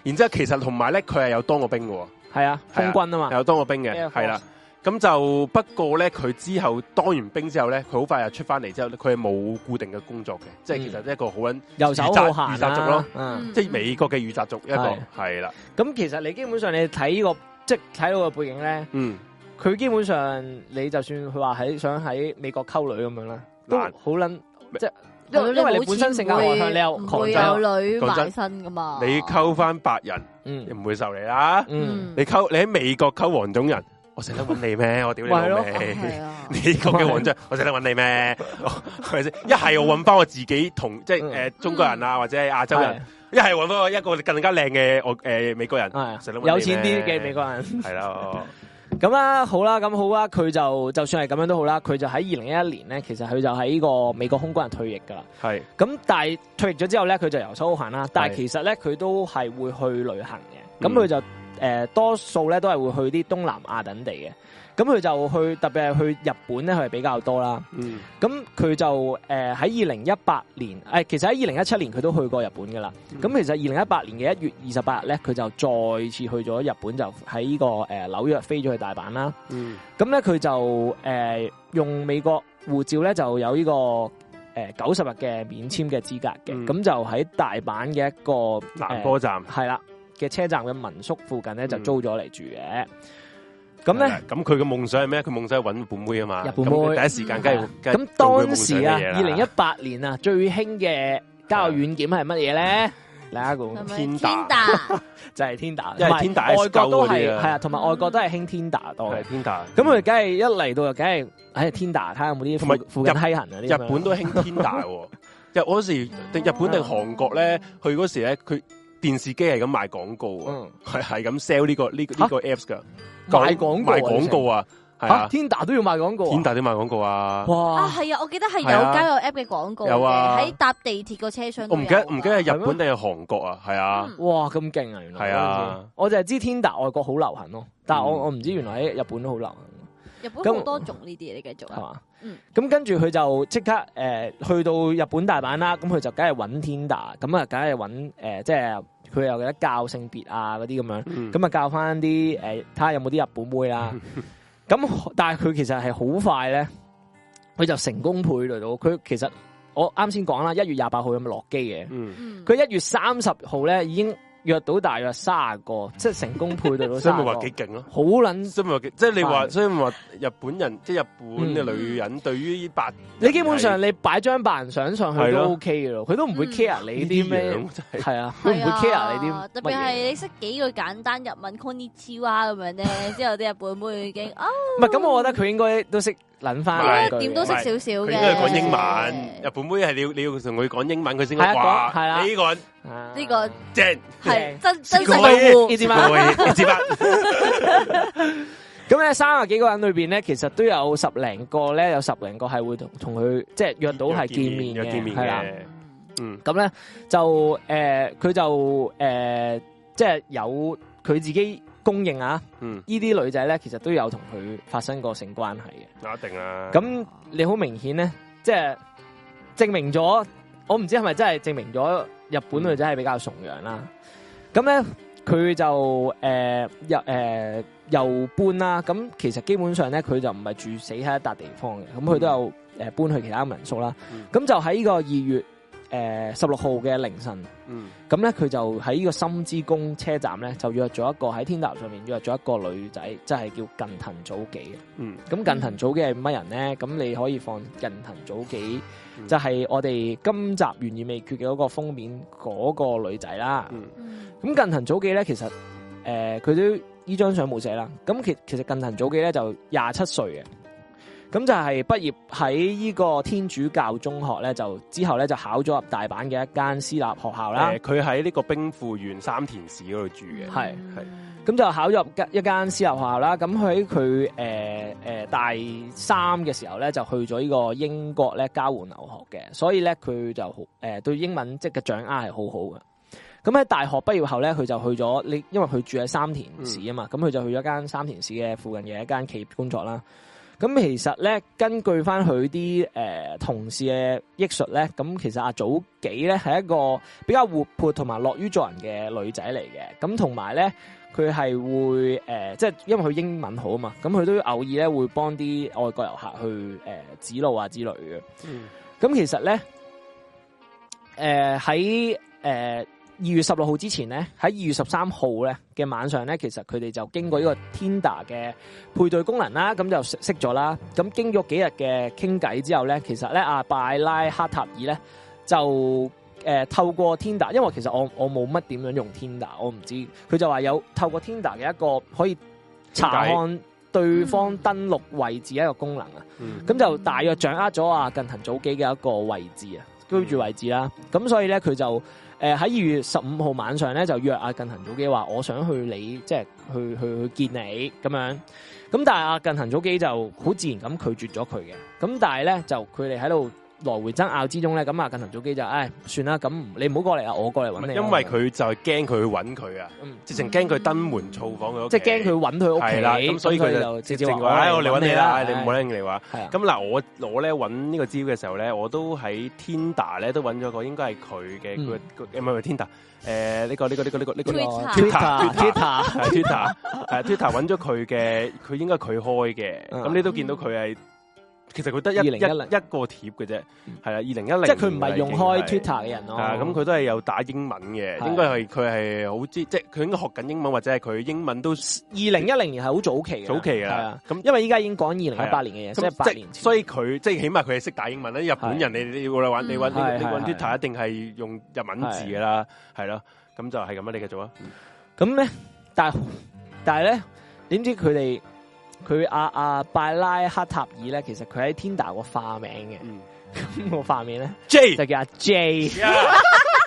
然之後其實同埋咧，佢係有當過兵嘅喎，係啊，空係啊軍啊嘛，有當過兵嘅， Air Force 係啦。咁就不過咧，佢之後當完兵之後咧，佢好快又出翻嚟之後呢，佢係冇固定嘅工作嘅，即係其實一個好撚，右手好閒預習族啦咯，嗯，即係美國嘅預習族一係個，係啦，咁其實你基本上你睇呢個即係睇到個背景咧，嗯，佢基本上你就算佢話喺想喺美國溝女咁樣啦，都難好撚即係因因為因為你本身性格外向，你又唔狂會仔，有女埋身噶啊嘛？你溝翻白人，嗯唔會受你啦。嗯，你溝你喺美國溝黃種人，我成日 揾你咩？我屌你老咪味！ 係啊，美國嘅黃種人，我成日揾你咩？ 係咪先？一係我揾翻我自己同即係嗯诶中國人啊，或者係亞洲係人，一係揾翻我一個更加靚嘅我诶美國人，係啊成日有錢啲嘅美國人，係啦。咁啦，好啦，咁好啦，佢就就算係咁樣都好啦，佢就喺二零一一年咧，其實佢就喺呢個美國空軍人退役噶啦。系咁但係退役咗之後咧，佢就游手好閒啦。但係係其實咧，佢都係會去旅行嘅。咁嗯佢就诶、呃多數咧都係會去啲東南亞等地嘅。咁佢就去特別係去日本咧，佢係比較多啦。嗯咁佢就誒喺二零一八年，誒、哎其實喺二零一七年佢都去過日本噶啦。咁、其實二零一八年嘅一月二十八日咧，佢就再次去咗日本，就喺呢、個誒、呃、紐約飛咗去大阪啦。嗯咁咧佢就誒、呃用美國護照咧就有呢、個誒九十日嘅免簽嘅資格嘅，嗯咁、就喺大阪嘅一個南波站係啦嘅車站嘅民宿附近咧就嗯租咗嚟住嘅。咁咧。係啦咁佢嘅夢想係咩？佢夢想係揾日本妹啊嘛，日本妹咁佢第一時間梗係梗係咁做佢當時啊，二零一八年啊，最興嘅交友軟件係乜嘢 咧？大家估係咪 Tinder Tinder？就係 Tinder，因為唔係 Tinder is 外國都舊嗰係啲啊係啊，同埋外國都係興 Tinder 多嘅係。天達，咁佢梗係一嚟到就梗係喺 Tinder 睇下有冇啲同埋附附近閪人啊啲咁樣。日本都興 Tinder 喎。日我嗰時定日本定韓國咧，去嗰時咧，佢電視機係咁賣廣告啊，嗯係係咁 sell 呢個呢個呢個 apps 噶，賣廣告啊賣廣告啊，係啊嚇 Tinder 都要賣廣告啊 Tinder 都賣廣告啊。啊，哇！系啊，我記得係有係啊交友 app 嘅廣告嘅，有啊喺搭地鐵個車廂都有啊。我唔記得唔記得係日係咩本定係韓國啊，係啊，嗯哇，咁勁啊！原來係啊，我就係知 Tinder 外國好流行咯，但係我嗯我唔知原來喺日本都好流行。日本咁好多種呢啲嘢，你繼續係啊。嘛？嗯咁跟住佢就即刻诶、呃去到日本大阪啦，咁佢就梗係揾 Tinder，咁啊梗係揾诶即係佢又有得教性別啊嗰啲咁樣，嗯咁啊教翻啲诶睇下有冇啲日本妹 啦。咁但係佢其實係好快咧，佢就成功配對到。佢其實我啱先講啦，一月廿八號有冇落機嘅？嗯，嗯，佢一月三十號咧已經約到大約卅個，即係成功配對到嗯所以卅咪話幾個，勁咯。好撚所以咪話幾即係你話，係所以咪話日本人即係日本嘅嗯女人對於呢白你基本上你擺張白人相上去係都咯 OK 嘅咯，佢都唔會嗯 care 你啲咩，樣真係係 啊，佢唔係會啊 care 你啲特乜別係嘢。你識幾句簡單日文 c o n n i c h i w a 咁樣 咧，之後啲日本妹已經啊，唔係咁，我覺得佢應該都識撚唔係翻點都識少少佢應嘅。該係講英文，日本妹係你要你要同佢講英文，佢先係啊會講話係啦你呢個人啊呢呢個正，係真真實識到呢戶啲嘛。我 你 知嘛？咁咧三十幾個人裏邊咧，其實都有十零個咧，有十零個係會同同佢即係約到係見面約見嘅，面係啦。嘅，嗯咁咧就誒佢就誒即係有佢自己公認啊，嗯，呢啲女仔咧其實都有同佢發生過性關係嘅。那一定啊啦。咁你好明顯咧，即係證明咗，我唔知係咪真係證明咗日本女仔係比較崇洋啦。咁咧佢就誒又誒又搬啦，咁其實基本上咧佢就唔係住死喺一笪地方嘅，咁佢都有誒搬去其他民宿啦嗯。咁就喺呢個二月誒十六號嘅凌晨。嗯咁咧，佢就喺呢個深之宮車站咧，就約咗一個喺天台上面約咗一個女仔，即係叫近藤早紀嘅。嗯咁近藤早紀係乜人咧？咁你可以放近藤早紀，嗯就係我哋今集懸而未決嘅嗰個封面嗰個女仔啦。嗯嗯咁近藤早紀咧，其實誒佢、都呢張相冇寫啦。咁其其實近藤早紀咧就廿七歲嘅，咁就係畢業喺呢個天主教中學咧，就之後咧就考咗入大阪嘅一間私立學校啦。誒佢喺呢個兵庫縣三田市嗰度住嘅，係係咁就考入一間私立學校啦。咁佢喺佢誒誒大三嘅時候咧，就去咗呢個英國咧交換留學嘅，所以咧佢就好誒、呃、對英文即係嘅掌握係好好嘅。咁喺大學畢業後咧，佢就去咗你，因為佢住喺三田市啊嘛，咁佢、就去咗間三田市嘅附近嘅一間企業工作啦。咁其實咧，根據翻佢啲誒同事嘅憶述咧，咁其實阿早幾咧係一個比較活潑同埋樂於助人嘅女仔嚟嘅，咁同埋咧。佢係會誒、呃即係因為佢英文好啊嘛，咁佢都偶爾咧會幫啲外國遊客去誒、呃指路啊之類嘅。嗯咁其實咧，誒喺誒二月十六號之前咧，喺二月十三號咧嘅晚上咧，其實佢哋就經過呢個 Tinder 嘅配對功能啦，咁就識識咗啦。咁經咗幾日嘅傾偈之後咧，其實咧阿拜拉克塔爾咧就。誒、透過 Tinder，因為其實我我冇乜點樣用 Tinder，我唔知佢就話有透過 Tinder 嘅一個可以查看對方登錄位置一個功能啊。嗯咁就大約掌握咗啊近藤早紀嘅一個位置啊。嗯居住位置啦。咁所以咧，佢就诶喺二月十五號晚上咧就約阿近藤早基話：我想去你，即係去去去見你咁樣。咁但係阿近藤早基就好自然咁拒絕咗佢嘅。咁但係咧就佢哋喺度來回爭拗之中咧，咁阿近藤早基就唉算啦，咁你唔好過嚟啊，我過嚟揾你啦。因為佢就係驚佢去揾佢啊，嗯直情驚佢登門造訪佢屋企，即係驚佢揾佢屋企，係啦，咁所以佢就直直接接話哎話：，哎唉，我嚟揾你啦，你唔好係拎嚟話。係啊咁嗱，我我咧揾呢個資料嘅時候咧，我都喺 Tinder 咧都揾咗個應該係佢嘅，嗯佢佢唔係唔係 Tinder，誒呢個呢個呢個呢個呢個 Twitter Twitter Twitter 係哎 Twitter，誒 Twitter 揾咗佢嘅，佢應該係佢開嘅，嗯咁你都見到佢係其實佢得一一一2010個貼嘅啫，係啦，二零一零，嗯即係佢唔係用開已經係 Twitter 嘅人咯。啊，咁佢都係有打英文嘅，係應該係佢係好知，即係佢應該學緊英文或者係佢英文都早二零一零年係好早期嘅，期㗎係啊啦。。咁因為依家已經講二零一八年嘅嘢，即係八咁年前。所以佢即係起碼佢係識打英文啦。日本人你你要嚟玩嗯你玩係你係玩係 Twitter 一定係用日文字㗎啦，係咯。咁就係咁啦，你繼續啊。咁咧，但係但係咧，點知佢哋佢阿阿拜拉克塔爾咧，其實佢喺 Tinder 個化名 嘅，嗯咁個化名咧 J， 就叫阿 J。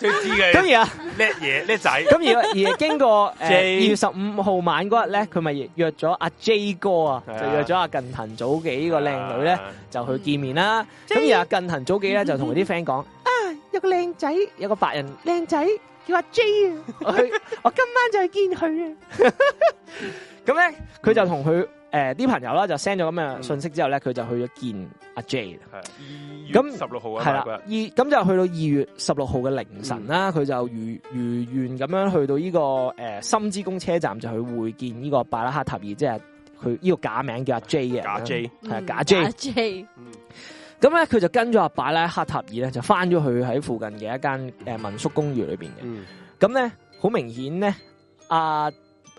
最知嘅咁而啊，叻嘢叻仔，咁而而經過誒呃二 J 月十五號晚嗰日咧，佢咪約咗阿 J 哥啊，係啊就約咗阿近藤早幾個靚女咧。就去見面啦。咁而阿近藤早幾咧就同佢啲 friend 講：嗯啊，有個靚仔，有個白人靚仔叫阿 J 啊，我去， 我今晚就去見佢啊。 咁咧，佢就同佢誒啲朋友啦，就 send 咗咁嘅信息之後咧，佢就去咗見阿 J 啦。咁十六號啊係啦，嘛，二咁就去到二月十六號嘅凌晨啦，佢、就如如願咁樣去到呢、個誒、呃深之宮車站，就去會見呢個拜拉克塔爾，即係佢呢個假名叫阿 J 嘅人啦假 J，係啊嗯假 J 假 J，嗯咁咧，佢就跟咗阿拜拉克塔爾咧，就翻咗去喺附近嘅一間誒民宿公寓裏邊嘅。嗯咁咧，好明顯咧，阿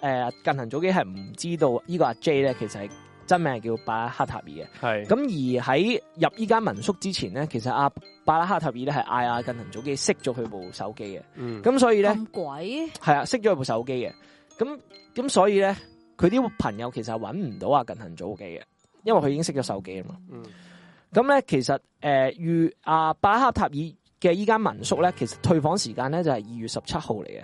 誒近藤早基係唔知道呢個阿 J 咧，其實係真名係叫拜拉克塔爾嘅。係咁而喺入呢間民宿之前咧，其實阿拜拉克塔爾咧係嗌阿近藤早基熄咗佢部手機嘅。咁咁所以咧，咁鬼係啊，熄咗佢部手機嘅。咁咁所以咧，佢啲朋友其實係揾唔到阿近藤早基嘅，因為佢已經熄咗手機啊嘛。咁咧，其實誒預阿巴克塔爾嘅依間民宿咧，其實退房時間咧就係二月十七號嚟嘅。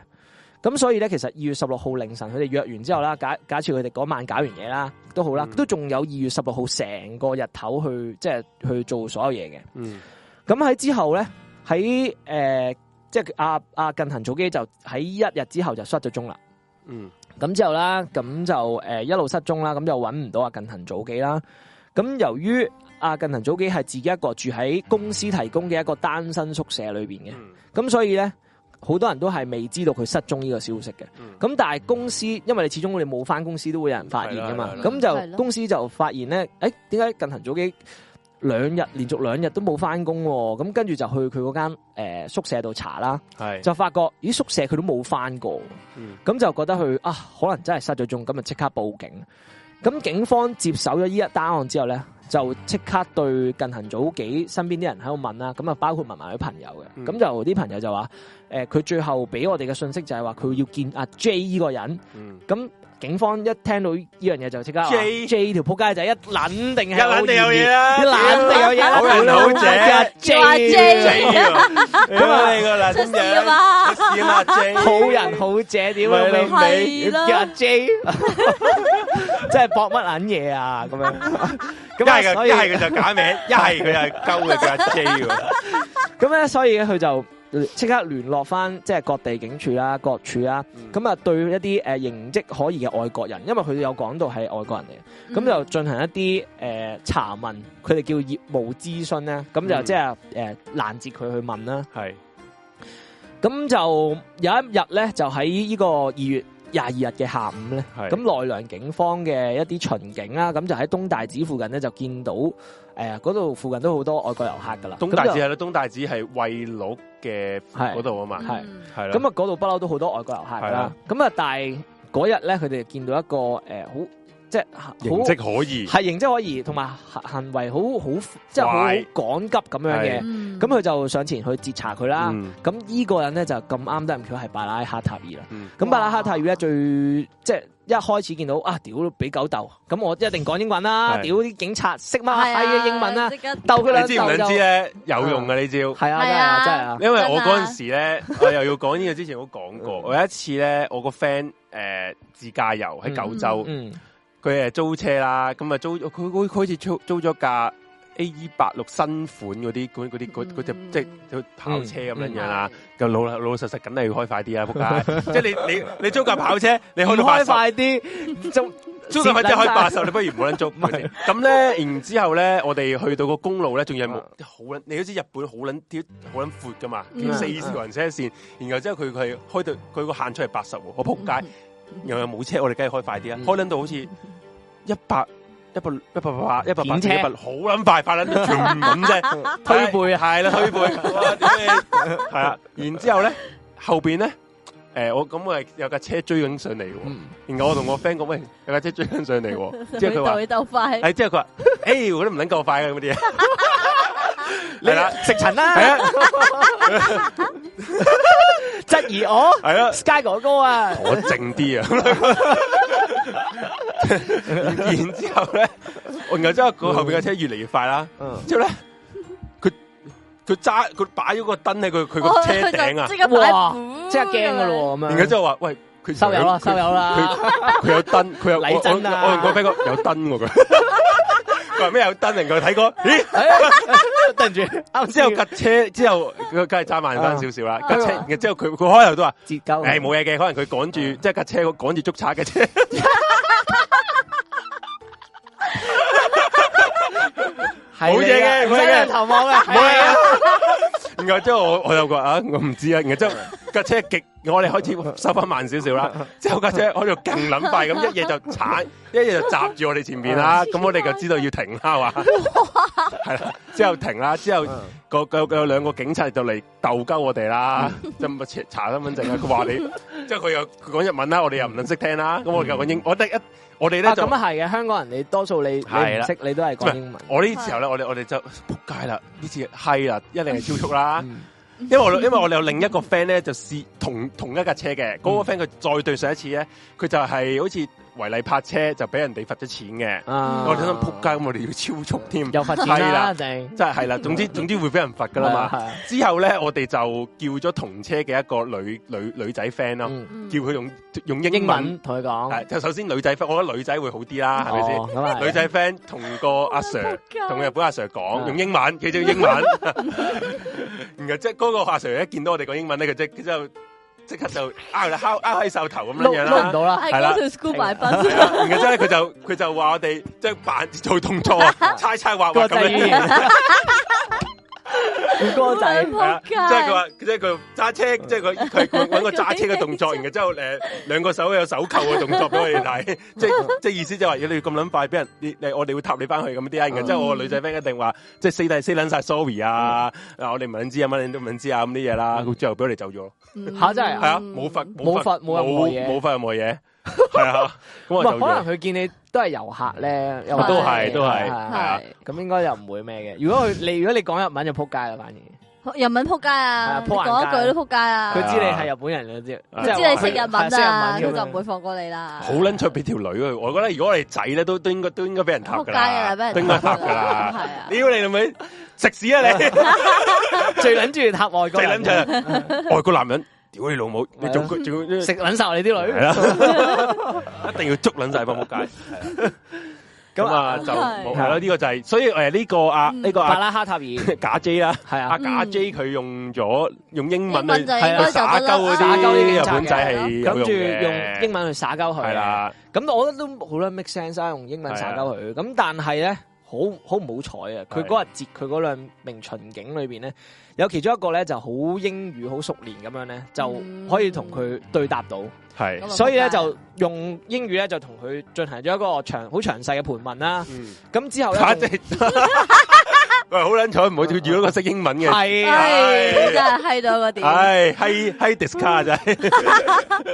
咁所以咧，其實二月十六號凌晨佢哋約完之後啦，假假設佢哋嗰晚搞完嘢啦，都好啦，嗯都仲有二月十六號成個日頭去即係去做所有嘢嘅。嗯咁喺之後咧，喺誒、呃即係阿阿近藤早基就喺一日之後就失咗蹤啦。嗯咁之後啦，咁就誒、呃一路失蹤啦，咁就揾唔到阿近藤早紀啦。咁由於阿近藤早紀係自己一個住喺公司提供嘅一個單身宿舍裏邊嘅，嗯咁所以咧好多人都係未知道佢失蹤呢個消息嘅。嗯咁但係公司，因為你始終你冇翻公司都會有人發現噶嘛係，啦係啦咁係就啦公司就發現咧，誒點解近藤早幾兩日連續兩日都冇翻工喎？咁跟住就去佢嗰間呃誒宿舍度查啦，係就發覺咦宿舍佢都冇翻過喎。嗯咁就覺得佢啊，可能真係失咗蹤，咁啊就即刻報警。咁警方接手咗呢一單案之後咧，就即刻對近行早幾身邊啲人喺度問啦，咁啊包括問埋佢朋友嘅，嗯咁、就啲朋友就話，誒、佢最後俾我哋嘅信息就係話佢要見阿 J 呢個人，嗯咁警方一聽到呢樣嘢就即刻話 J J 條撲街仔一撚定係一撚地有嘢啦，一撚定有嘢啦，好人好者阿 J，阿 J 咁啊你個啦， 出真事係啊嘛，出事啊嘛，J，好人好者屌咪你咯。係叫阿啦， J，真係搏乜撚嘢啊！咁樣咁一係啊，所佢以一係佢就假名，一係佢係鳩嘅叫阿 J 喎。咁咧，所以佢就即刻聯絡翻即係各地警署啦、各處啦，咁啊對一啲誒形跡可疑嘅外國人，因為佢有講到係外國嗯人嚟嘅，咁就進行一啲誒查問，佢哋叫業務諮詢咧，咁就嗯即係誒攔截佢去問啦。係咁就有一日咧，就喺呢個二月廿二日嘅下午咧，係咁奈良警方嘅一啲巡警啦，咁就喺東大寺附近咧就見到誒嗰度附近都好多外國遊客噶啦。東大寺咁係咯，東大寺係喂鹿嘅係嗰度啊嘛，係嗯係就啦。咁啊，嗰度不嬲都好多外國遊客噶啦係啦。咁啊，但係嗰日咧，佢哋見到一個誒好。即即係好形迹可疑，係形跡可疑，同埋行行為好好即係好好快趕急咁樣嘅。嗯咁佢就上前去截查佢啦。嗯咁呢個人咧就咁啱得唔巧係巴拉哈塔爾啦。嗯咁巴拉哈塔爾咧最即係一開始見到啊，屌俾狗鬥，咁我一定講英文啦。係屌啲警察識乜係閪啊嘅英文啦，即刻鬥佢兩你知唔想知咧？有用嘅呢招。係啊，係真係啊啊，真係啊，因為我真啊嗰陣時 咧，我又要講呢個之前都講過，嗯我有一次咧，我個 friend 誒自駕遊喺九州，嗯，佢誒租車啦，咁啊租佢佢佢好似租租咗架 A E 八六新款嗰啲嗰嗰啲嗰嗰嗯只即係跑車咁樣樣啦嗯，就老老老實實梗係要開快啲 啊！仆街，即係你你你租架跑車，你開唔到開八十，快啲， 就租架跑車蝕撚開晒八十，你不如唔好撚租。 咁咧，然之後咧，我哋去到個公路咧，仲要係冇好撚，你都知日本好撚啲好撚闊噶嘛，嗯四條人車線，然後之後佢佢係開到佢個限速係八十喎，我仆街。又有冇車，我哋梗係開快啲啦，啊嗯開撚到好似一百。一百一百八一百八片嗯車一百好撚快，快撚到 全咁啫，推背啊 係啦，推背， 哇屌你係啊，然之後咧後邊咧，誒我咁我係有架車追緊上嚟喎，嗯然後我同我 friend 講喂有架車追緊上 嚟喎，之後佢話鬥鬥快，係之後佢話誒我都唔撚夠快嘅啊咁啲嘢， 你係啦食塵係啦，啊質疑我係啊。 Sky 哥哥啊，我靜啲啊！然之後咧，然後之後佢後邊架車越嚟越快啦。嗯之後咧，佢佢揸佢擺咗個燈喺佢佢哦個車頂啊。佢就即刻哇擺，即刻驚噶，咯喎咁然後樣，之後話：喂，佢收油啦，佢收油啦，佢有燈，佢有禮真啊我我我俾個有燈喎佢。佢話咩有燈？然後 睇過，咦？對唔住，啱之先後架車之後佢梗係揸慢翻少少啦。架車，啊然後之後佢佢開頭都話。截鳩，诶，冇嘢嘅，可能佢趕住，即係架車趕住捉賊嘅啫。係你啊唔使冇嘢嘅冇嘢嘅兩頭望啊，冇嘢啊！然後之後我我有個啊，我唔知啊。然後之後架車極，我哋開始收翻慢少少 啦。之後架車喺度勁撚快咁，一嘢就鏟，一嘢就閘住我哋前面啊啦。咁我哋就知道要停啦，話係啦。之後停啦，之後嗯個個有兩個警察就嚟鬥鳩我哋啦，嗯就咪查查身份證啊。佢話 你，之後佢又佢講日文啦，我哋又唔撚識聽啦。咁我哋又講英，我得一我哋咧嗯啊就咁。啊係嘅，香港人你多數你你係唔啦識你都係講英文，我呢時候咧，我哋我哋就仆街啦！呢次閪啦，一定係超速啦，嗯因為我因為我哋有另一個 friend 咧，就試同同一架車嘅，嗰、嗯個 friend 佢再對上一次咧，佢就係好似違例泊車就俾人哋罰咗錢嘅，啊我哋想哦仆街，咁我哋要超速添，又罰錢係啦，啦定真係係啦，總之總之會俾人罰噶啦嘛。嘛，之後咧，我哋就叫咗同車嘅一個女女女仔 friend 咯，嗯叫佢用用英英文，文同佢講，係就首先女仔 friend，我覺得女仔會好啲啦，係咪先？哦咁啊係女仔 friend 同個阿 Sir 同日本阿 Sir 講啊用英文，佢就用 英文，然後即係嗰個阿 Sir 一見到我哋講英文咧，佢即佢就即刻就拗拗拗喺手頭咁樣樣撈撈唔啦。到啦，係係啦嗰條 school 買 係賓，啦然後之後咧，佢就佢就話我哋即係扮做動作 啊，猜猜畫畫歌咁仔語樣。言，歌好仔撚。係仆啊街，即係佢話，即係佢揸車，即係佢佢佢揾個 揸車嘅動作，然後之後誒兩個手有手扣嘅動作俾我哋 睇，即係即係意思就係如果你咁撚快，俾人你你我哋會搭你翻去咁啲啊，然後之後我個女仔 friend 一定話，即係四弟四撚晒 sorry 啊，嗱我哋唔撚知啊，乜你都唔撚知啊咁啲嘢啦，咁最後俾我哋走咗咯，嗯嚇真係啊係啊，冇罰冇罰冇任何嘢冇冇罰任何 嘢，係啊，咁唔係我走可咗能，佢見你都係遊客咧，又啊都係係都係係係係啊係。咁應該又唔會咩嘅。如果佢你如果你講日文就撲街啦，反而人民仆街啊！你係啊講一句都仆街啊！佢知你係日本人就知，佢即係知你識日話文係識啊，日佢文就咁樣唔會放過你啦。好撚出俾條女啊！我覺得如果我哋仔咧，都都應該都應該俾人仆揼街噶啊！俾人都應該揼㗎噶啦。 係啊！屌你老味，食屎啊你！最撚中意塔外最國捻人，就外国男人，屌你老母，你仲仲食食撚受你啲系女。 啦，一定要捉捻晒幫仆街。咁啊就冇係啦，呢個就係，所以诶呢個啊呢個巴啊拉哈塔 爾係假 J 啦，啊阿，假 J 佢用咗用英英文文去就應該就耍得鳩啦，嗰打鳩啲啲日警察本仔係有跟住嘅用英文去耍鳩佢。係，啦，咁我覺得都好啦，make sense 啊，用英文耍鳩佢。咁但係咧，好好唔好彩啊！佢嗰日截佢嗰兩名巡警裏邊咧，有其中一個咧就好英語好熟練咁樣咧，就嗯可以同佢對答到。係咁啊所以咧仆街啊就用英語咧就同佢進行咗一個詳好詳細嘅盤問啦。嗯， 咁之後假咧， J 喂，好撚彩，唔好遇到一個識英文嘅。係啊，唉，真係閪到嗰點。唉，閪閪 discard 真係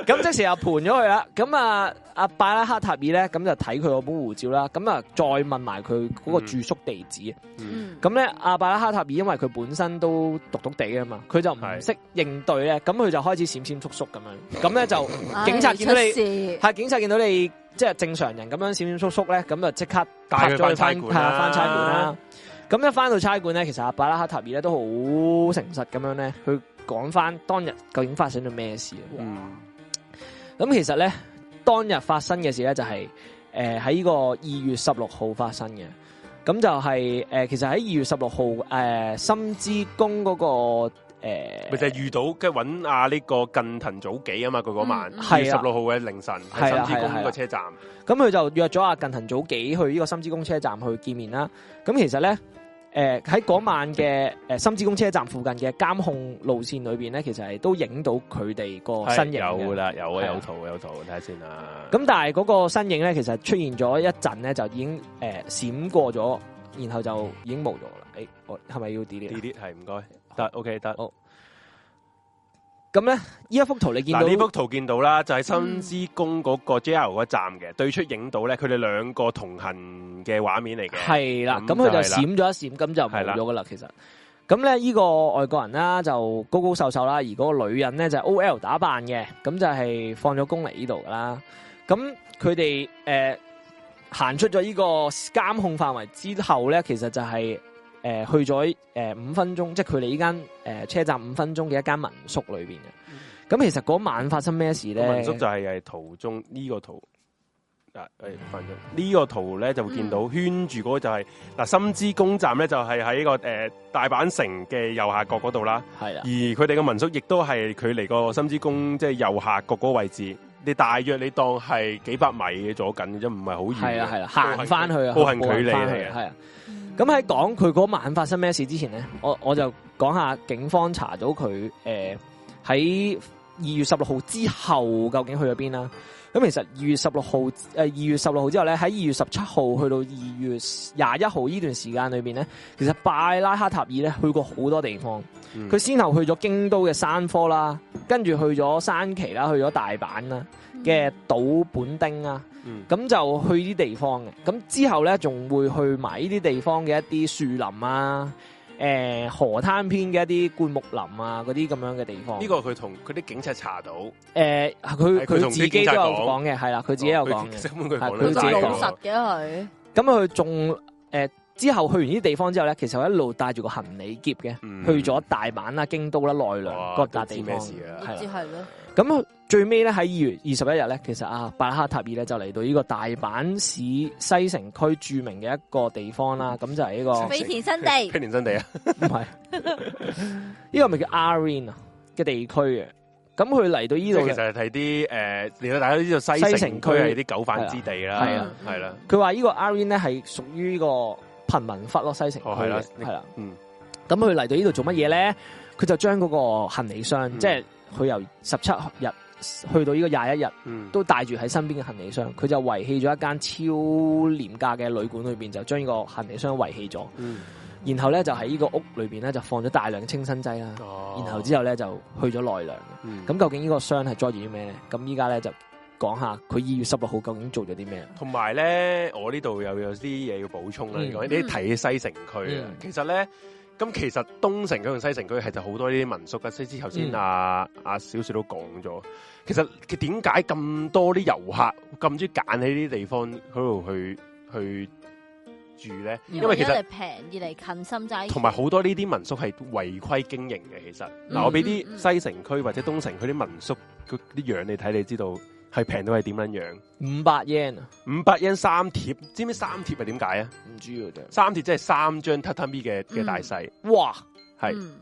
咁即時又盤咗佢啦。咁啊，阿拜拉克塔爾咧，咁就睇佢嗰本護照啦。咁啊，再問埋佢嗰個住宿地址。嗯，咁咧，阿拜拉克塔爾因為佢本身都獨獨地啊嘛，佢就唔識應對咧，咁佢就開始閃閃縮縮咁樣。咁咧就唉警察見到你出事係警察見到你即係正常人咁樣閃閃縮縮咧，咁就即刻帶拍佢咗返去翻差館係啊啦翻差館啦。咁一翻到差館咧，其實阿拜拉克塔爾咧都好誠實咁樣咧，去講翻當日究竟發生咗咩事啊。嗯咁其實咧，當日發生嘅事咧就係誒喺呢個二月十六號發生嘅。咁就係、呃其實喺二月十六號誒深之宮嗰、個呃咪就係遇到跟住揾啊呢個近藤早幾啊嘛，佢嗰晚嗯二係月十啊六號嘅凌晨喺係深啊之係啊宮係個啊車站，咁佢就約咗阿近藤早幾去呢個深之宮車站去見面啦。咁其實咧，誒喺嗰晚嘅誒深之宮車站附近嘅監控路線裏邊咧，其實係都影到佢哋個身影係哦有嘅。啦，有係啊啊有圖有圖，睇下先啊啦。咁但係嗰個身影咧，其實出現咗一陣咧，就已經誒、呃、閃過咗，然後就已經冇咗啦。誒、我係咪要 delete？啊 delete 係唔該，得 OK 得。咁咧，呢一幅圖你見到嗯嗱呢幅圖見到啦，就係新之宮嗰個 JR 嗰站嘅對出影到咧，佢哋兩個同行嘅畫面嚟嘅。係啦，咁咁佢就就係啦閃咗一閃，咁就冇咗噶啦。其實，咁咧呢個外國人啦，就高高瘦瘦啦，而嗰個女人咧就 O L 打扮嘅，咁就係放咗工嚟呢度噶啦。咁佢哋誒行出咗呢個監控範圍之後咧，其實就係、呃去咗誒五分鐘，即係佢哋呢間誒呃車站五分鐘嘅一間民宿裏邊嘅。咁其實嗰晚發生咩事咧？嗯民宿就係係途中呢、個圖啊，誒翻咗呢個圖咧就會見嗯到圈住嗰個就係、嗱深之宮站咧就係喺個誒、呃大阪城嘅右下角嗰度啦，係啦而。佢哋嘅民宿亦都係距離個深之宮即係右下角嗰個位置，你大約你當係幾百米嘅左近嘅啫，唔係好遠嘅。系啊系啊，行翻去啊，步行距步離返去嚟嘅系啊。咁喺講佢嗰晚發生咩事之前咧，我我就講下警方查到佢诶喺二月十六號之後究竟去咗邊啦。咁其實二月十六號诶二月十六號之後咧，喺二月十七號去到二月廿一號呢段時間裏边咧，其實拜拉克塔爾咧去過好多地方。嗯佢先後去咗京都嘅山科啦，跟住去咗山崎啦，去咗大阪啦嘅島本町啊。嗯咁就去啲地方嘅，咁之後咧仲會去埋呢啲地方嘅一啲樹林啊、誒、河灘邊嘅一啲灌木林啊嗰啲咁樣嘅地方。呢個佢同佢啲警察查到，誒佢係佢佢同自警己察都有講講嘅，係啦，佢自己有講嘅。根係本哦佢講佢得自己咁晒講老喎實嘅佢，咁佢仲誒之後去完呢啲地方之後咧，其實佢一路帶住個行李篋嘅，嗯去咗大阪啦、京都啦、奈良哇各笪都地知方咩。事啊？係啦只係咯，咁最尾咧喺二月二十一日咧，其實啊，拜拉克塔爾咧就嚟到呢個大阪市西城區著名嘅一個地方啦，嗯咁就係 呢個。飛田新飛地，田新地啊，唔係，呢個咪叫 Arin 啊嘅地區嘅。咁佢嚟到呢即度係其呢，實係睇啲誒，你大家都知道西西城城區區係啲狗反之地啦，係啊係啦，佢話呢個 Arin 咧係屬於呢個貧民窟咯，西城區哦係啦嘅，係啦。嗯，咁佢嚟到呢度做乜嘢咧？佢就將嗰個行李箱，嗯即係佢由十七日去到呢個廿一日，嗯，都帶住喺身邊嘅行李箱。佢就遺棄咗一間超廉價嘅旅館裏邊，就將呢個行李箱遺棄咗。嗯然後咧就喺呢個屋裏邊咧就放咗大量清新劑啦。哦然後之後咧就去咗奈良嘅。嗯咁究竟呢個箱係載住啲咩咧？咁依家咧就講下佢二月十六號究竟做咗啲咩啦。同埋咧，我呢度又有啲嘢要補充啦。嗯你講啲睇西城區啊嗯，其實咧，咁其實東城區同西城區係就好多呢啲民宿嘅。即係頭先嗯阿阿小雪都講咗，其實佢點解咁多啲遊客咁中意揀喺呢啲地方嗰度去去住咧？因為為其一實嚟平，二嚟近心仔，同埋好多呢啲民宿係違規經營嘅，其實嗱，嗯我俾啲嗯嗯西城區或者東城區啲民宿佢啲樣你睇，你知道係平到係點樣樣。五百 yen 啊，五百 yen 三貼，知唔知三貼係點解啊？唔知嘅啫。三貼即係三張榻榻米嘅嘅嗯大細，哇，係嗯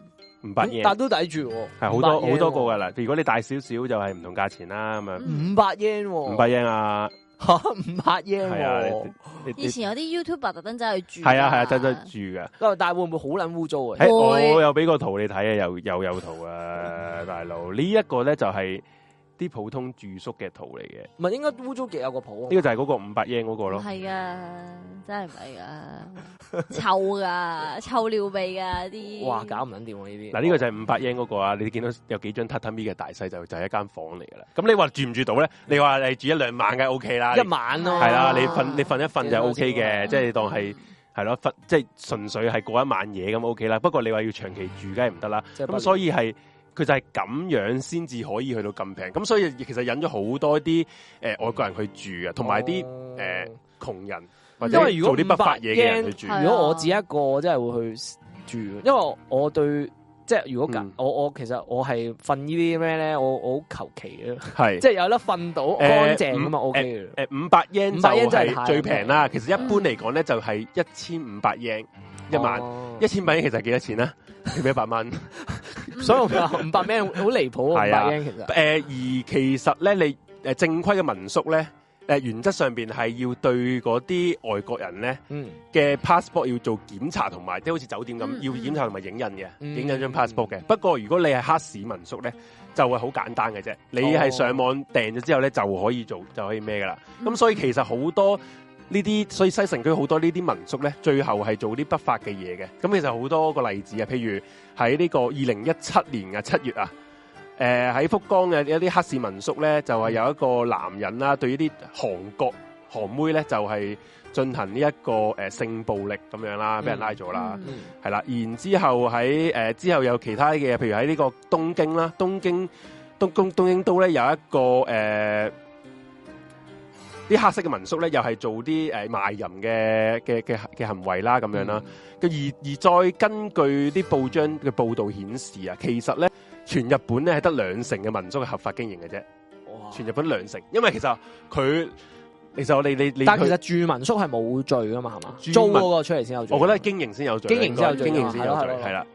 五百咁 yen，但都抵住喎，係好多500 yen 好多個噶啦。如果你大少少就係唔同價錢啦，咁樣啊喎，五百 yen，五五百 yen 啊，吓五百 yen，係啊喎你你以前有啲 YouTuber 特登走去住，係啊係啊，真真住噶。咁但係會唔會好撚污糟啊？誒會我有俾個圖你睇啊，又又有圖啊，大佬呢一個咧就係啲普通住宿嘅圖嚟嘅，呢、唔係應該污糟極有個譜啊個就係嗰個五百 yen 嗰個咯。系噶，啊真系唔系噶，臭噶， 臭尿味噶啲。哇，搞唔撚掂喎呢啲。嗱，呢個就係五百 yen 嗰個啊！你見到有幾張榻榻米嘅大細就就係一間房嚟噶啦。咁你話住唔住到咧？你話你住一兩晚嘅 O K 啦，一晚咯，係啦，啊你瞓你瞓一瞓就 O K 嘅，嗯即係當係係咯，瞓即係純粹係過一晚夜咁 O K 啦。不過你話要長期住，梗係唔得啦。即係不咁所以係佢就係咁樣先至可以去到咁平。咁所以其實引咗好多啲誒、呃外國人去住嘅，同埋啲哦誒窮人或因者為如果做啲不法500嘢嘅人去住。係啊如果我自己一個，我真係會去住，因為我對即係如果嗯我我其實我係瞓呢啲咩咧，我我好求其嘅，係即係有得瞓到乾淨咁啊嗯 OK 嘅。诶，嗯五百 yen 500就 yen 真係係太最平啦。其實一嗯般嚟講咧，就係一千五百 yen 一晚，哦一千百 yen 其實幾多錢啊？ 要一 百蚊。所以我話五百咩好離譜啊！五係啊百 yen 其實诶，而其實咧，你诶正規嘅民宿咧，诶原則上边係要對嗰啲外國人咧嗯嘅 passport 要做檢查，同埋即係好似酒店咁嗯要嗯檢查同埋影印嘅，嗯影印張 passport 嘅。不過如果你係黑市民宿咧，就會好簡單嘅啫。你係哦上網訂咗之後咧，就可以做就可以咩噶啦。咁嗯所以其實好多呢啲，所以西城區好多呢啲民宿咧，最後係做啲不法嘅嘢嘅。咁其實好多個例子啊，譬如喺呢個二零一七年嘅七月啊，誒、喺福岡嘅一啲黑市民宿咧，就係、有一個男人嗯啦，對呢啲韓國韓妹咧，就係、進行呢、一個誒、呃性暴力咁樣啦，俾人拉咗啦。嗯嗯係啦，然之後喺誒、呃之後有其他嘅，譬如喺呢個東京啦，東京東東東京都咧有一個誒啲、黑色嘅民宿咧，又係做啲誒、呃、賣淫嘅嘅嘅嘅行為啦，咁樣啦。咁而而再根據啲報章嘅報導顯示啊，其實咧全日本咧係得兩成嘅民宿係合法經營嘅啫，嗯哇全日本兩成，因為其實佢其實我哋你你但其去實住民宿係冇罪噶嘛，係嘛？住民租嗰個出嚟先有罪。我覺得係經營先有罪，經營先有罪應該經營先有係罪咯係咯係啦。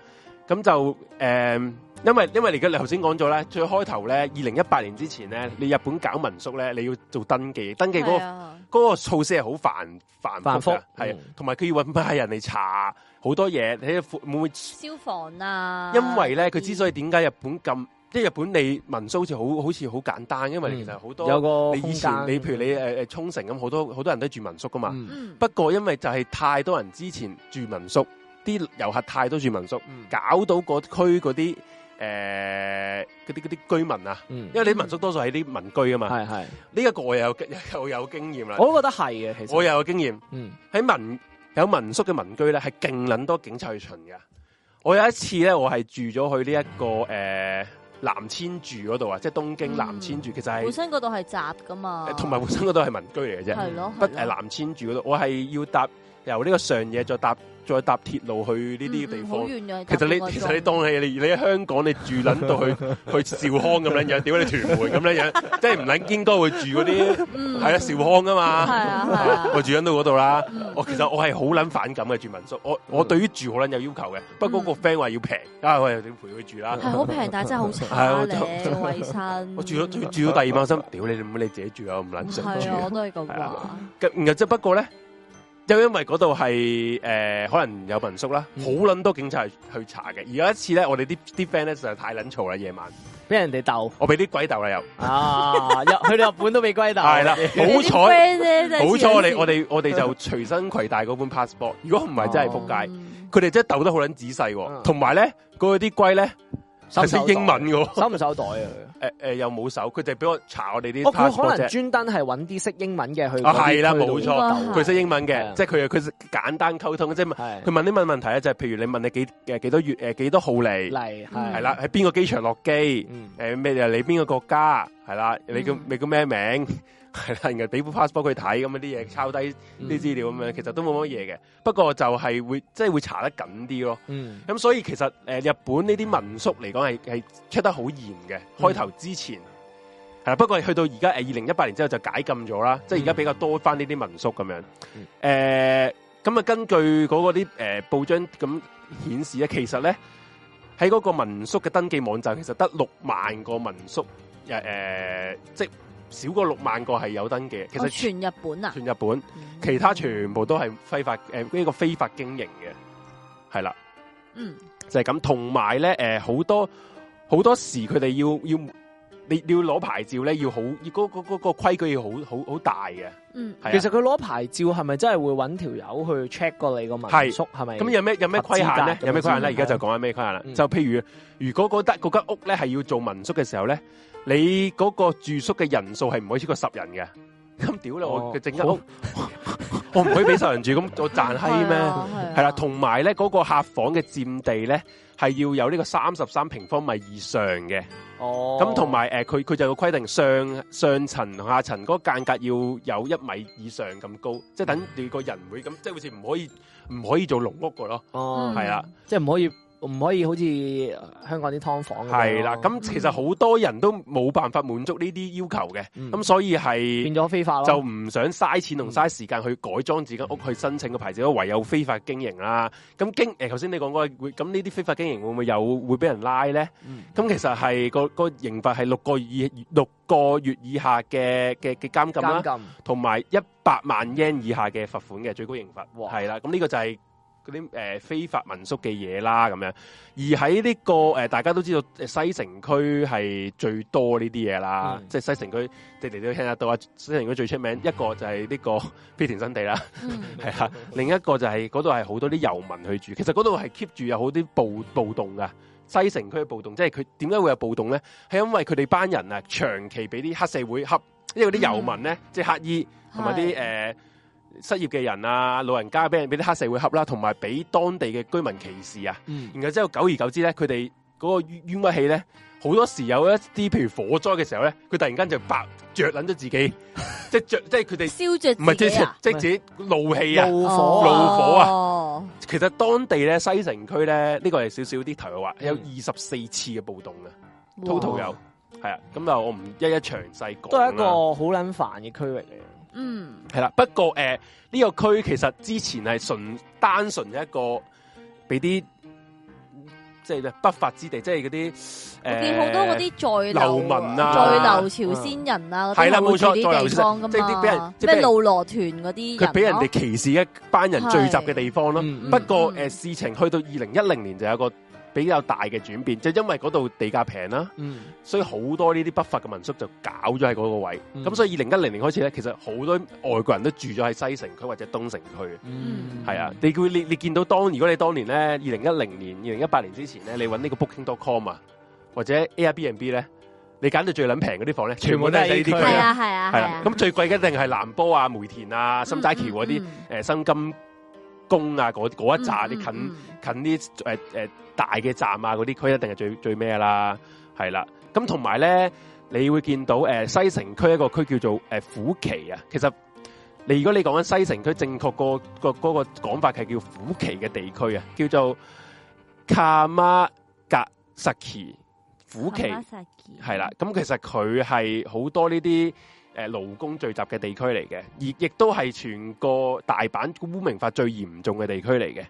咁就诶、誒因為因為你而家你頭先講咗咧，最開頭咧，二零一八年之前咧，你日本搞民宿咧，你要做登記，登記嗰、個係啊嗰個措施係好繁繁繁複複嘅，係嗯啊同埋佢要揾派人嚟查好多嘢，睇下會唔會消防啊，因為咧佢之嗯所以點解日本咁，即係日本你民宿好似好好似好簡單，因為其實好多、嗯有個你以前你譬如你呃诶诶沖繩咁，好多好多人都住民宿噶嘛。嗯嗯，不過因為就係太多人之前住民宿，啲遊客太多住民宿，嗯搞到個區嗰啲诶嗰啲嗰啲居民啊，嗯，因為你民宿多數係啲民居啊嘛。呢係係，一個我又有 又有經驗啦嗯我，都覺得係嘅，其實我又有經驗嗯喺民有民宿嘅民居咧，係勁撚多警察去巡嘅。我有一次咧，我係住咗去呢、一個诶、呃南千住嗰度啊，即係東京南千住，其實嗯本係呃身嗰度係閘噶嘛，同埋本身嗰度係民居嚟嘅啫。係咯，北係咯誒南千住嗰度，我係要搭由呢個上野再搭再搭鐵路去呢啲地嗯嗯好方。遠嘅，其實搭半個你其實你鐘當係你你喺香港你住撚到去 去兆康咁樣樣，屌你屯門咁樣樣，即係唔撚應該會住嗰 啲嗯係啊兆康噶係嘛，啊係啊，我住撚到嗰度啦。嗯我其實我係好撚反感嘅住民宿，我我對於住好撚有要求嘅，不過個嗯 friend 話要平，啊我又要陪佢住啦。係好平，但係真係好係啊差我咧，個衞生。 我住咗住住到第二晚我心，屌你你你自己住啊，我唔撚想嗯係住啊，。我都係咁係話。咁然後即係不過咧，就因為嗰度係誒可能有民宿啦，嗯好撚多警察去去查嘅。而有一次咧，我哋啲啲 friend 咧實在太撚嘈啦，夜晚俾人哋鬥我俾啲鬼鬥啦又，啊！ 入去到日本都俾龜鬥，係啦，你好啲彩 friend 咧真係好彩我哋黐嗯我哋我哋就隨身攜帶嗰本 passport，如果唔係真係撲街。嗯佢哋真係鬥得好撚仔細喎，嗯同埋咧嗰啲龜咧收唔係收識袋英文嘅喎，收唔收袋啊？誒誒呃又冇手，佢哋俾我查我哋啲哦，佢可 passport 能啫。專登係揾啲識英文嘅去嗰啊啲係啦，區度冇應錯，該係佢識英文係啊嘅，即係佢佢簡單溝通，即係係佢問啲問問題咧，啊就係、譬如你問你幾誒幾多月誒、呃、幾多號嚟，嚟嗯係係啦，喺邊個機場落機，嗯誒咩你邊個國家，係啦，你叫嗯你叫咩名， 係啦，然後俾本 passport 佢睇，咁樣啲嘢抄低嗯啲資料咁樣，其實都冇乜嘢嘅，不過就係會即係會查得緊啲咯。嗯咁所以其實誒、呃日本呢啲民宿嚟講係係 check 得好嚴嘅，嗯開頭之前。係啦，不過去到而家誒呃二零一八年之後就解禁咗嗯啦，即係而家比較多翻呢啲民宿咁樣。誒、嗯咁啊，根據嗰個啲誒報章咁顯示咧，其實咧喺嗰個民宿嘅登記網站，其實得六萬個民宿誒、呃即係少過六萬個係有登記嘅。其哦實全全日本啊，日本。其他全部都係非法诶呢、個非法經營嘅，係啦，嗯呃就係咁。同埋咧，诶、好多好多時佢哋要要你你要攞牌照咧，要好要嗰嗰嗰個規矩要好好好大嘅。嗯，係啊其實佢攞牌照係咪真係會揾條友去 check 過你個民宿係咪？咁有咩有咩規限咧合資？格有咩規限咁咧？而樣家就講緊咩規限啦。嗯就譬如，如果嗰得嗰間屋咧係要做民宿嘅時候咧，你嗰個住宿嘅人數係唔可以超過十人嘅。 咁屌啦，哦我佢整間好 屋，我唔可以俾十人住，咁我賺閪咩？係啊係啦，同埋咧嗰個客房嘅佔地咧係要有呢個三十三平方米以上嘅。哦，咁同埋誒，佢佢就有規定上上層同下層嗰個間隔要有一米以上咁高，即係等你個人會咁，即係好似唔可以唔可以做農屋個咯，嗯哦，啊係啦即係唔可以唔可以好似呃香港啲劏房樣咯係啦。咁其實好多人都冇辦法滿足呢啲要求嘅，嗯咁所以變係咗非法咯，就唔想嘥錢同嘥時間去改裝自己間屋去申請個牌照，唯有非法經營啦。咁經誒頭先你講嗰個會，咁呢啲非法經營會唔會有會俾人拉咧？嗯咁其實係個個刑罰係六個月以六個月以下嘅嘅嘅監禁啦。監禁。同埋一百萬 yen 以下嘅罰款嘅最高刑罰，哇係啦。咁呢個就係嗰啲誒非法民宿嘅嘢啦，咁樣。而喺呢、個誒、呃大家都知道呃西城區係最多呢啲嘢啦，嗯即係西城區，你哋都聽得到啊。西城區最出名一個就係呢 個飛田新 地啦，嗯係啦。另一個就係嗰度係好多啲遊民去住，其實嗰度係 keep 住有好啲暴暴動噶。西城區嘅暴動，即係佢點解會有暴動咧？係因為佢哋班人啊，長期俾啲黑社會恰，因為嗰啲遊民咧，嗯即係乞衣。同埋啲係誒失業嘅人啊、老人家俾人俾啲黑社會恰啦，同埋俾當地嘅居民歧視啊。嗯然後之後久而久之咧，佢哋嗰個冤冤屈氣咧，好多時有一啲譬如火災嘅時候咧，佢突然間就白着撚咗自己，即係著即係佢哋燒著唔係即自己係啊，哦即係自己怒氣啊。怒火怒啊火啊啊，其實當地咧西城區咧，呢個係少少啲題外話，有嗯二十四次嘅暴動啊哇，total 有係啊。咁就我唔一一詳細講都係一個啦好撚煩嘅區域嚟嘅。嗯系啦，不過诶呢、個區其實之前係純單純一個俾啲即係不法之地，即係嗰啲呃我诶見好多嗰啲在流民啊在流朝鮮人啊，係啦冇錯錯，在啲流地朝方噶即係啲俾人嘛，即係俾咩人路羅團嗰啲人，佢俾人哋，歧視一班人聚集嘅地方咯。嗯嗯不過嗯诶、呃事情去到二零一零年就有一個比較大嘅轉變，就因為嗰度地價平啦，嗯，所以好多呢啲不法嘅民宿就搞咗喺嗰個位。咁、嗯所以二零一零年開始咧，其實好多外國人都住咗喺西城區或者東城區。嗯系啊，你會你你見到當如果你當年咧，二零一零年、二零一八年之前咧，你揾呢個 Booking.com 啊，或者 Airbnb 咧，你揀到最撚平嗰啲房咧，全部都係呢啲區全部都係啊，啊係啊嗯係啦。咁最貴嘅一定係南波啊、梅田啊、心深仔橋嗰啲誒新金宮啊嗰嗯嗰一扎，你近近啲誒誒大嘅站啊嗰啲區一定係最最咩啦，係啦。咁同埋咧，你會見到誒、呃西城區一個區叫做誒、呃虎旗啊，其實。你如果你講緊西城區正確個個嗰個講法係叫虎旗嘅地區啊，叫做卡馬格薩奇虎旗係啦。咁其實佢係好多呢啲誒勞工聚集嘅地區嚟嘅，而亦都係全個大阪污名化最嚴重嘅地區嚟嘅。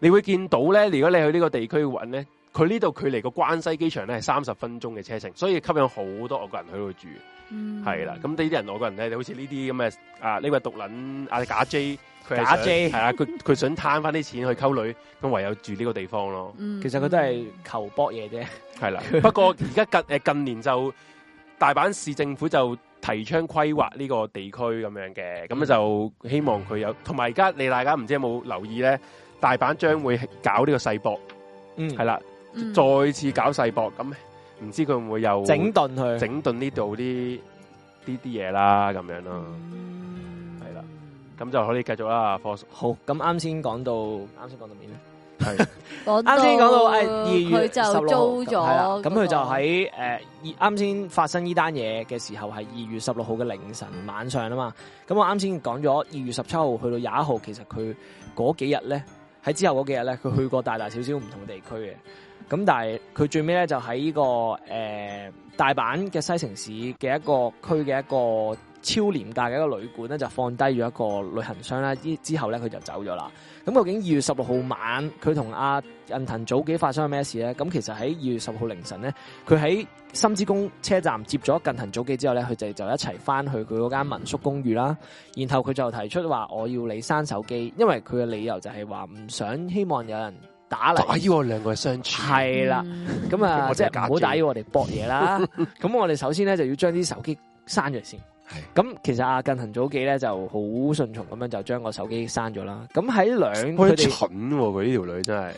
你會見到咧，如果你去呢個地區揾咧，佢呢度距離個關西機場咧係三十分鐘嘅車程，所以吸引好多外國人喺度住。嗯嗯係啦，咁呢啲人外國人咧，就好似呢啲咁嘅啊呢位獨撚啊假 J，佢係假想 J 係啦，佢佢想攤翻啲錢去溝女，咁唯有住呢個地方咯，嗯其實佢都係求搏嘢啫。係啦。 不過而家近誒近年就大阪市政府就提倡規劃呢個地區咁樣嘅，咁就希望佢有，同埋而家你大家唔知有冇留意咧，大阪將會搞呢個世博，嗯，係啦，嗯再次搞世博，咁唔知佢會唔會又整頓佢。整頓呢度啲呢啲嘢啦，咁樣咯。係啦，咁就可以繼續啦。科叔好，咁啱先講到，啱先講到面咧。係啱先講哎到誒二佢月就16租咗號係啦，咁嗰個佢就喺誒二啱先發生呢單嘢嘅時候係二月十六號嘅凌晨晚上啊嘛。咁我啱先講咗二月十七號去到廿一號，其實佢嗰幾日咧喺之後嗰幾日咧，佢去過大大小小唔同嘅地區嘅。咁但係佢最尾咧就喺呢、個誒、呃大阪嘅西城市嘅一個區嘅一個超廉價嘅一個旅館咧，就放低咗一個旅行箱啦。之之後咧佢就走咗啦。咁究竟二月十六號晚佢同阿印藤早幾發生咗咩事咧？咁其實喺二月十號凌晨咧，佢喺深之宮車站接咗近藤早幾之後咧，佢哋就一齊翻去佢嗰間民宿公寓啦。然後佢就提出話我要你刪手機，因為佢嘅理由就係話唔想希望有人。打打嚟，腰哎我兩個係相處，係啦。嗯咁啊，我即哋系係唔假好打擾我哋搏嘢 啦。咁我哋首先咧就要將啲手機刪咗先。係咁其實阿近藤早記咧就好順從咁樣就將個手機刪咗啦。咁喺兩我佢覺得哋蠢喎，佢呢條女真係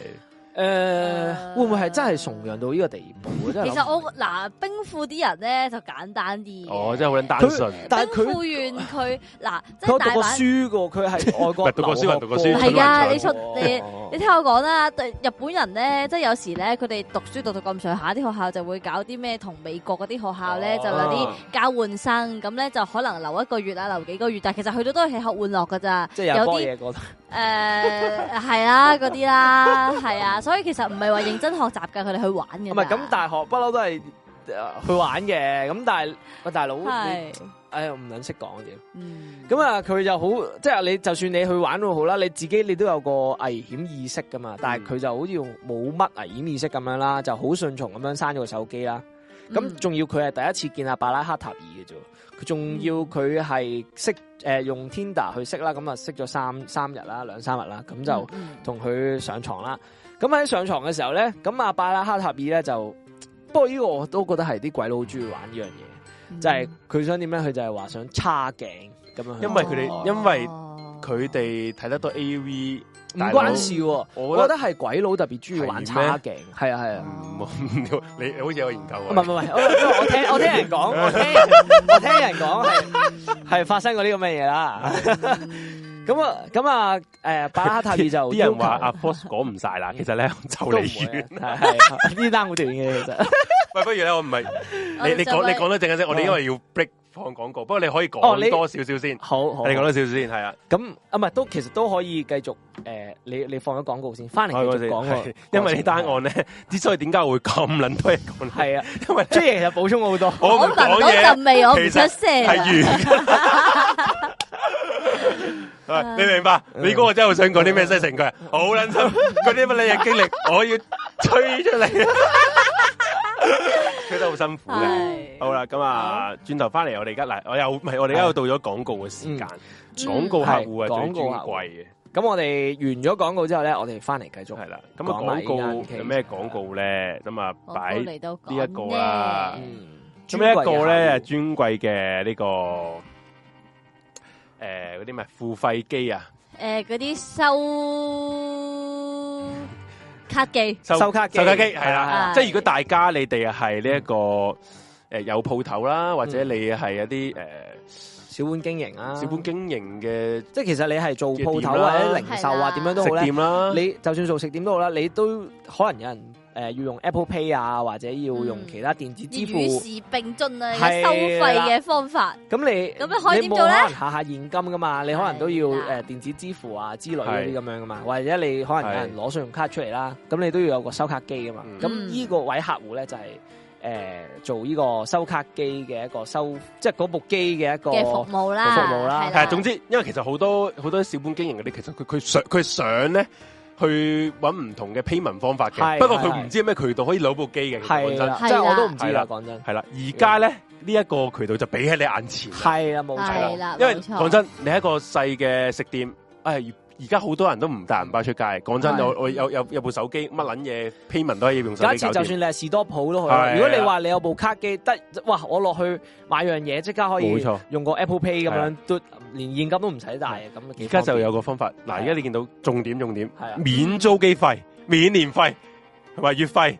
诶呃會唔會係真係崇洋到呢個地步啊？真係諗唔其明實我嗱冰庫啲人咧就簡單啲嘅。哦，真係好撚單純。但係冰庫佢完佢嗱，佢即係讀大過阪。書嘅喎，佢係外唔國 係讀過書留學係讀過書哦係㗎你出喎你你聽我講啦，對日本人咧，即係有時咧，佢哋讀書讀到咁上下，啲學校就會搞啲咩同美國嗰啲學校咧，哦就有啲交換生，咁咧就可能留一個月啊，留幾個月，但係其實去到都係吃喝玩樂㗎咋，即係有有波啲啊嘢講。诶係啦嗰啲啦，係啊，所以其實唔係話認真學習㗎，佢哋去玩嘅。唔係咁，大學不嬲都係呃去玩嘅。咁但係喂大佬，你係哎呀唔撚識講嘢。嗯咁啊，佢就好，即係你就算你去玩都好啦，你自己你都有個危險意識噶嘛。但係佢就好似冇乜危險意識咁樣啦，就好順從咁樣刪咗個手機啦。咁嗯仲要佢係第一次見阿巴拉克塔爾嘅啫，佢仲要佢係識诶用 Tinder 去識啦，咁啊識咗三三日啦，兩三日啦，咁就嗯同佢上床啦。咁喺上床嘅時候咧，咁阿巴拉克塔爾咧就，不過呢個我都覺得係啲鬼佬好中意玩呢樣嘢。嗯就係佢想點咧？佢就係話想叉鏡咁樣去，因為佢哋哦因為佢哋睇得多 A V，唔大佬關事喎。我我覺覺得嗯得係鬼佬特別中意玩叉鏡，係啊係啊。唔好你你好似有研究唔係啊唔。係唔係，我因為我聽我聽人 講，我聽人我聽人講係係發生過呢咁嘅嘢啦。咁啊咁啊誒，巴拉克塔爾就 啲人話要求阿 Force 講唔晒啦，其實咧 就都唔嚟會完。啊，係係呢單好短嘅其實。喂，不如咧，我唔係你你講你講多陣間先，我哋因為要 break 放廣告，不過你可以哦你講多少少先，你好好，講多少少先，係啊。咁啊唔係都其實都可以繼續誒，你你放咗廣告先，翻嚟繼續講係喎。 因為呢單案咧，之所以點解我會咁撚多嘢講，係啊，因為即係其實補充好多。 我我唔聞講到嘢陣味，我唔其出實聲啊。係 完，你明白？你估我真係好想講啲咩西情佢係好撚心嗰啲乜嘢經 歷，我要吹出嚟， 吹得好辛苦嘅。係好啦，咁啊，轉頭翻嚟，我哋而家嗱，我又唔係，我哋而家又到咗廣告嘅時間，廣告客戶係最廣尊告客戶貴嘅。咁我哋完咗廣告之後咧，我哋翻嚟繼續系。啦，咁啊講埋呢廣告間有咩 case 廣告咧？咁啊廣告擺嚟到呢一個啦嗯，咁呢一個咧，專櫃嘅客戶，專櫃嘅呢個诶嗰啲咩付費機啊，诶嗰啲收卡機，收卡機啊收卡機係啦，係即係如果大家你哋係呢一嗯個诶有鋪頭啦，或者你係一啲诶小本經營啊，小本，經營嘅即係其實你係做鋪頭嘅或店啦者零售啊，係啦點樣都好食咧店，啦，你就算做食店都好啦，你都可能有人誒要用 Apple Pay 啊，或者要用嗯其他電子支付，與時並進啊，係收費嘅方法。咁你咁你可以你點冇做呢可能下下現金噶嘛，你可能都要係啦誒電子支付啊之類嗰啲咁樣噶嘛，或者你可能有人攞信用卡出嚟啦，咁你都要有個收卡機噶嘛嗯。咁呢個位客戶咧就係誒做呢個收卡機嘅一個收，即係嗰部機嘅一個嘅服務啦，服務啦係係啊總之，因為其實好多好多小本經營嗰啲，其實佢佢想佢想咧去揾唔同嘅 payment 方法嘅，係不過佢係唔知咩渠道可以攞部機嘅。其係實講真啦，係即係我啦都唔知係啦啦，講真係啦，而家咧呢一個渠道就俾喺你眼前啦。係啦，冇係錯啦因為冇錯講真，你喺一個細嘅食店，唉，而家好多人都唔帶銀包出街。講真，係我我有有有部手機，乜撚嘢 payment 都可以用手假機設搞就掂。算你係士多鋪都好啦，係啊如果你係啦話你有部卡機得，哇！我落去買樣嘢即刻可冇以錯用個 Apple Pay 咁係啦樣，都連現金都唔使帶嘅，咁啊而幾家就方便有個方法，嗱，而家你見到重點重點，係啊免租機費、免年費同埋月費，係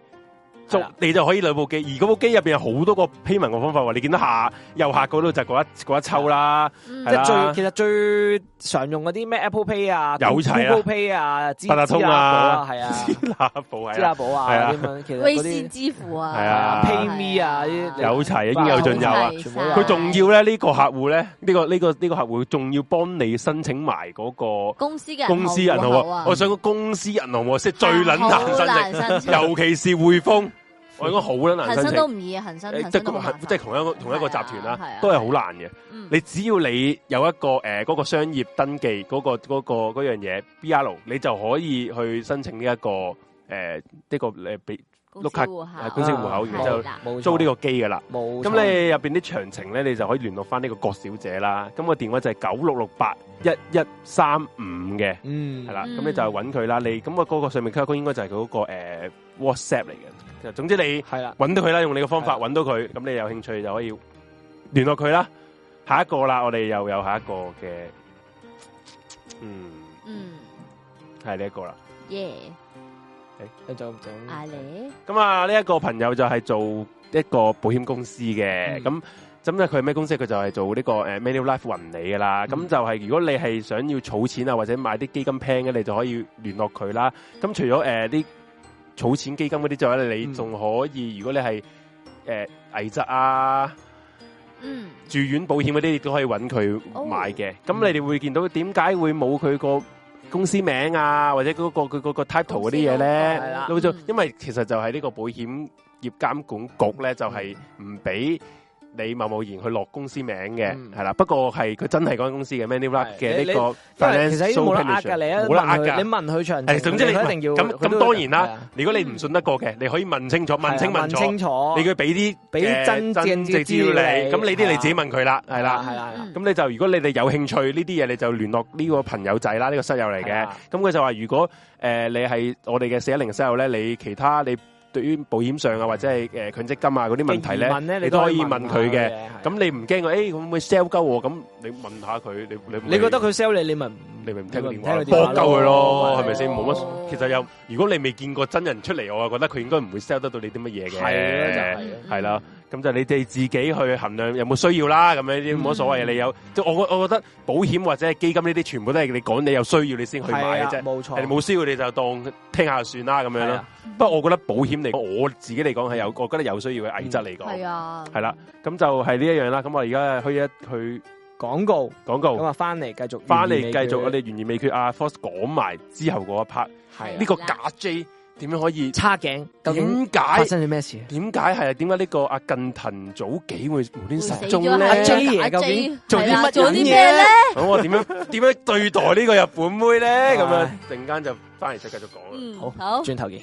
租啦你就可以兩部機，而嗰部機入邊有好多個 payment 嘅方法喎。你見到下右下角嗰度就嗰一嗰一抽啦， 嗯係即啦係最其實最常用嗰啲咩 Apple Pay 啊、有齊啦 Google Pay 啊、支八達通啊支 那寶係啊、支下一步係那啦，寶係啊啊咁樣，其實微嗰信啲支付啊，係啊 PayMe 啊呢啲有齊應有盡有啊。全部佢有仲要咧呢個客戶咧，呢個呢個呢個客戶仲要幫你申請埋嗰個公司嘅公司銀行戶喎。啊，我想講公司銀行喎，即係最撚好啊難難申申請，請尤其是匯豐，我應該好撚難恒申生請都。唔易啊，恒生誒即恒生係都同好難即係同一個同一個集係啊團啦係啊，都係好難嘅。嗯你只要你有一個誒嗰、個商業登記嗰、個嗰、個嗰樣嘢 B R，你就可以去申請呢、一個誒呢、個誒俾公司户口係，公司户 Ừ, 口然之後係啦冇租呢個個機噶啦。冇錯。咁你入边啲詳情咧，你就可以聯絡翻呢個郭小姐啦。咁、個電話就係九六六八一一三五嘅，嗯係啦。咁、嗯你就揾佢啦。你咁、個嗰個上面 QR code 應該就係佢嗰個诶、誒 WhatsApp 嚟嘅。就總之你係啦，揾到佢啦，用你嘅方法係啦揾到佢。咁你有興趣就可以聯絡佢啦。下一個啦，我哋又有下一個嘅，嗯，嗯，係呢一個啦。耶，你就就咁阿你，咁啊，呢、一個朋友就係做一個保險公司嘅，嗯咁咁咧佢係咩公司？佢就係做呢、個诶 m a n u l i f e 云理噶啦。咁、嗯就係如果你係想要儲錢啊，或者買啲基金 plan 嘅，你就可以聯絡佢啦。咁除咗诶啲儲錢基金嗰啲之外咧，你嗯仲可以，如果你係诶、呃危疾啊。嗯，住院保險嗰啲亦都可以揾佢買嘅。哦咁、你哋會見到點解會冇佢個公司名啊，或者嗰、個佢嗰個 title 嗰啲嘢咧係啦？老咗嗯，因為其實就係呢個保險業監管局咧，就係唔俾。你貿貿然去落公司名嘅，係嗯啦、不過係佢真係嗰間公司嘅 Manulife 係嘅你呢個因為其實已 financial 經冇得呃㗎，planner，你一冇得呃問佢㗎你。問佢詳情，係總之你佢一定要咁佢咁都當然係啊啦，如果你唔信得過嘅，你可以問清楚，問清係啊問問楚，清楚，你佢俾啲俾啲誒真正正嘅資資料料你，你咁你啲係你啊自己問佢啦，係啦。嗯係啦係啦咁你就如果你哋有興趣呢啲嘢，你就聯絡呢個朋友仔啦，呢、個室友嚟係嘅啊。咁佢就話：如果誒、呃你係我哋嘅四一零室友咧，你其他你對於保險上啊或者係誒、呃強積金啊嗰啲問題嘅疑咧，問咧你都可以問佢嘅下咁你唔驚佢誒會唔會 sell 鳩我？咁你問下佢，你你你覺得佢 sell 你，你咪唔你咪唔聽個電你話咪唔咯，聽搏佢電話鳩佢咯，係咪係先？冇哦乜，其實又如果你未見過真人出嚟，我又覺得佢應該唔會 sell 得到你啲乜嘢嘅。係咯就係嗯係啦，咁就你哋自己去衡量有冇需要啦，咁樣啲冇乜所謂。你嗯有，即係我覺我覺得保險或者係基金呢啲，全部都係你講你有需要你先去買嘅係啊啫。冇錯，你冇需要你就當聽下就算啦，咁樣係咯啊。不過我覺得保險嚟講，我自己嚟講係有，我覺得有需要嘅危質嚟係講，啊，係啦。咁就係呢一樣啦。咁我而家去一去廣告廣咁告，啊，翻嚟繼續翻嚟繼續嗰我哋懸而未決。阿 Force 講埋之後嗰一 part，係呢呢個假 J 點樣可以？叉頸究竟點解發？生咗咩事？點解係啊？點解呢個阿近藤早幾會無端會失死蹤咗咧？阿係 J 啦爺阿究 J，竟係啦做啲乜撚做啲嘢咩咧？咁我啊點樣點樣對待呢個日本妹咧？咁樣唉陣間就翻嚟再繼續講啦。嗯，好好，轉頭見。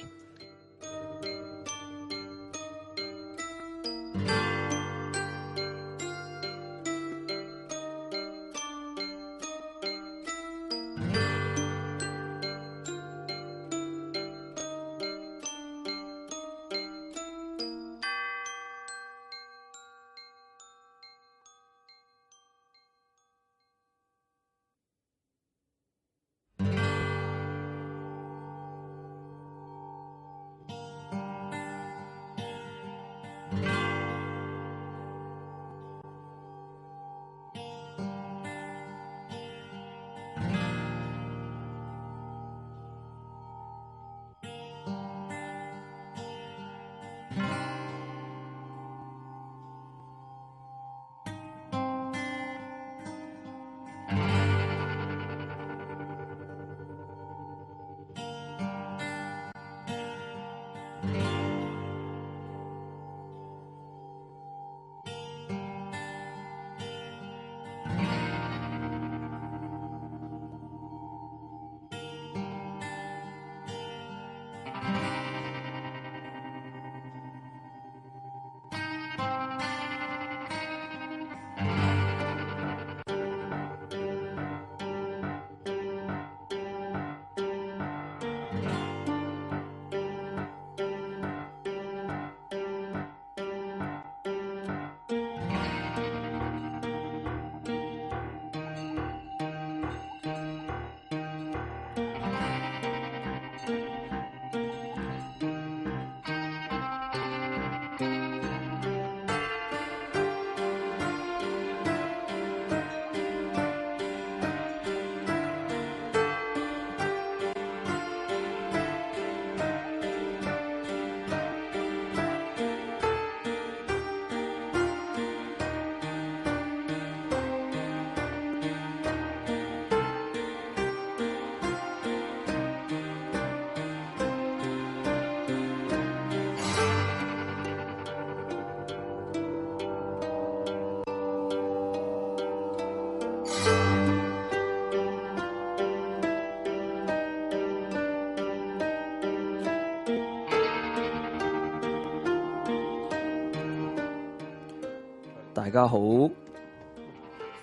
家好，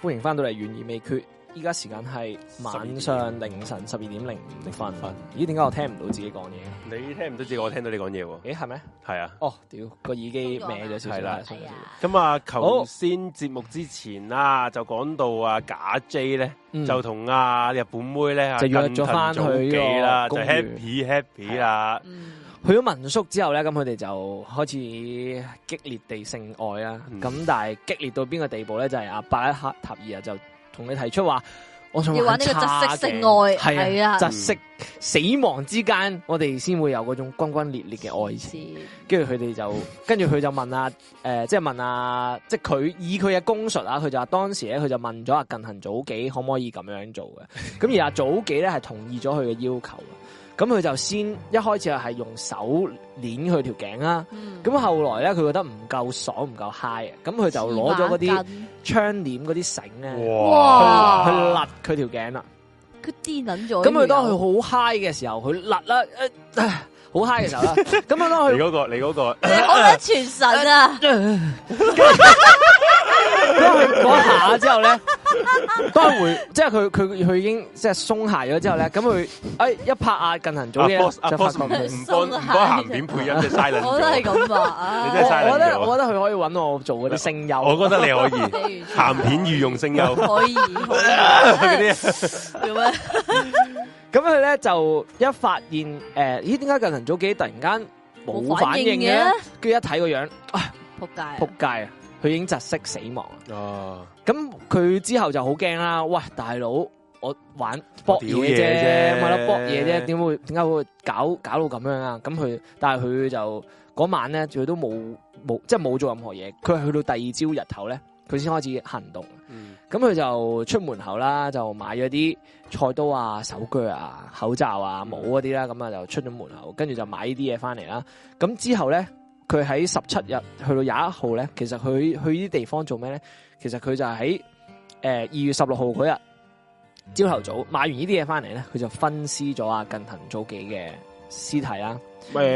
欢迎翻到嚟悬而未决。依家时间系晚上凌晨十二点零五分。咦？点解我听唔到自己讲嘢嘅？你聽唔到自己，我聽到你講嘢喎。咦，系咩？係啊。哦，屌个耳機歪咗少少，係啦係係啦啊，咁啊，頭先節目之前啦，就講到啊假 J 咧，嗯就同啊日本妹咧就約咗返去呢個近藤早紀啦，就公園啊 happy happy 啦，嗯，去咗民宿之後咧，咁佢哋就開始激烈地性愛啦。嗯咁、但係激烈到邊個地步咧？就係阿伯克塔爾啊，就同你提出話：我想要玩呢個差窒息性嘅愛係係啊，啊窒息死亡之間，我哋先會有嗰種轟轟烈烈嘅愛情。是跟住佢哋就，跟住佢就問啊，誒、即係問啊，即係佢以佢嘅公述啊，佢就話當時咧，佢就問咗阿近行早幾可唔可以咁樣做嘅，咁而阿早幾咧係同意咗佢嘅要求嘅，咁佢就先一開始係用手鏈佢條頸啦，嗯，咁後來咧佢覺得唔夠爽唔夠 high，咁啊佢就攞咗嗰啲窗簾嗰啲繩咧，哇去勒佢條頸啦。佢癲撚咗。咁佢當佢好 high 嘅時候，佢勒啦，誒好 high 嘅時候啦，咁佢當你佢嗰個你嗰個你好撚全神 啊！ 嗰下之後咧，當佢回，即係佢佢佢已經即係鬆懈咗之後咧，咁佢诶一拍啊近行阿早嘅 boss 阿就發 boss 覺唔佢。唔幫唔幫鹹片配音，就嘥撚我都係咗。咁我 你真係嘥撚咗啊！我覺得我覺得佢可以揾我做嗰啲聲我優，覺得你可以你完全鹹片御用聲 優可以嗰嗰啲，啲咩？咁佢咧就一發現诶，咦點解近行早幾突然間 冇反應嘅？嘅，跟住一睇個樣，仆仆街！街啊！佢已經窒息死亡啦。哦，咁佢之後就好驚啦，喂大佬！我玩搏嘢屌嘢啫啫，咪咯搏嘢啫，點會點解會搞搞到咁樣啊？咁佢但係佢就嗰晚咧，佢都冇冇即係冇做任何嘢。佢係去到第二朝日頭咧，佢先開始行動。嗯咁佢就出門口啦，就買咗啲菜刀啊、手鋸啊、口罩啊、帽嗰啲啦，咁啊就出咗門口，跟住就買呢啲嘢翻嚟啦。咁之後咧，佢喺十七日去到廿一號咧，其實佢去呢啲地方做咩咧？其實佢就喺诶二月十六號嗰日朝頭早買完呢啲嘢翻嚟咧，佢就分屍咗阿近藤早紀嘅屍體啦。誒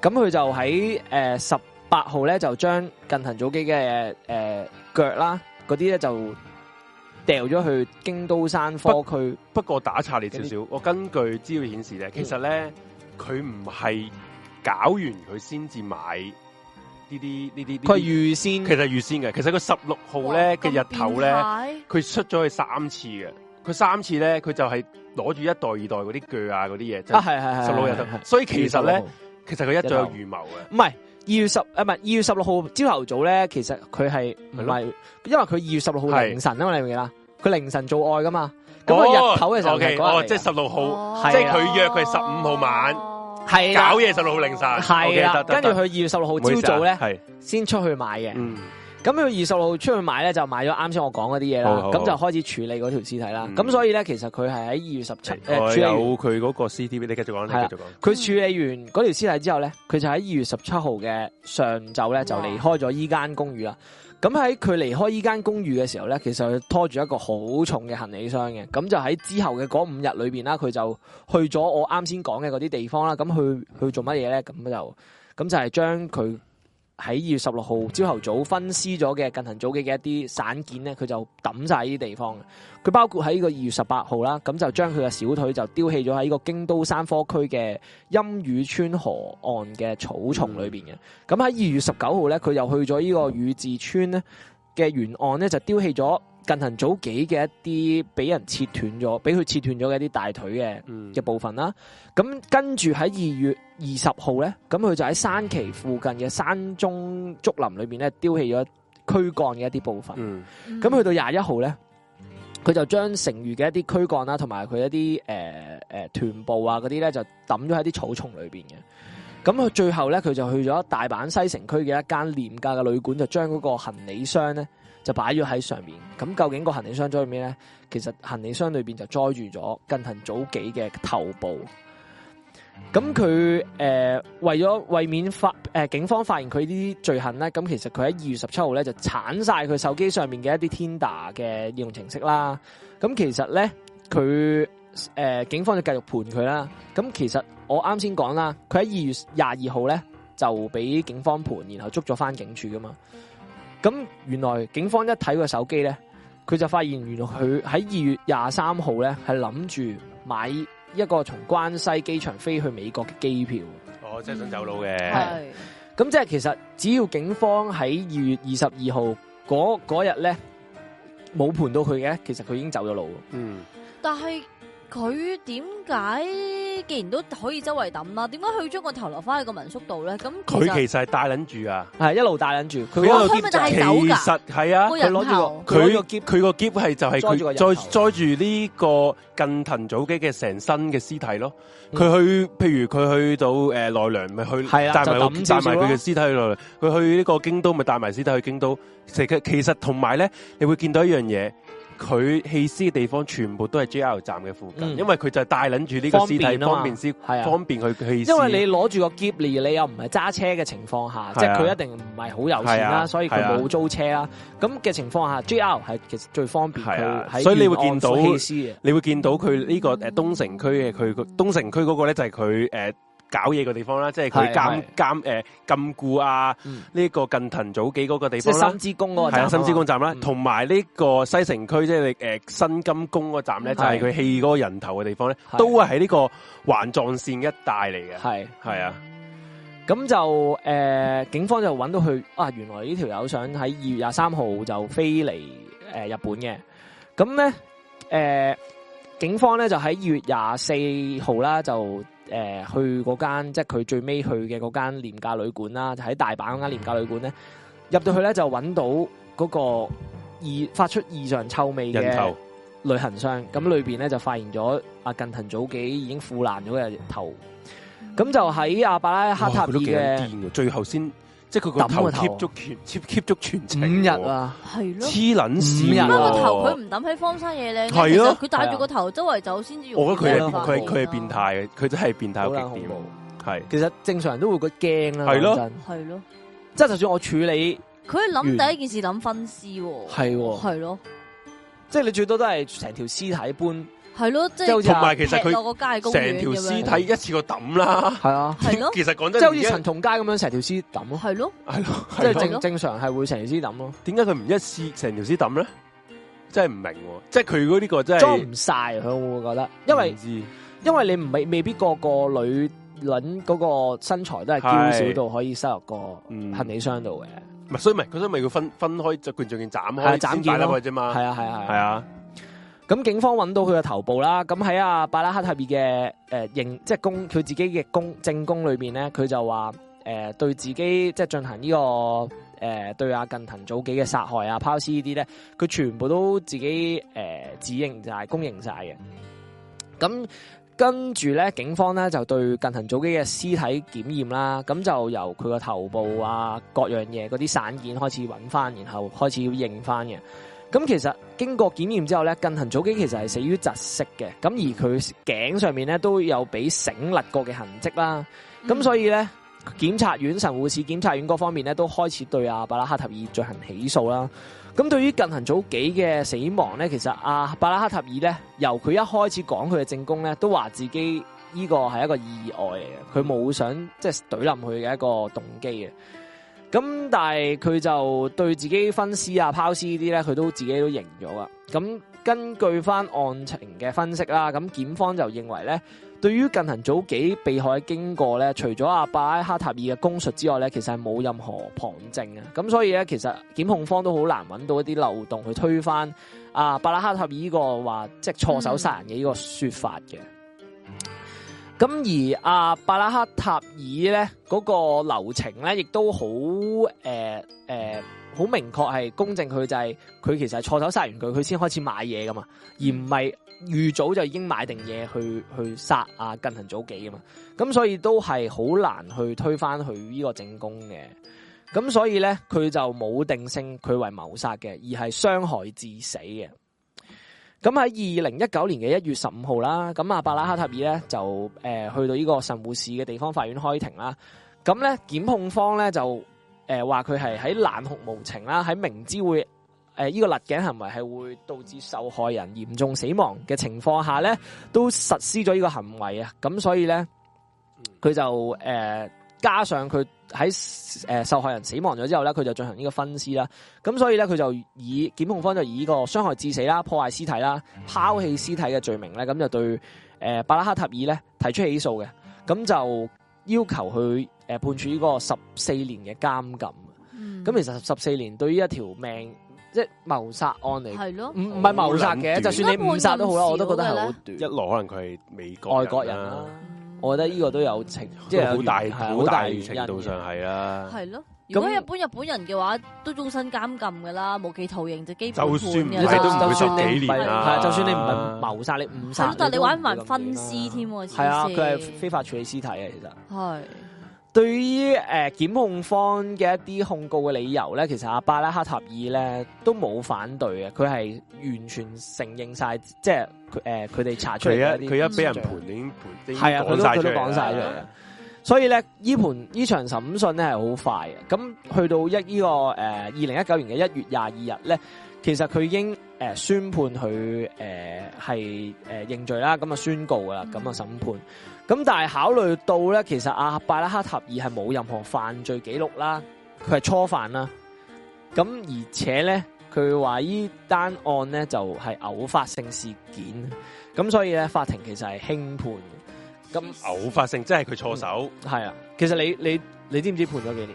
咁佢就喺诶十八號咧，就將近藤早機嘅诶腳啦，嗰啲咧就掉咗去京都山科區。不過打岔你少嗯少，我根據資料顯示咧，其實咧佢唔係搞完佢先至買呢啲呢啲呢啲，佢係預先其實預先嘅。其實佢十六號咧嘅日頭咧，咧，佢出咗去三次嘅。佢三次咧，佢就係攞住一袋二袋嗰啲鋸啊嗰啲嘢，啊，就係係係十六日係係頭。所以其實咧，其實佢一早有日頭預謀嘅。唔係二月十啊，唔係二月十六號朝頭早咧，其實佢係唔係咯係因為佢二月十六號係凌晨啊嘛，你明唔明啊？佢凌晨做愛噶嘛，咁佢日頭嘅時候係啊哦 OK，嗰哦日嚟㗎即係十六號哦即係佢約佢15號晚係啦搞嘢，十六號凌晨。係啦 OK，得跟得住佢二月十六號唔好意朝思啊早咧係先出去買嘅。嗯咁佢二十六號出去買咧，就買咗啱先我講嗰啲嘢啦，好好咁就開始處理嗰條屍體啦。嗯咁、所以咧，其實佢係喺二月十七我誒處理有完，佢嗰個 CD，你繼續講，係啦你繼續講。佢處理完嗰條屍體之後咧，佢就喺二月十七號嘅上晝咧就離開咗依間公寓啦。咁喺佢離開依間公寓嘅時候咧，其實佢拖住一個好重嘅行李箱嘅，咁就喺之後嘅嗰五日裏邊啦，佢就去咗我啱先講嘅嗰啲地方啦。咁去去做乜嘢咧？咁就咁就係將佢喺二月十六號朝頭早分屍咗嘅近藤早紀嘅一啲散件咧，佢就抌晒呢啲地方嘅。佢包括喺呢個二月十八號啦，咁就將佢嘅小腿就丟棄咗喺呢個京都山科區嘅陰雨村河岸嘅草叢裏邊嘅。咁喺二月十九號咧，佢又去咗呢個宇治村咧嘅沿岸咧，就丟棄咗近藤早紀嘅一啲俾人切斷咗，俾佢切斷咗嘅一啲大腿嘅嗯嘅部分啦。咁跟住喺二月二十號咧，咁佢就喺山崎附近嘅山中竹林裏邊咧，丟棄咗軀幹嘅一啲部分。嗯咁去到廿一號咧，佢就將剩餘嘅一啲軀幹啦，同埋佢一啲誒誒臀部啊嗰啲咧，就抌咗喺啲草叢裏邊嘅。咁佢最後咧，佢就去咗大阪西城區嘅一間廉價嘅旅館，就將嗰個行李箱咧就擺咗喺上面。咁究竟個行李箱裝住咩咧？其實行李箱裏邊就載住咗近藤早紀嘅頭部。咁佢誒為咗為免發誒、呃警方發現佢呢啲罪行咧，咁其實佢喺二月十七號咧就鏟晒佢手機上面嘅一啲 Tinder 嘅應用程式啦。咁其實咧佢誒警方就繼續盤佢啦。咁其實我啱先講啦，佢喺二月廿二號咧就俾警方盤，然後捉咗翻警署噶嘛。咁原來警方一睇個手機咧，佢就發現原來佢喺二月廿三號咧係諗住買一個從關西機場飛去美國嘅機票。我哦真係想走佬嘅，係嗯係咁即係其實只要警方喺二月二十二號嗰嗰日咧冇盤到佢嘅，其實佢已經走咗路。嗯，但係佢點解既然都可以周圍抌啦，點解佢將個頭留翻喺個民宿度咧？咁佢實其實係帶撚住啊，係一路帶緊住，佢哦佢嗰一路個佢其咪就係走㗎實係啊個，佢人攞頭住個佢佢個箧佢個箧係就係載住個佢人載頭載住呢個近藤早基嘅成身嘅屍體咯。嗯佢去，譬如佢去到誒奈良，咪去係啦帶就埋抌佢少帶少埋佢咯嘅屍體去奈良。佢去呢個京都，咪帶埋屍體去京都。其實其實同埋咧，你會見到一樣嘢，佢棄屍嘅地方全部都係 JR 站嘅附近，嗯因為佢就係帶撚住呢個屍方便啊體，嘛方便屍係啊。方便佢棄屍。因為你攞住個箧，而你又唔係揸車嘅情況下，啊即係佢一定唔係好有錢係啦，啊所以佢冇租車啦。咁嘅情況下，JR 係其實最方便係啊佢喺所以你會沿岸見到所棄屍嘅。你會見到佢呢、嗯個誒、呃、東城區嘅佢個東城區嗰個咧就係佢誒搞嘢嘅地方啦，即係係佢係監監誒禁固啊嗯呢、個近藤早紀嗰個地即方係啦深，之宮嗰個係站啊啊深之宮站啦嗯，同埋呢個西城區即係你誒新金宮嗰站咧，就係係佢棄嗰個人頭嘅地方咧，係都係喺呢個環狀線一帶嚟嘅，係係啊，咁就誒、呃警方就揾到佢啊，原來呢條友想喺二月廿三號就飛嚟誒、呃日本嘅。咁咧誒，警方咧就喺二月廿四號啦，就誒、呃去嗰間即係佢最尾去嘅嗰間廉價旅館啦，就喺大阪嗰間廉價旅館咧，入到去咧就揾到嗰個異發出異常臭味嘅人頭旅行箱，咁裏邊咧就發現咗阿近藤早幾已經腐爛咗嘅頭，咁就喺阿伯拉克塔哇爾佢都幾撚嘅癲嘅，最後先即係佢個抌個頭頭 keep 足全 keep keep 足全程五日喎，啊，係咯。黐撚線五日啊不過個個頭佢喎唔抌喺荒山野嶺嘅，係其咯實佢帶住個頭周圍走先至。我覺得佢係好變撚佢係恐怖佢係變。態嘅，佢真係變好態撚到恐極怖點。。係其實正常人都會覺驚啦，係咯講真，係咯，即係就算我處理，佢諗第一件事諗分屍喎。係喎係咯，即係你最多都係成條屍體搬，係咯，即即係好係似同埋其實佢劈落個街公成條屍屍體一次過抌啦。係啊，係咯， 其實講即真，係好似而家陳同佳咁樣成條屍抌咯，係咯，係咯，即係係咯咯正正常係會成條屍抌咯，點解佢唔一次成條屍抌咧？真係唔明喎，即係佢嗰呢個真係裝唔晒佢會覺得，因為唔知因為你唔未未必個個女撚嗰個身材都係嬌小到可以塞入個嗯行李箱度嘅，唔係，所以咪佢所以咪要分分開，就佢仲要斬係啊開斬先件擺咯落去啫嘛。係啊係啊係啊，咁警方揾到佢嘅頭部啦，咁喺阿巴拉克塔爾嘅誒認即係供佢自己嘅供證供裏邊咧，佢就話誒、呃、對自己即係進行呢、個誒、呃、對阿近藤早紀嘅殺害啊、拋屍呢啲咧，佢全部都自己誒、呃、指認晒、供認晒嘅。咁跟住咧，警方咧就對近藤早紀嘅屍體檢驗啦，咁就由佢個頭部啊、各樣嘢嗰啲散件開始揾翻，然後開始要認翻嘅。咁其實經過檢驗之後咧，近藤早紀其實係死於窒息嘅，咁而佢頸上面咧都有俾繩勒過嘅痕跡啦。嗯咁、所以咧，檢察院、神護士檢察院嗰方面咧都開始對阿巴拉克塔爾進行起訴啦。咁對於近藤早紀嘅死亡咧，其實阿巴拉克塔爾咧由佢一開始講佢嘅證供咧，都話自己呢個係一個意外嚟嘅，佢冇想即係懟冧佢嘅一個動機嘅。咁但係佢就對自己分屍啊、拋屍呢啲咧，佢都自己都認咗啦。咁根據翻案情嘅分析啦，咁檢方就認為咧，對於近藤早紀被害嘅經過咧，除咗阿巴拉克塔爾嘅供述之外咧，其實係冇任何旁證嘅。咁所以咧，其實檢控方都好難揾到一啲漏洞去推翻阿巴拉克塔爾呢個話即係錯手殺人嘅呢個說法嘅。咁而阿巴拉克塔爾咧嗰、個流程咧，亦都好誒誒好明確係公正佢就係、佢其實係錯手殺完佢，佢先開始買嘢噶嘛，而唔係預早就已經買定嘢去去殺阿近藤早紀噶啊嘛。咁所以都係好難去推翻佢呢個證供嘅。咁所以咧，佢就冇定性佢為謀殺嘅，而係傷害致死嘅。咁喺二零一九年嘅一月十五號啦，咁阿伯拉克塔爾咧就誒、呃去到呢個神戶市嘅地方法院開庭啦。咁咧檢控方咧就誒話佢係喺冷酷無情啦，喺明知會誒呃呢個勒頸行為係會導致受害人嚴重死亡嘅情況下咧，都實施咗呢個行為啊。咁所以咧，佢就誒、呃加上佢喺诶受害人死亡咗之後咧，佢就進行呢個分屍啦。咁所以咧，佢就以檢控方就以呢個傷害致死啦、破壞屍體啦、拋棄屍體嘅罪名咧，咁就對诶、呃巴拉克塔爾咧提出起訴嘅。咁就要求佢诶判處呢個十四年嘅監禁。嗯咁其實十四年對於一條命即係謀殺案嚟系咯唔，唔係謀殺好嘅，撚就算你誤殺都好啦，我都覺得係好一短。來可能佢係美國啊外國人啦，我覺得呢個都有情，即即係係有好大原係啊好好大原因程度上嘅係啊啦。系咯。如果咁日本日本人嘅話，都終身監禁噶啦，無期徒刑就基本就算唔你係就都唔就會算你十唔係幾年啊啦啊係就算你唔係謀殺，你誤系殺咯，，啊但係你玩埋分屍屍添喎，啊係啊，黐佢線係非法處理屍體嘅，其實。係對於誒檢控方嘅一啲控告嘅理由咧，其實阿巴拉克塔爾咧都冇反對嘅，佢係完全承認晒，即係佢誒呃佢哋啊查出佢嚟嘅一一啲，佢一俾人盤已經盤，已經係啊，佢都晒佢出都嚟啦講晒出嚟啊嘅。所以咧，呢盤呢場審訊咧係好快嘅。咁去到一呢、個誒二零一九年嘅一月廿二日咧，其實佢已經誒、呃宣判佢誒係誒認罪啦，咁啊宣告噶啦，咁啊審判。咁但係考慮到咧，其實阿拜拉克塔爾係冇任何犯罪記錄啦，佢係初犯啦。咁而且咧，佢話呢單案咧就係、偶發性事件，咁所以咧法庭其實係輕判嘅。咁偶發性，即係佢錯手，系啊，其實你你你知唔知判咗幾年？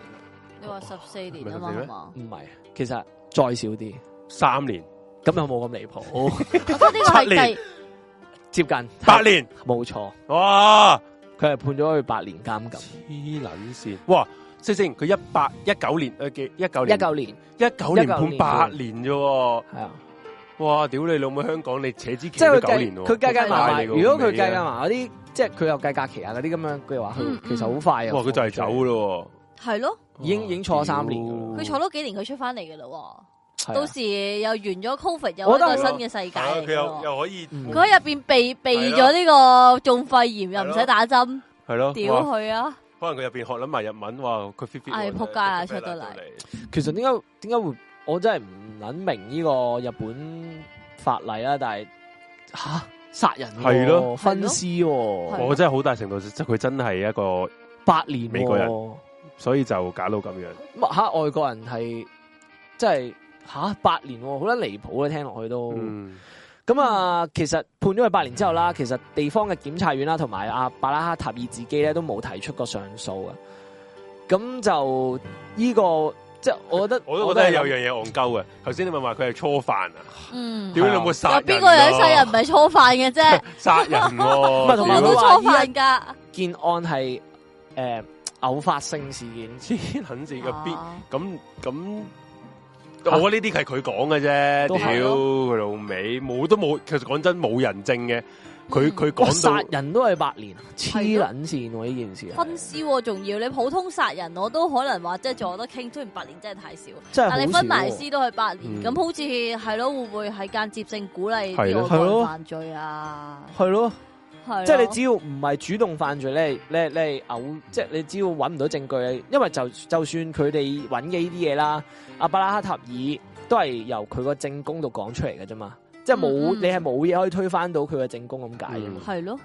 你話十四年啊咪十四咩嘛，唔係，其實再少啲，三 年、咁又冇咁離譜，係嘛？我覺得呢個係七年計接近八，年，冇錯，哇！佢係判咗佢八年監禁，黐撚線，哇！即先，佢一八一九年诶嘅一九一年九年一九19年年判八年啫喎，係啊，哇！屌你老母，香港你扯支旗即係都佢九年計喎，佢計計埋埋，仆街你個如果佢尾啊計計埋嗰啲，即係佢又計假期啊嗰啲咁樣嘅話，嗯佢其實好快啊，哇！佢就係走，咯係咯，喎，已經已經坐三年㗎佢坐多幾年，佢出翻嚟嘅咯嗯係喎。啊到時又完咗 Covid，又我一覺得個新嘅世界係啊嚟佢嘅又喎。啊又可以嗯佢喺入邊避避咗呢個中肺炎，又唔使打針，係咯，屌哇佢啊！可能佢入邊學撚埋日文，哇！佢 fit fit，唉喎仆街啊真係出到嚟啊其實點解點解會我真係唔撚明呢個日本法例啦，但係吓殺人喎係咯分屍喎係我真係好大程度即係佢真係一個，八年美國人喎。所以就搞到咁樣。乜吓外國人係即係吓八年喎，好撚離譜啊！聽落去都嗯，咁啊、其實判咗佢八年之後啦，其實地方嘅檢察院啦，同埋阿巴拉克塔爾自己咧都冇提出過上訴啊。咁就呢、個即係我覺得，我都覺得係有諗樣嘢戇鳩嘅。頭先你咪話佢係初犯啊？嗯，屌係啊你有冇有殺人？邊個有一世人唔？啊係初犯 嘅啫？ 殺人係同喎！個埋屌個都佢話初犯㗎。件案係诶、呃偶發性事件，黐撚線嘅邊啊咁咁。嚇我呢啲係佢講嘅啫，都屌係佢老味，冇都冇。其實講真，冇人證嘅，佢嗯佢哇！講殺到人都係八年，黐係咯撚線喎呢件事係，啊分屍喎仲要你普通殺人我都可能話即係仲有得傾，雖然八年真係太少，真係好但你分埋少喎屍都係八年，嗯咁好似係咯，會唔會係間接性鼓係勵啲咯外係國咯人犯罪啊？係咯。係即係你咯只要唔係主動犯罪咧，你你你偶即係你只要揾唔到證據，因為就就算佢哋揾嘅呢啲嘢啦，阿巴拉克塔爾都係由佢個證供度講出嚟嘅啫嘛，即係冇、嗯嗯你係冇嘢可以推翻到佢嘅證供咁解啫嘛。係咯，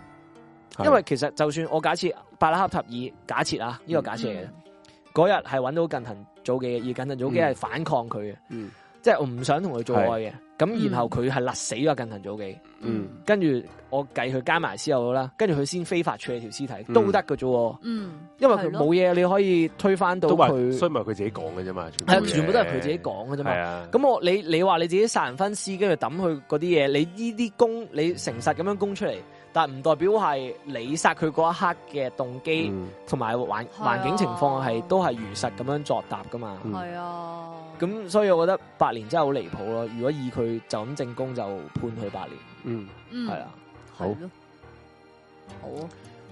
係因為其實就算我假設巴拉克塔爾假設啊，呢、個假設嗯嚟嘅，嗰日係揾到近藤早幾嘅，而近藤早幾係反抗佢嘅，嗯即係我唔想同佢做愛嘅，咁然後嗯佢係勒死咗近藤早幾。嗯跟住我計佢加埋之後啦，跟住佢先非法處理條屍體嗯都得嘅啫喎，嗯，因為佢係咯冇嘢你可以推翻到都話佢，所以咪佢自己講嘅啫嘛，係啊嗯嘢全部都係佢自己講嘅啫係嘛。啊，咁我你你話你自己殺人分屍，跟住抌佢嗰啲嘢，你呢啲供你誠實咁樣供出嚟，但唔代表係你殺佢嗰一刻嘅動機嗯同埋環係啊環境情況係都係如實咁樣作答噶嘛。嗯係啊，咁所以我覺得八年真係好離譜咯。如果以佢就咁正功就判佢八年，嗯，嗯係啊，好係咯好啊，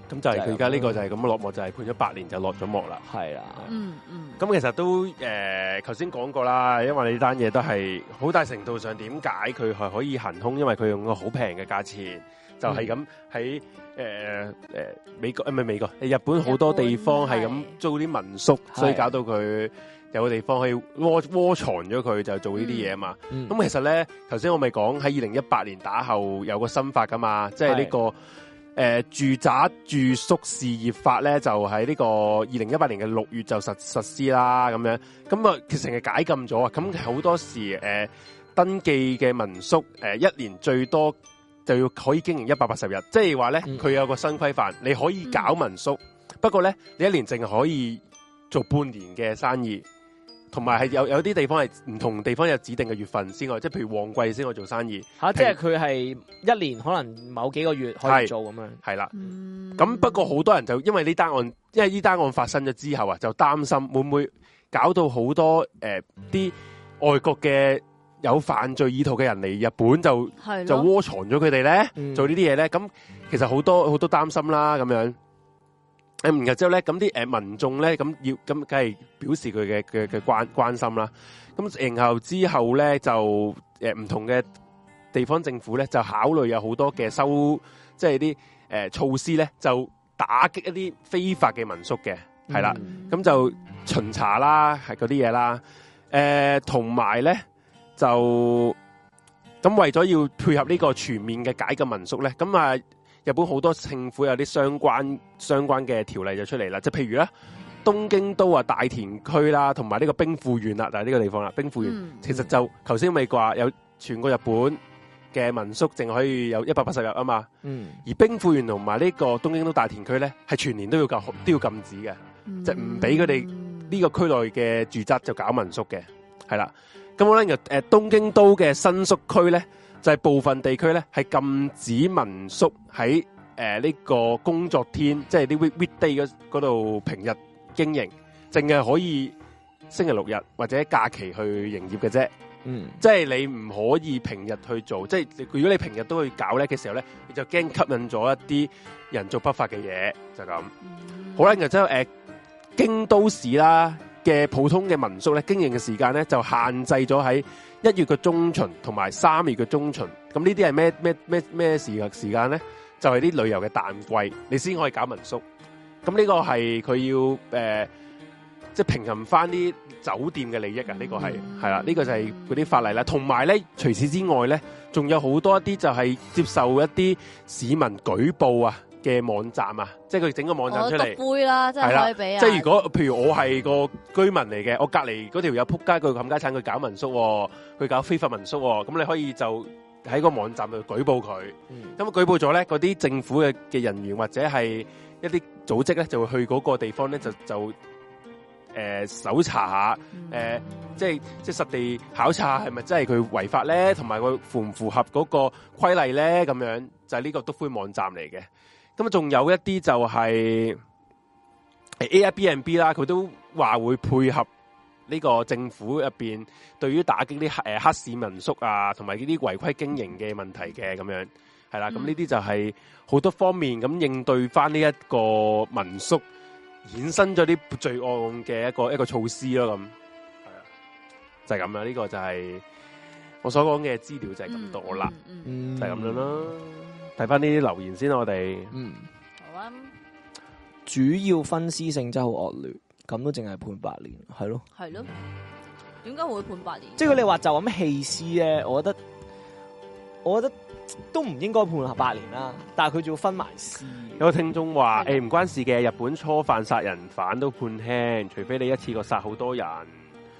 咁就係就係佢咁而家呢個就係咁落幕，就係判咗八年就落咗幕啦。係啊啦，嗯嗯，咁其實都誒，頭先講過啦，因為你單嘢都係好大程度上點解佢係可以行通，因為佢用個好平嘅價錢，就嗯係咁喺誒誒美國，呃唔係美國，日本好多地方係日咁本係租啲民宿，所以係搞到佢有個地方可以窩窩藏咗佢，就做呢啲嘢啊嘛。嗯咁其實咧，頭先我咪講喺二零一八年打後有個新法噶嘛，即係呢個诶、住宅住宿事業法咧，就喺呢個二零一八年嘅六月就實實施啦，咁樣咁啊，其實成日解禁咗啊，咁好多時诶、呃登記嘅民宿诶、呃一年最多就要可以經營一百八十日，即係話咧，嗯佢有個新規範，你可以搞民宿，不過咧，你一年淨係可以做半年嘅生意。同埋係有有啲地方係唔同地方有指定嘅月份先可以，即係譬如旺季先可以做生意，吓，即係佢係一年可能某幾個月可以係做咁樣。係啦。嗯咁不過好多人就因為呢單案，因為呢單案發生咗之後啊，就擔心會唔會搞到好多誒啲、外國嘅有犯罪意圖嘅人嚟日本就係就窩咯藏咗佢哋咧，嗯做呢啲嘢咧，咁其實好多好多擔心啦，咁樣。咁然後之後咧，咁啲誒民眾咧，咁要咁梗係表示佢嘅嘅嘅關關心啦。咁然後之後咧，就誒唔、同嘅地方政府咧，就考慮有好多嘅收，即係啲誒措施咧，就打擊一啲非法嘅民宿嘅，嗯係啦。嗯咁就巡查啦，係嗰啲嘢啦。誒、同埋咧就咁為咗要配合呢個全面嘅解禁民宿咧，咁啊日本好多政府有啲相關相關嘅條例就出嚟啦，即係譬如啦，東京都啊大田區啦，同埋呢個兵庫縣啦，嗱呢個地方啦，兵庫縣、嗯其實就頭先咪話有全個日本嘅民宿淨可以有一百八十日啊嘛，嗯而兵庫縣同埋呢個東京都大田區咧係全年都要禁都要禁止嘅。就唔俾佢哋嗯呢個區內嘅住宅就搞民宿嘅，係啦。咁好咧，就誒東京都嘅新宿區咧，就係、部分地區咧係禁止民宿喺誒呢個工作天，即係啲 week weekday 嗰嗰度平日經營，淨係可以星期六日或者假期去營業嘅啫。嗯，即係你唔可以平日去做，即係如果你平日都去搞咧嘅時候咧，你就驚吸引咗一啲人做不法嘅嘢，就咁。好啦，然後之後誒京都市啦嘅普通嘅民宿咧，經營嘅時間咧就限制咗喺一月嘅中旬同埋三月嘅中旬。咁呢啲係咩咩咩咩時時間咧？就係、啲旅遊嘅淡季，你先可以搞民宿。咁呢個係佢要誒、呃即係平衡翻啲酒店嘅利益啊！呢、個係係啦，呢、個就係嗰啲法例啦。同埋咧，除此之外咧，仲有好多一啲就係接受一啲市民舉報啊嘅網站啊，即係佢整個網站我出嚟。篤杯啦，真係可以俾啊！即係如果譬如我係個居民嚟嘅，我隔離嗰條友撲街，佢冚家產，佢搞民宿、喎，佢搞非法民宿、喎，咁你可以就喺個網站度舉報佢。嗯咁舉報咗咧，嗰啲政府嘅嘅人員或者係一啲組織咧，就會去嗰個地方咧，就就誒、呃搜查下，誒、嗯即係即係實地考察下係咪真係佢違法咧，同埋佢符唔符合嗰個規例咧，咁樣就係、呢個督灰網站嚟嘅。咁仲有一啲就係、呃 Airbnb 啦，佢都話會配合呢個政府入邊對於打擊啲黑誒黑市民宿啊，同埋呢啲違規經營嘅問題嘅咁樣。係啦，咁嗯呢啲就係好多方面咁應對翻呢一個民宿衍生咗啲罪案嘅一個一個措施咯，咁係啊，就係咁啦。呢、個就係我所講嘅資料就係咁多啦，嗯，嗯嗯就係咁樣。啦。睇翻啲留言先啦，我哋嗯，好啊，主要分尸性真係好惡劣，咁都淨係判八年，係咯。係咯。點解會判八年？即係佢哋話就咁棄屍嗯咧，我覺得，我覺得都唔應該判下八年啦。但係佢仲要分埋屍，有個聽眾話：嗯誒唔關事嘅，日本初犯殺人犯都判輕，除非你一次過殺好多人，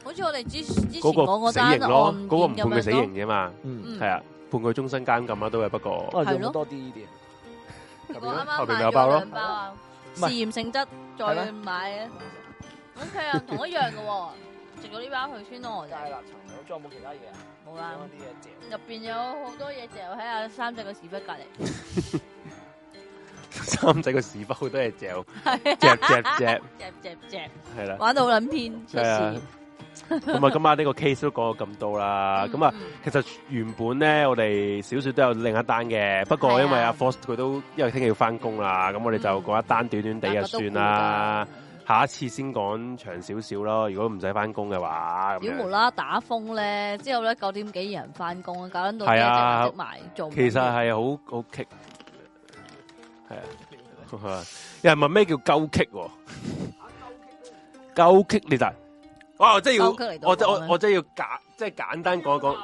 好似我哋之之前嗰、講個嗰死單案刑咯，件嗰、個唔判咁佢樣死咯刑啫嘛，嗯，係啊，判佢終身監禁啦，都係不過。我哋係做咯多啲呢啲。哦我後面呢後面啱啱買咪咗有包咯兩。包啊，唔試係驗性質係咩再買啊。咁佢又同一樣嘅喎，食咗呢包去先咯，我就嗯啦，仲有冇其他嘢啊？冇啦。啲嘢嚼。入邊有好多嘢嚼喺阿三仔個屎忽隔離， 三仔個屎忽都係嚼係啊嚼嚼嚼，嚼嚼嚼，係啦。玩到好撚偏出係啊事。嗯咁啊，今晚呢個 case 都講到咁多啦。咁啊，其實原本咧，我哋少少都有另一單嘅，不過因為係阿啊 Force 佢都因為聽日要翻工啦，咁我哋就嗯講一單短短第地就算啦。。下一次先講長少少咯，如果唔使翻工嘅話，咁屌無樣啦啦打風咧，之後咧九點幾人翻工，搞撚到係啊啲人埋做唔到嘢。其實係好好棘，係啊。 有人問咩叫鳩棘喎？鳩棘你但，哇！我真係要鳩棘嚟，到我真講我咩我真係要簡，即係簡單講一講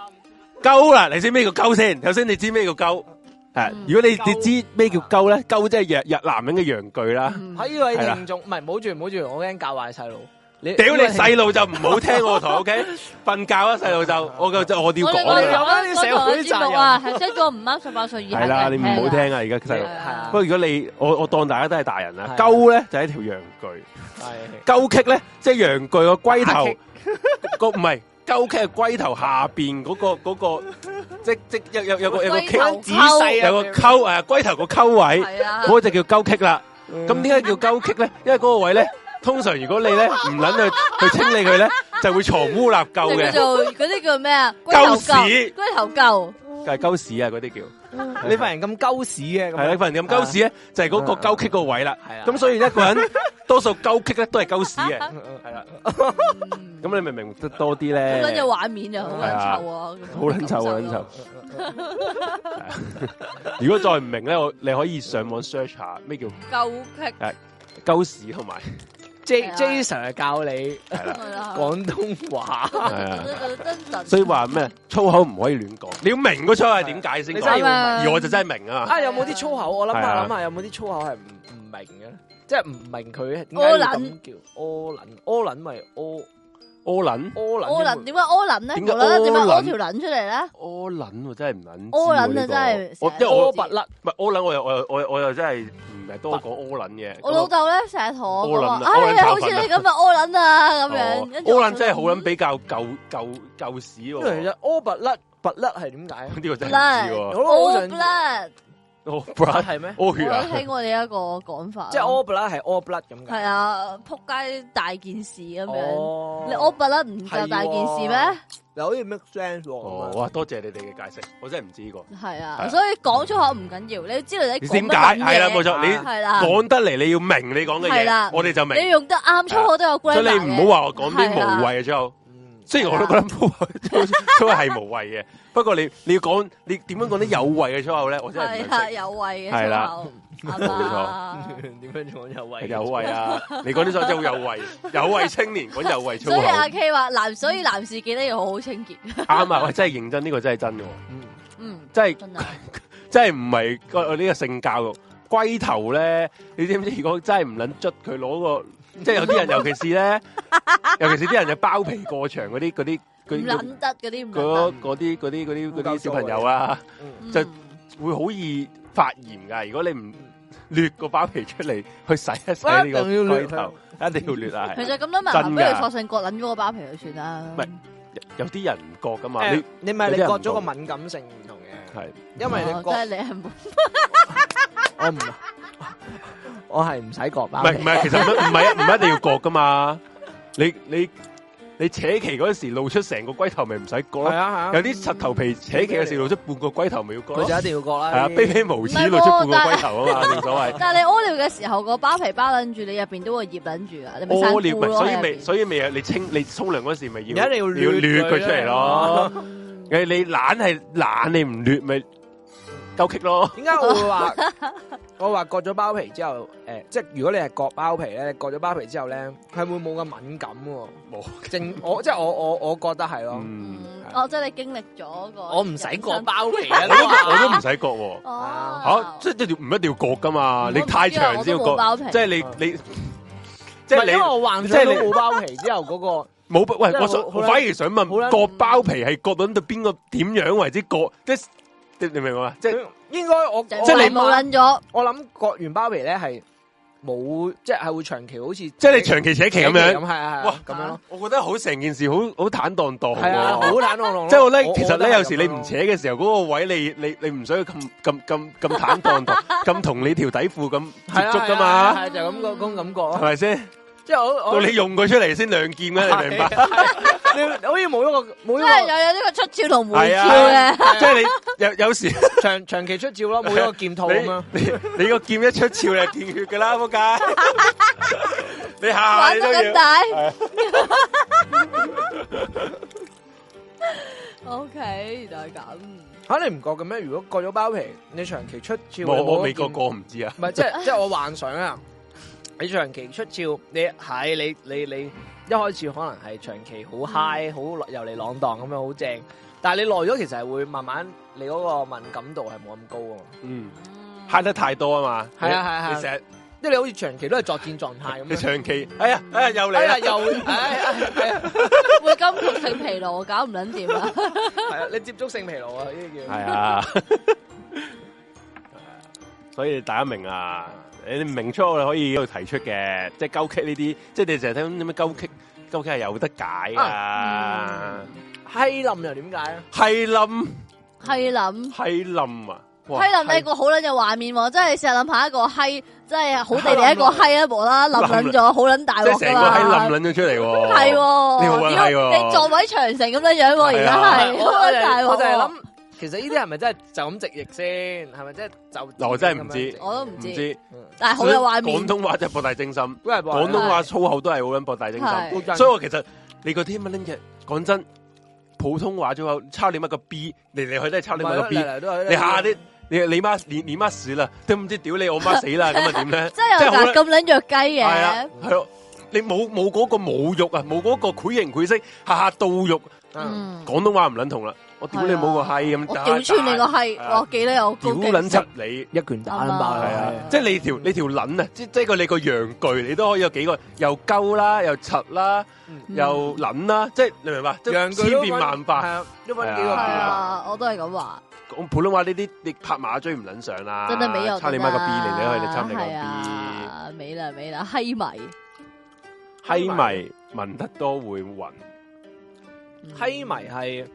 鳩啦。你知咩叫鳩先？首先你知咩叫鳩？係嗯如果你你知咩叫鳩咧，鳩即係日日男人嘅陽具啦。喺呢位係啦聽眾，唔係唔好住唔好住，我驚教壞細路。你屌你呢位聽細路就唔好聽我台，OK？瞓覺啦細路就，我就就我要我講哋我哋啦有呢啲社會嘅節責目任啊，係一個唔啱十八歲以下嘅係啦，你唔好聽啊而家細係路。啊不過如果你我我當大家都係大人係，啦鳩咧就係一條陽具，係鳩棘咧即係陽具個龜打棘頭個唔係鳩棘係龜頭下邊嗰個嗰個即即有有有個有個棘龜頭仔細啊有個溝啊龜頭個溝位。係啊，嗰只叫鳩棘啦。Ừ. 咁點解叫鳩棘咧？因為嗰個位咧，通常如果你咧唔捻去去清理佢咧，就會藏污納垢 就嘅，叫做嗰啲叫咩啊？龜頭鳩屎鳩，龜頭鳩，就係鳩屎啊嗰啲叫。你份人咁鳩屎嘅，係啦，份人咁鳩屎咧，就係嗰個鳩棘個位啦。係啦咁所以一個人多數鳩棘咧都係鳩屎嘅，嗯係啦。嗯 咁你明唔明得多啲好撚咧有？畫面啊，好撚臭啊，好撚臭，好撚臭。 如果再唔明咧，我你可以上網 search 下咩叫鳩棘鳩屎同埋 J 係啊 J Sir 教你係啦。係啦。廣東話， 係啊所以話咩粗口唔可以亂講，你要明個粗口係點解先你真係講要。明而我就真係明啊嘛，啊有冇啲粗口？我諗係下啊諗下有冇啲粗口係唔唔明嘅咧？即係唔明佢點解柯要咁撚叫柯撚？柯撚咪柯柯撚柯撚柯添撚點解柯撚咧？點解無啦啦點解柯屙撚條撚出嚟咧？柯撚我真係唔撚，柯撚啊呢個真係我成日因喎為柯我唔拔甩係柯撚，我又我又我又我又真係唔係多講柯撚嘅，我老豆咧成日同我講話啊柯撚啊啊，你柯撚好似你咁啊，柯撚啊咁樣。跟住柯我撚哦真係好撚嗯比較舊舊舊屎因為其實喎，柯拔甩拔甩係點解啊？呢個真係唔知喎，哦我好 all 想 blood，我 blood 係咩？屙我血有啊，聽過你一個講法，即係 all blood 係 all blood 咁系解。啊，扑街大件事咁樣。哦你 all blood 唔夠大件事咩？又好似 make sense 喎。哦，哇，多謝你哋嘅解釋，我真係唔知呢個。係係啊，啊所以講粗口唔緊要，你要知道你你講點乜解撚係啦？嘢冇錯，你係啦，講得嚟你要明你講嘅啊係嘢，啦我哋就明啊你。用得啱粗口都有 g r 所 a 以你唔好話我講啲係啦無謂嘅最後。嗯 雖然我都覺得粗口粗口係無謂嘅，不過你你要講你點樣講啲有謂嘅粗口咧，我真係係唔啦，係識。有位嘅係啦粗口，啱啊。點樣講有位？有謂啊！你講啲粗口真係好有謂，有謂青年講有謂粗 所以啊口，阿 K 話男，所以男士記得要好好清潔。啱啊！喂，真係認真，呢個真係真嘅喎，嗯嗯，真係真係真係唔係個呢個性教育。龜頭咧，你知唔知？如果真係唔撚捽佢攞個， 即係有啲人，尤其是咧， 尤其是啲人就包皮過長嗰啲嗰啲唔嗰啲撚得嗰啲唔撚嗰嗰啲嗰啲嗰啲嗰啲小朋友啊。嗯得，就嗯會好易發炎噶。如果你唔掠個包皮出嚟去洗一洗哇呢一個定要龜掠頭，一定要掠啊！其係實咁多真文，㗎不如索性割撚咗個包皮就算啦。唔係有啲人唔覺噶嘛，誒你你咪你有啲人割唔咗個同敏感性唔同嘅，係因為你哦割真係你係冇我 唔，我係唔使割 唔包係唔係？其實唔唔係唔係一定要割噶嘛。你你你扯旗嗰時露出成個龜頭，咪唔使係割咯。啊係有啊，啲柒頭皮扯旗嘅時露出半個龜頭，咪要割佢咯。就一定要割啦。係啊，呢啲卑鄙無恥露出半個龜頭啊 嘛，正所謂。但系你屙尿嘅時候，個包皮包撚住，你入边都會醃撚住噶，你咪生屙尿菇咪咯所以入咪邊所以咪有你清你沖涼嗰時咪要一定要要掠掠佢出嚟 咯。嗯你你懶係懶，你唔掠咪鳩棘咯。點解我會話 我話割咗包皮之後，誒，即係如果你係割包皮咧，割咗包皮之後咧，係會冇咁敏感喎。冇正我即係我我我覺得係咯，嗯，哦，即係你經歷咗個我唔使割人生包皮啊，我都我都都唔使割喎。哦吓，，即係一條唔一定要割噶嘛？你我唔知啊太長先要我都冇包割皮，即係你你即因係為你我幻想到冇包皮之後嗰個。冇喂，真係我好想好我啦反而想好啦問，割包皮係割到到邊個點樣為之割？即係你明唔明啊？即係應該我即我係你諗冇撚咗，我諗割完包皮咧係冇，即係會長期好似即係你長期扯旗咁樣。咁係啊係哇啊咁樣咯，我覺得好成件事好好坦蕩蕩係啊喎。好坦蕩蕩。即係我咧，其實咧有時時你唔扯嘅時候，嗰個位你你你唔想咁咁咁咁坦 蕩蕩，咁同你條底褲咁接觸噶嘛？係就咁個嗰種感覺係咯。咪先？即係我到 我你用佢出嚟先亮劍嘅，你明白？你好似冇咗個冇即咗係個又有呢個出招同回係招啊嘅，，即係你有有時長長期出照咯，冇咗個劍套咁樣。你你你個劍一出鞘你就見血噶啦，仆 街！你下下 玩你得都咁要大係啊。 O K，原來係咁。嚇你唔覺嘅咩？如果割咗包皮，你長期出照，我我你冇未咗過劍過唔知啊，唔係即係即係我幻想啊！你長期出照，你係你你你一開始可能係長期好 high，好由嚟朗蕩咁樣好正，但系你耐咗，其實係會慢慢你嗰個敏感度係冇咁高啊嘛。嗯，悭得太多啊嘛，係啊係啊係啊你成日因為你好似長期都係作戰狀態你咁樣。長期，哎呀哎呀哎又嚟呀，啦，又哎哎哎呀會金曲性疲勞，搞唔撚掂啦。係啊，你接觸性疲勞啊，呢啲叫系啊， 所以大家明啊，你唔明出我哋可以喺度提出嘅，即系鳩棘呢啲，即系你成日聽啲咩鳩棘，鳩棘係有得解啊噶，閪冧又點解咧？係冧係諗。係冧啊，哇閪林你個好撚嘅畫面喎，真係成日諗下一個閪，真係好地地一個閪啊，無啦啦冧撚咗，好撚大即鑊係㗎成個閪啦冧。撚咗出嚟喎，系你好喎，撚屌係喎啊你撞位長城咁樣樣喎，而家係我我就大係鑊。我就係諗，其實呢啲係咪真係就咁直譯先？係咪真係就？嗱我真係唔咁樣知直譯我都唔唔知知嗯但係好有畫面廣。東話真係博大精深。都係廣東話係粗口都係好撚博大精係好深，真所以我其實你嗰啲乜拎嘅，講真，普通話粗口抄你乜個 B，嚟嚟去都係抄你乜個 B，你下啲你你媽你你媽屎啦，都唔知屌你我媽死 啦，咁啊點咧？真係真有係好架啦咁撚弱雞係啊嘅，，係咯，你冇冇嗰個侮辱啊，冇嗰個繪形繪色，下下到肉，嗯嗯，廣東話唔撚同啦，我屌你冇個閪咁，我屌穿你個閪，係啊我幾得有屌高勁撚柒你。一拳打撚系爆係啊啦，，即系你条你条捻啊，即即个你个阳具，你都可以有几个又鳩啦，又柒啦，嗯又捻啦，即系你明白？即係陽具千都變分萬係化。啊都揾幾係個變係化。啊，我都係咁話，講普通話呢啲，你拍馬追唔捻上啦，真係美有啊差你媽個 B 嚟，你可以你差你個係 B。啊，美啦美啦，閪迷閪迷聞得多會暈，閪迷係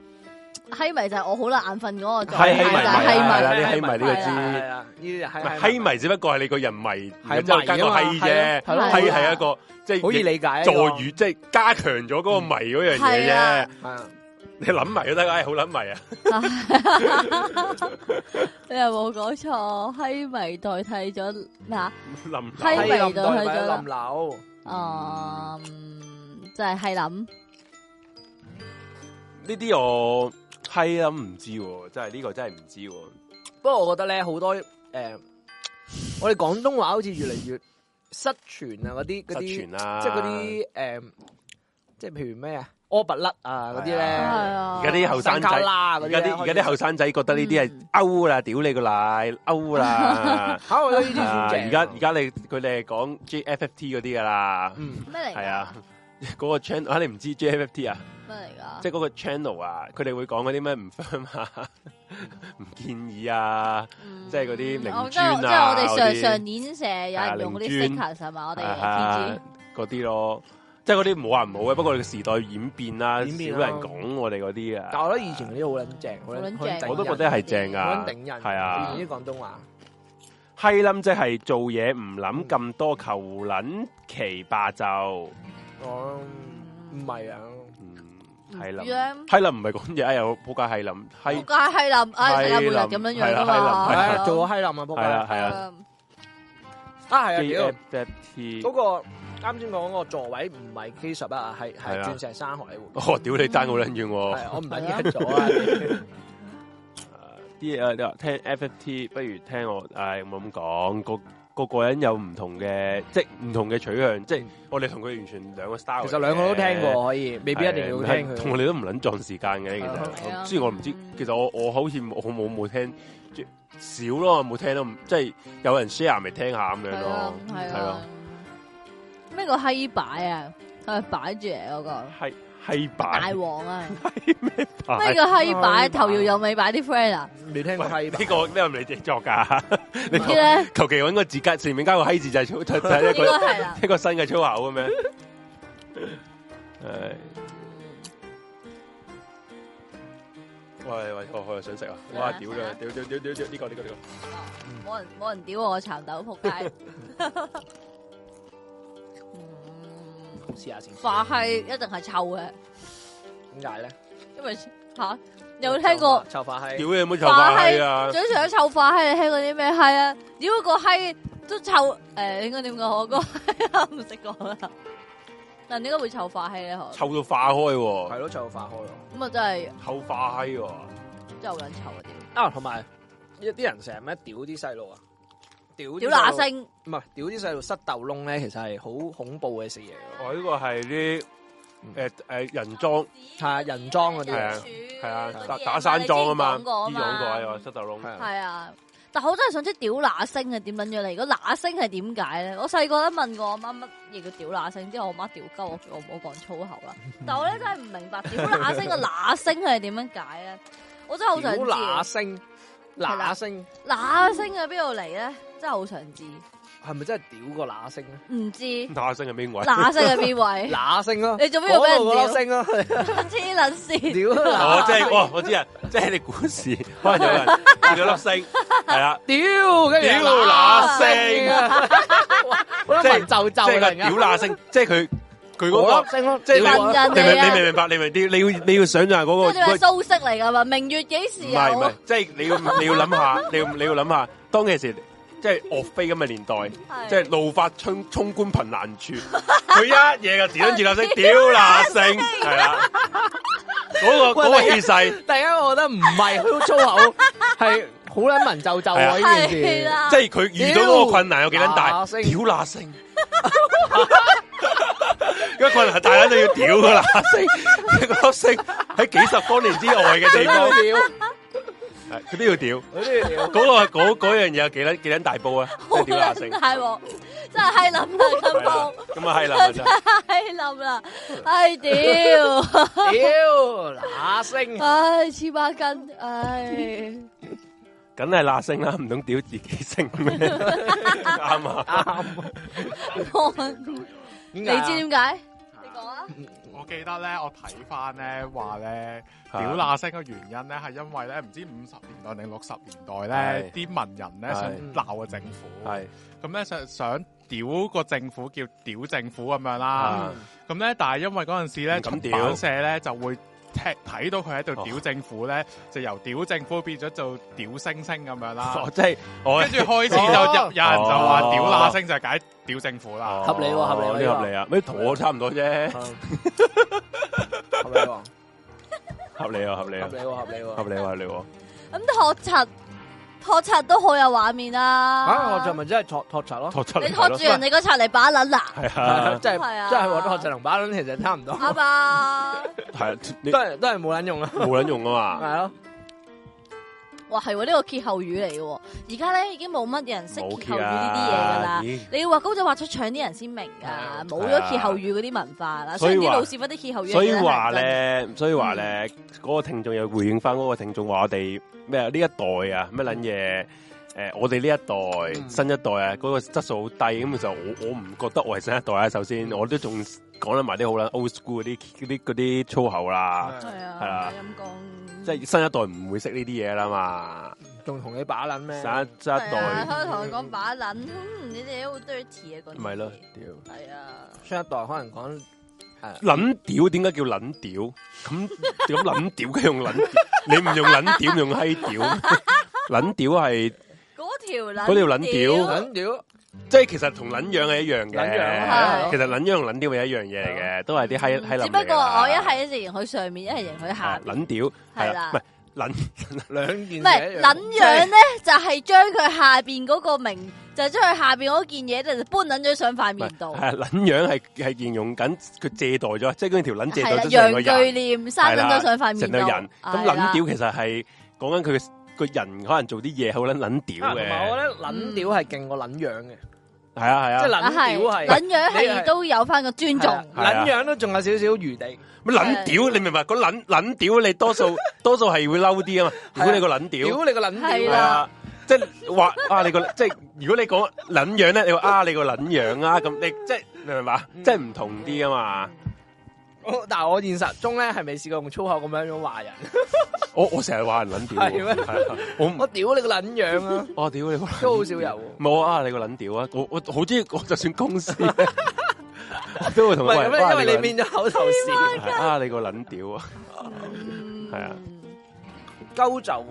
閪迷就係我好啦眼瞓嗰個係狀態，係就迷係係係閪迷啦。你閪迷呢個知係啊，呢啲唔係係係閪迷只不過係你個人迷，係啊然之後加個閪啫，係咯係閪啊係一個即好易係理解助語，即係加強咗嗰個迷嗰樣嘢係啫啊。語。你諗迷都得，唉，好諗迷啊！ 你有冇講錯？閪迷代替咗咩啊？諗係閪閪迷冧到去代咗咪冧樓，啊，就係閪諗。呢啲我閪啊唔知喎，真係呢個真係唔知喎。不過我覺得咧好多誒，我哋廣東話好似越嚟越失傳啊！嗰啲嗰失啲傳。啦，即係嗰啲誒，即係譬如咩啊，柯拔甩啊嗰啲係係咧，啊，而家啲後生仔生膠啦嗰啲而嗯家呢，。啲而家啲後生仔覺得呢啲係歐啦，屌你個奶歐啦嚇，我覺 得呢啲啊算正而家而家你佢哋係講 JFFT 嗰啲噶啦，嗯咩嚟㗎？係啊，嗰個 channel 啊，你唔知 JFFT 啊，咩嚟噶？即係嗰個 channel 啊，佢哋會講嗰啲咩唔 firm 啊， 唔建議啊，即係嗰啲嗯明磚我即係即啊係我哋嗰上啲上年成日有人用嗰啲明磚 stickers 係嘛？我哋啊 T 嗰啲咯，即係嗰啲冇話唔好嘅，不過個時代演變啦，演少變人啦講我哋嗰啲啊。但我覺得以前嗰啲好撚正，好好撚撚好撚正頂我都覺人得係正好撚噶，頂人，嗯係啊以前啲廣東話閪冧即係做嘢唔諗咁多，求撚其霸就，我唔唔係啊，嗯，知閪唔冧知，咧閪冧唔係講嘢，哎呀，仆街閪冧，仆閪街閪林，唉，係世界末日林咁樣樣噶係啦係啦係嘛啊，，做個閪冧啊，仆係啦街係啦啊，係啊， ，G 屌 F F T，嗰個啱先講嗰個座位唔係 K 十一啊，係係係啊鑽石山海湖，哦，屌你爭好撚遠係啊喎，我唔係記得 咗啊，呃啲誒你話聽 F F T，不如聽我，唉，冇咁講，個個個人有唔同嘅，即係唔同嘅取向，即係我哋同佢完全兩個 style，嗯其實兩個都聽過，可以，未必一定要聽係同佢。嗯我哋都唔撚撞時間嘅，其係啊實。雖然我唔知，其實我我好似冇我冇冇聽，即少咯，我冇聽到，即係有人 share 咪聽下咁樣係啊咯，，係係啊咯，咩個閪擺啊？佢係擺住嚟嗰個係係大擺王啊！咩擺。叫閪擺擺？頭搖又尾擺啲 friend 啊？未聽過喂閪呢個呢個係咪你自己作㗎？你唔知咧，求其揾個字加前面加個閪字就係粗就係一應該個係啦。 一個新嘅粗口 咁樣。誒，喂喂，我我又想食啊！哇，屌你，屌屌屌屌屌，呢個呢個呢個。冇人冇人屌我蠶豆仆街。嗯試下先，化閪一定係臭嘅，點解咧？因為吓有聽過臭化屌閪？你有冇臭化閪啊！最除咗臭化閪，你聽過啲咩閪啊？屌個閪都臭诶，應該點講？ 我個閪唔識講啦。但點解會臭化閪咧？嗬臭到化開係喎，咯，臭化開咯。咁啊真係臭化閪喎，真係好撚臭啊！屌啊，同埋一啲人成日咩屌啲細路啊，屌啲屌細乸路星，唔係屌啲細路塞豆窿咧，其實係好恐怖嘅事嚟嘅。我呢個係啲诶诶人裝係啊人裝嗰啲係啊係啊打打山裝裝啊嘛，啲啲講過啊喺嘛我膝頭窿，係系啊，但我真系想知屌乸星系点捻样嚟？如果乸星系点解咧？我细个咧问过我妈乜嘢叫屌乸星，之后我妈屌鸠我，叫我唔好讲粗 口啦。但我咧真系唔明白屌乸星個乸星系点样解咧？我真系好想屌乸知星，係啦乸星乸星喺边度嚟咧？真系好想知，唔係咪真係屌個乸星咧？知打聲係邊位？乸星喺边位？乸星咯，你做咩要俾人嗰度嗰粒屌？星咯？黐捻 线！屌 哦乸，即係哇，我知啊，即係你古 時可能有人有粒 星，係啦，屌，跟住屌乸乸星星啊，哇好多即係文就就即係嚟個噶屌，乸星，即係佢佢嗰嗰粒星咯，即係屌問個，人你明哋你明啊，唔明白？你明你要你要想象嗰個即系你嗰系苏轼嚟噶嘛？明月几唔时係有唔？係，即係你要你要諗下，你要你要諗下，當其時即係岳飛咁嘅年代。即係系怒发冲冲冠凭栏处，佢一嘢就自捻自立聲，屌乸性，系啦，嗰個喂嗰個氣勢，突然間我覺得唔係好粗口，係好撚文就就喎呢件係事。啦，即係佢遇到嗰個困難有幾撚大，屌乸聲屌乸性，個困難大撚到要屌個乸性，個粒性喺幾十光年之外嘅地方，屌，係佢都要屌，我都要屌。嗰個嗰嗰樣嘢有幾撚幾撚大煲啊，即係屌乸性，大镬，真系閪冧啊啦係啦咁講，咁啊係啦，咪真真系係閪冧啦，唉屌，屌乸星，唉黐孖筋，唉梗係乸性啦，唔通屌自己性 咩？啱啊！我你你知點解？你講啊，我記得咧，我睇翻咧話咧，嚇屌乸聲嘅原因咧，係因為咧，唔知五十年代定六十年代咧，係啲文人咧係嗯想鬧個政府，系咁咧想想屌個政府叫屌政府咁樣啦。啊，咁咧，但係因為嗰陣時咧，唔敢出屌啊版社咧就會睇睇到佢喺度屌政府咧，就由屌政府變咗做屌星星咁樣啦我。即系我跟住開始就有有人就話哦屌乸星就係解屌政府啦。合理喎合理喎呢個呢合理啊，咩同我差唔多啫，Ừ. 合理喎，合理啊，合理合啊，理喎，合理喎合。理啊，合理喎，咁托柒托柒都好有畫面啦，啊，我就咪真係托托柒咯，托出你托住人哋個柒嚟把撚啦，系係啊， 真係係啊真係我托柒同把撚其實差唔多，啱啊！系你都係都係冇撚用啊，冇卵用啊嘛，係咯。哇係喎，呢個歇後語嚟嘅喎，而家咧已經冇乜人識歇後冇語呢啲嘢㗎啦。你要畫高仔畫出腸啲人先明㗎，冇咗歇後語嗰啲文化啦。啊所以雖然話啲老屎忽啲歇後語，所以話，咧，所以話咧，嗰個聽眾又回應翻嗰個聽眾話我哋咩啊呢一代啊咩撚嘢。诶、我哋呢一代嗯新一代啊，嗰、個質素好低，咁就我我唔覺得我係新一代啊。首先，我都仲講得埋啲好啦 old school 嗰啲嗰啲嗰啲粗口啦，係係啊啊，陰公，即係新一代唔會識呢啲嘢啦嘛。仲同你把撚咩？新一新一係啊，代可以同佢講把撚，嗯你哋好 dirty 啊，嗰啲唔係咯，屌係啊，上一代可能講撚屌點解叫撚屌？咁咁撚屌梗係用撚屌，你唔用撚屌用閪 屌，撚屌係。嗰條撚，嗰條撚屌撚屌，即係其實同撚樣係一樣嘅，撚樣係其實撚樣同撚屌係一樣嘢嚟嘅，都係啲閪閪撚嚟㗎。只不過我一係形佢上面，一係形佢下係面，撚屌係係啦，啦唔啊係撚兩件嘢一唔樣係撚樣咧，就係將佢下邊嗰個名，就係將佢下邊嗰件嘢就搬撚咗上塊唔面係度，係撚樣係係形容緊佢借代咗，即係嗰條撚借代係啦，咗成個陽人具，念生撚咗上塊面成度，個人。咁係啦撚屌其實係講緊佢個人可能做啲嘢好撚撚屌啊同嘅，埋我覺得撚屌係勁過撚樣嘅，係啊係即係啊，撚屌啊係係，捻样你係系都有翻个尊重，係啊撚樣都仲有少少餘地。乜撚屌你明白？個撚撚屌你 多數多數係會嬲啲啊嘛，如果你個撚屌。屌你個撚係系屌啦啊！啊，即系话啊，你个即系如果你讲捻样咧，你话啊你个捻样啊，咁你即系明唔明白？嗯即系唔同啲啊嘛。我但係我現實中咧係未試過用粗口咁樣樣話人，我我成日話人捻屌係咩喎，係 啊我 唔我屌你個撚樣啊！我屌你個 撚，都好少有喎。冇啊你個撚屌啊！我我好中意，我就算公司 我都會同唔佢係咁話樣，啊因為你變咗口頭你禪，個撚 啊你個撚屌啊！係啊鳩就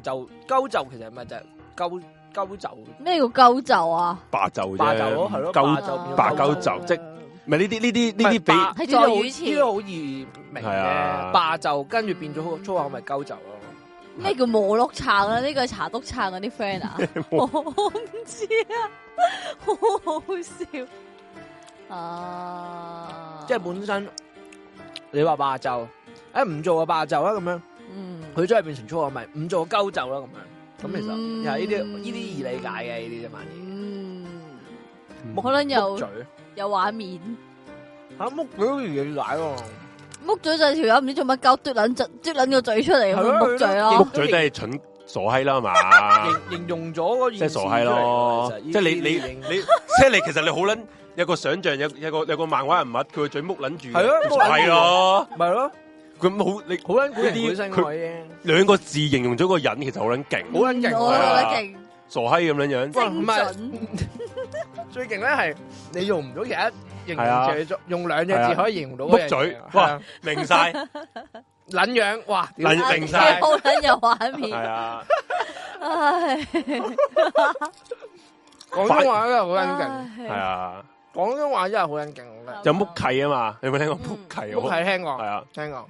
就鳩就其實咪就係鳩鳩就咩叫鳩就啊？霸就啫，霸就咯，係咯，鳩霸就變咗白鳩鳩就就即唔係呢啲呢啲呢啲唔係比霸係呢啲助好語詞呢啲好易明係嘅，啊霸就跟住變咗好粗口咪鳩就咯。咩叫摩碌撐啊？呢個係茶督撐嗰啲 friend 啊？我唔知啊，好好笑啊！啊即係本身你話霸就，诶唔做啊霸就啦咁樣，嗯，佢將佢變成粗口咪唔做就鳩就啦咁樣。咁其實嗯又係呢啲呢啲易理解嘅呢啲啫嘛，嗯，木可能木有嘴有畫面，吓木嘴好易理解喎，木嘴就係條友唔知做乜鳩，嘟撚嘴，嘟撚個嘴出嚟係咯咁木嘴係木咯咯，嘴都系蠢傻閪啦，系嘛？形形容咗嗰即件系事傻閪咯出嚟喎，其即實系呢你啲你已經你，即系你其实你好捻有个想象，有有个有个漫画人物，佢個嘴木捻住，係咯傻閪咯，咪係咯，佢咁好你好撚古人呢啲本身佢嗰啲。两个字形容咗个人，其实好捻劲，好撚勁嗯我係啊覺傻閪咁样样，哇精唔係最勁咧係你用唔到其他形係啊容字，用兩隻係字啊可以形容到木嗰樣嘴嘢，哇，明晒，撚樣，哇，屌撚得勁， 定晒好撚有畫系面，啊，唉，廣東話真係好撚勁，唉系啊，廣東話真係好撚勁，我覺得。有木契啊嘛，你有冇听过木契？木係聽系過，啊，聽過。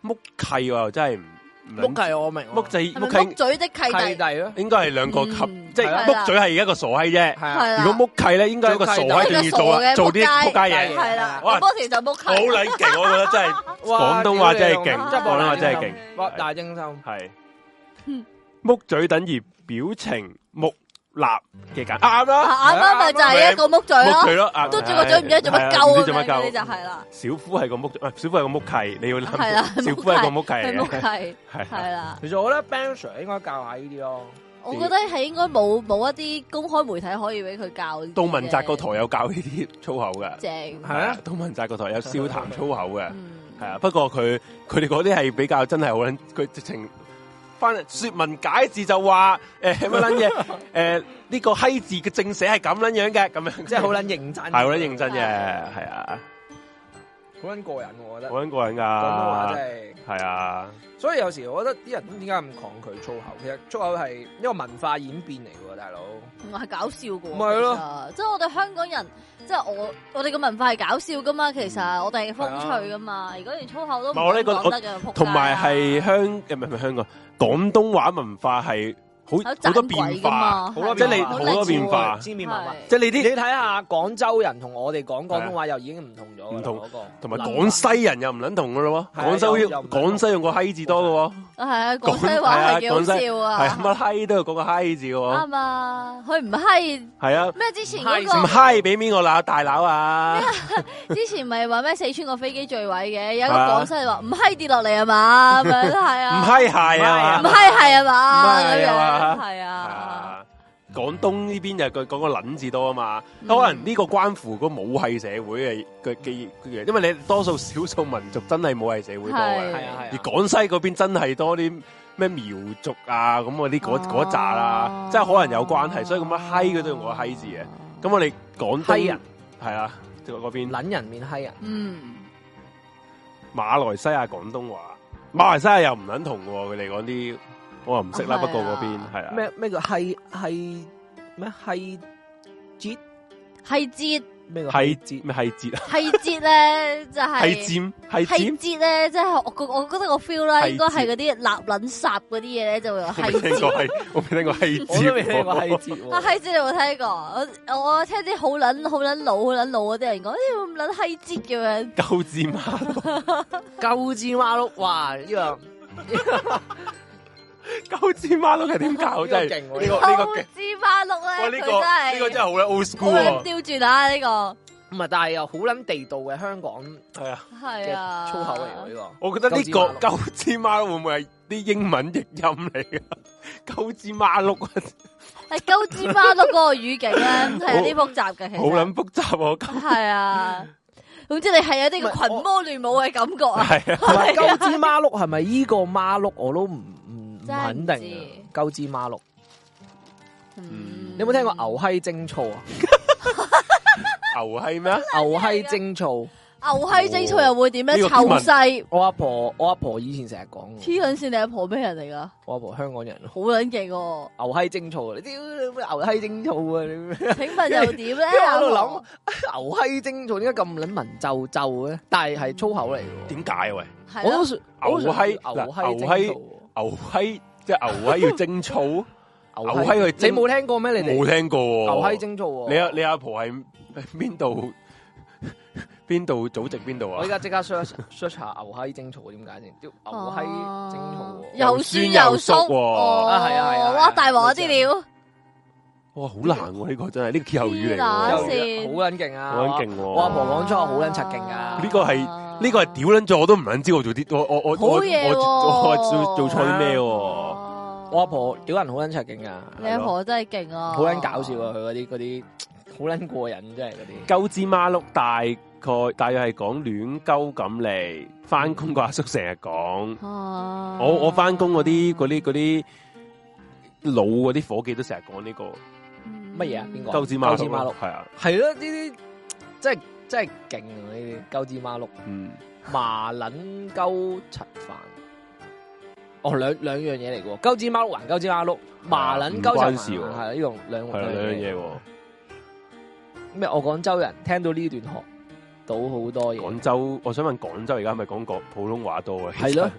木契我又真系唔唔撚木係我明，木仔係木咪木契嘴的契契弟弟，咯，应该系两个級，嗯即系係啦木嘴系一个傻閪啫。係啊，係啦，如果木契咧，應該係一個傻閪，仲要做啊做啲仆街係嘢，啊係啦，哇我波條就木契，好撚勁！我覺得真係哇廣東話真係屌你老 Ờ, 勁母真係博大講廣東啦話精真係深勁博大精深。係嗯木嘴等於表情木立嘅簡啱啦，啊啱啱 Ờ, 咪就係一個木嘴木咯嘴，咯，啊嘟住個嘴唔知做乜係啊唔鳩知咁做乜樣嗰啲就鳩。係啦，小夫係個木，啊小夫係個木契，你要諗係啦，小夫係個木契係嚟木嘅，契，係啊係啦。其實我覺得 Ben Sir 應該教下呢啲咯， 我覺得係應該冇冇一啲公開媒體可以俾佢教。杜汶澤個台有教呢啲粗口㗎，正，係啊，杜汶澤個台有笑談粗口嘅。嗯系啊，不過佢佢哋嗰啲係比較真係好撚，佢直情翻嚟說文解字就話诶乜撚 嘢诶呢個閪字嘅正寫係咁撚樣嘅，咁樣即係好撚認真，係好撚認真嘅，係 係啊，好撚過癮，我覺得好撚過癮廣東話噶，真係。係啊，所以有時我覺得啲人點解咁抗拒粗口？其實粗口係一個文化演變嚟嘅喎，大佬。唔係搞笑嘅喎，咪係咯其實即係我哋香港人，即係我我哋嘅文化係搞笑噶嘛，其實我哋係風趣噶嘛，如果連粗口都唔嗯啊唔係我呢個講得嘅，同埋係係香誒唔係唔係香港廣東話文化係好好多變化，好多即係變你化好多變化千變萬化。即係你你啲啊睇下廣州人同我哋講廣東話又已經唔同咗㗎啦，唔同嗰個同埋廣西人又唔撚同噶咯係喎，啊廣州又又唔同廣西用個閪字多嘅喎，係啊，廣西話係幾好笑係啊啊，乜閪都有嗰個閪字嘅喎，啱啊，佢唔閪係啊。咩？之前唔嗰唔個嗨俾面我鬧大佬啊！之前咪話咩四川個飛機墜毀嘅，有一個係啊廣西話唔閪跌落嚟啊嘛，咁樣係唔啊，嗨係唔啊嘛，係係啊嘛，唔咁係樣啊嘛係係啊，啊廣東呢邊就佢講個撚字多啊嘛，嗯可能呢個關乎個母系社會嘅嘅嘅嘅，因為你多數少數民族真係母系社會多嘅，係係啊而係啊。廣西嗰邊真係多啲咩苗族啊咁嗰啲嗰哦嗰一扎啦，即係可能有關係，所以咁樣嗨嗰都用個嗨字嘅。咁我哋廣閪東人係啊，即係嗰邊撚人面閪人，嗯，馬來西亞廣東話，馬來西亞又唔撚同喎，佢哋講啲我又唔識啦，係啊不過嗰邊係啊，咩咩叫閪閪咩閪節係節咩叫係節咩係節啊，係節咧就係係。尖係係尖，節咧，即係我個我覺得個 feel 啦，係應該係嗰啲立撚霎嗰啲嘢咧，就 會話我係未聽過節。係，我未聽過係我都未聽尖過閪喎，節啊， 喎。係節你有冇聽過？我我聽啲好撚好撚老好撚老嗰啲人講，咦咁撚係節咁樣，鳩尖馬路，鳩尖馬碌，哇！呢個 鳩尖馬路係點搞？呢個哦真係勁 呢喎個呢個勁，芝麻碌哇！呢咧，佢真個係呢個真係好啦，old 好 school 撚喎，刁轉啊！呢個唔係，但係又好撚地道嘅香港係啊，係啊，嘅粗口嚟喎，呢個。我覺得呢個鳩尖馬鳩尖馬路會唔會係啲英文譯音嚟嘅？ 鳩尖馬路啊，係鳩芝麻碌嗰個語境咧，係有啲複雜嘅，其實好撚複雜喎，鳩係啊。總之你係有啲個群魔亂舞嘅感覺啊！ 係啊，同埋鳩枝馬碌係咪依個馬碌我都唔唔唔真係唔肯知定啊。鳩枝馬碌，嗯你有冇聽過牛閪蒸醋啊？牛 係咩啊？ 牛閪蒸醋，牛閪蒸醋又會點咧？呢個臭細我阿婆我阿婆以前成日講，黐撚線，你阿婆咩人嚟噶？我阿婆香港人咯。好撚勁喎！牛閪蒸醋，你屌你咩牛閪蒸醋啊！你咩請問 又點咧？因為我喺度阿諗婆牛閪蒸醋點解咁撚文绉绉嘅？但係係粗口嚟嘅點解啊喂？嗯係喎，我咯都想我都想牛閪牛嗱閪蒸醋牛閪即系牛閪要蒸醋，喎，牛閪佢你蒸冇聽過咩？你哋冇聽過喎。牛閪蒸醋喎，你阿你阿婆係邊度邊度祖籍邊度我啊而？家即刻 search search 下牛閪蒸醋點解先？屌牛閪蒸醋喎，又酸又哦又酸又熟熟喎哦啊係啊係啊係哇！啊大王資料，哇，好難喎！呢個真係呢個啊歇後語嚟黐好線喎，撚勁啊！好撚勁喎！我阿婆講咗我好撚柒勁啊㗎呢個係呢個係屌撚咗，我都唔撚知我做啲我我我好我我嘢喎我做做錯啲咩喎？哦我阿婆屌人好撚柒勁噶，你阿婆真係勁啊！好撚搞笑啊！！佢嗰啲嗰啲好撚過癮，真係嗰啲。鳩支孖碌大概大約係講亂鳩咁嚟，翻工個阿叔成日講。啊！我我翻工嗰啲嗰啲嗰啲老嗰啲伙計都成日講呢個嗯乜嘢啊邊個鳩子馬鳩子馬碌係啊，係咯，呢啲真係真係勁啊！呢啲鳩枝馬碌嗯，麻撚鳩柒飯。哦，兩兩樣嘢嚟嘅喎，鳩枝馬碌還鳩枝馬碌，麻撚鳩啊柒唔關飯事喎係啊呢個兩係啦兩樣兩樣嘢嘢。喎。咩？我廣州人聽到呢段學到好多嘢。廣州，我想問廣州而家係咪講講普通話多啊？係咯，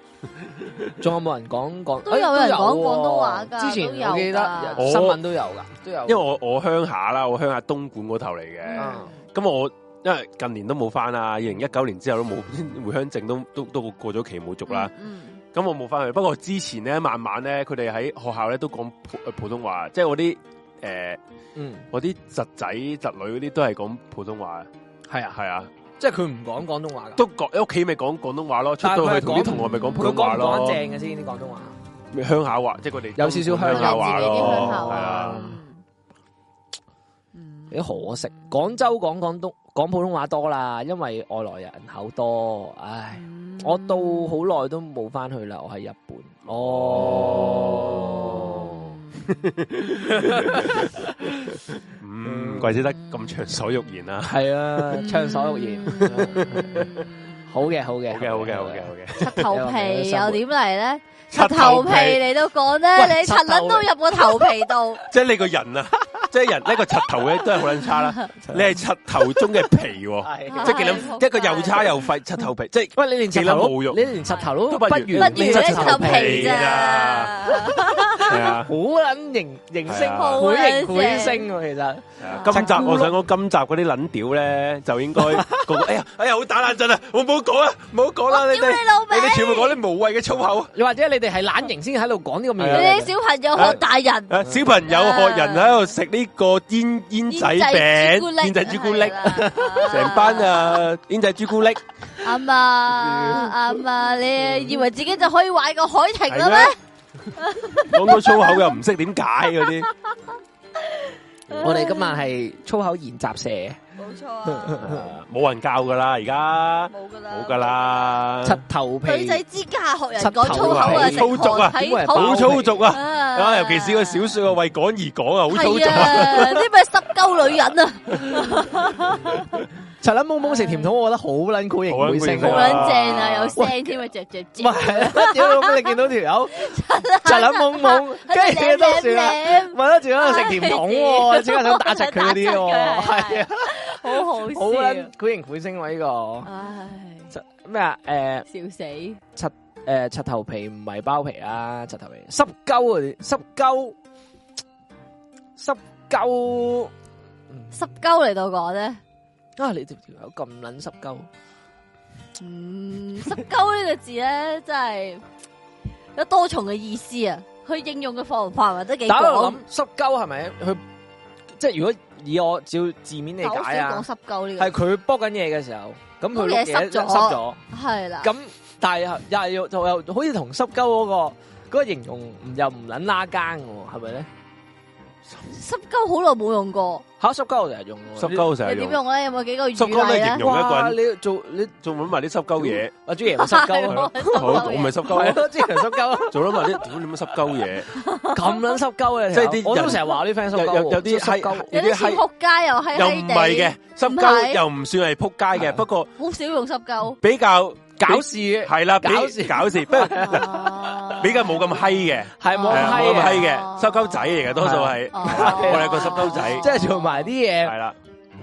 仲有冇人講廣？ 都有哎人講喎廣東話㗎之前都有我記得㗎新聞都有噶，都有。因為我我鄉下啦，我鄉下東莞嗰頭嚟嘅，啊咁、我。因為近年都冇翻啦，二零一九年之後都冇 回鄉證都都都過咗期冇續啦，嗯，咁、我冇翻去。不過之前咧，慢慢咧，佢哋喺學校咧都講普普通話，即係我啲誒嗯，我啲侄仔侄女嗰啲都係講普通話，係啊，係啊，即係佢唔講廣東話㗎。都講喺屋企咪講廣東話咯，出但係佢到係去同啲講同學咪講普佢通話講唔講咯得，正嘅先啲廣東話？咪鄉下話即係佢哋有少少我鄉哋自己下話話啲鄉咯下，係話啊，嗯嗯有啲可惜，廣州講廣東講普通話多啦，因為外來人口多。唉，我到好耐都冇翻去啦，我喺日本。哦，嗯，怪之得咁長所欲言啦。係啊，暢所欲言。Ừ, 好嘅，好嘅，好嘅，好嘅，好嘅，好嘅。柒頭皮又點嚟咧？柒柒頭頭皮皮嚟到講咧，喂你柒撚都入個頭皮度，即係你個人 啊，即係人呢個柒頭咧都係好撚 差啦。你係柒頭中嘅皮 喎，係即係幾撚，一個又差又廢柒頭皮，即係喂，你連柒頭佬，幾撚侮辱你連柒頭佬都不不如如不不如你咧柒柒頭頭皮皮啫咋？ 係啊。好撚形形係聲，啊繪形繪聲喎，其實係啊今集我想講今集嗰啲撚屌咧，就應該個個哎呀哎呀好打冷震啊！我唔好講啦，唔好講啦，我你屌哋你老你味！哋全部講啲無謂嘅粗口。又或者你哋係懶型先喺度講呢個係你啊嘢啲，小朋友學大人，诶，小朋友學人喺度食呢個煙煙仔餅、煙仔朱古力，Ờ, 成班！啊煙仔朱古力，啱啊啱啊！你以為自己就可以玩個海係豚啦咩？咩？講到粗口又唔識點解嗰啲，我哋今晚係粗口研習社，冇錯啊，啊冇人教噶啦，而家冇噶啦，冇噶。啦，柒頭女皮仔之家學人講粗口啊，粗俗啊睇好粗俗啊！啊啊，尤其是個小说啊，為講而講啊，好粗係俗啊！啊，啲咪濕鳩 女人啊，柒撚懵懵食甜筒，我覺得好撚酷型好撚繪聲繪聲好喎，啊撚正啊，有聲添啊，嚼嚼唔嚼，係屌咁你見到條 友柒撚 懵懵，跟住你都算啦，啦，咪得住喺度食甜筒喎，只係想打柒佢嗰 啲喎，係啊，好好好笑撚，繪形繪聲喎呢唉，個咩啊誒。笑死，诶，柒、頭皮唔係包皮啦，柒頭皮濕鳩啊，濕鳩，濕鳩濕鳩嚟到講咧。啊！你條條友咁撚濕鳩，嗯，湿鸠呢个字咧，真系有多重嘅意思啊！佢应用嘅範範圍都幾打我廣諗，濕鳩係咪佢？即係如果以我照字面理但我少解講啊，濕鳩呢係個佢剝緊嘢嘅時候，咁佢碌碌嘢濕嘢咗濕咗，係啦，咁但係又係又就又好似同濕鳩嗰個嗰、個形容唔又唔撚拉更嘅喎，係咪咧？濕鳩好耐冇用過，嚇濕鳩我成日用喎，濕鳩成你日點用，用啊咧？有冇幾個啊濕鳩語都例係形 咧？容一個哇！人，你做你仲揾埋啲濕鳩嘢。阿朱爺咪濕鳩咯，係啊好，我咪濕鳩係咯，咯，朱爺濕 鳩咯。做咗埋啲屌你乜濕鳩嘢，咁撚濕鳩嘅，即係啲我都人成日話我啲 friend 濕鳩有喎，有有啲濕 係鳩，有有啲啲似係仆街又閪又唔閪係嘅地，，濕唔係鳩又唔算係撲街係啊嘅，不過好少用濕 鳩。比較搞事嘅，係啦，比搞事搞事，不過啊比較冇咁閪嘅，係冇係咁啊冇咁閪閪嘅，哦嘅，濕鳩仔嚟嘅，多數係哦係啦 我哋係個濕鳩哦仔， 即係做埋啲嘢係啦，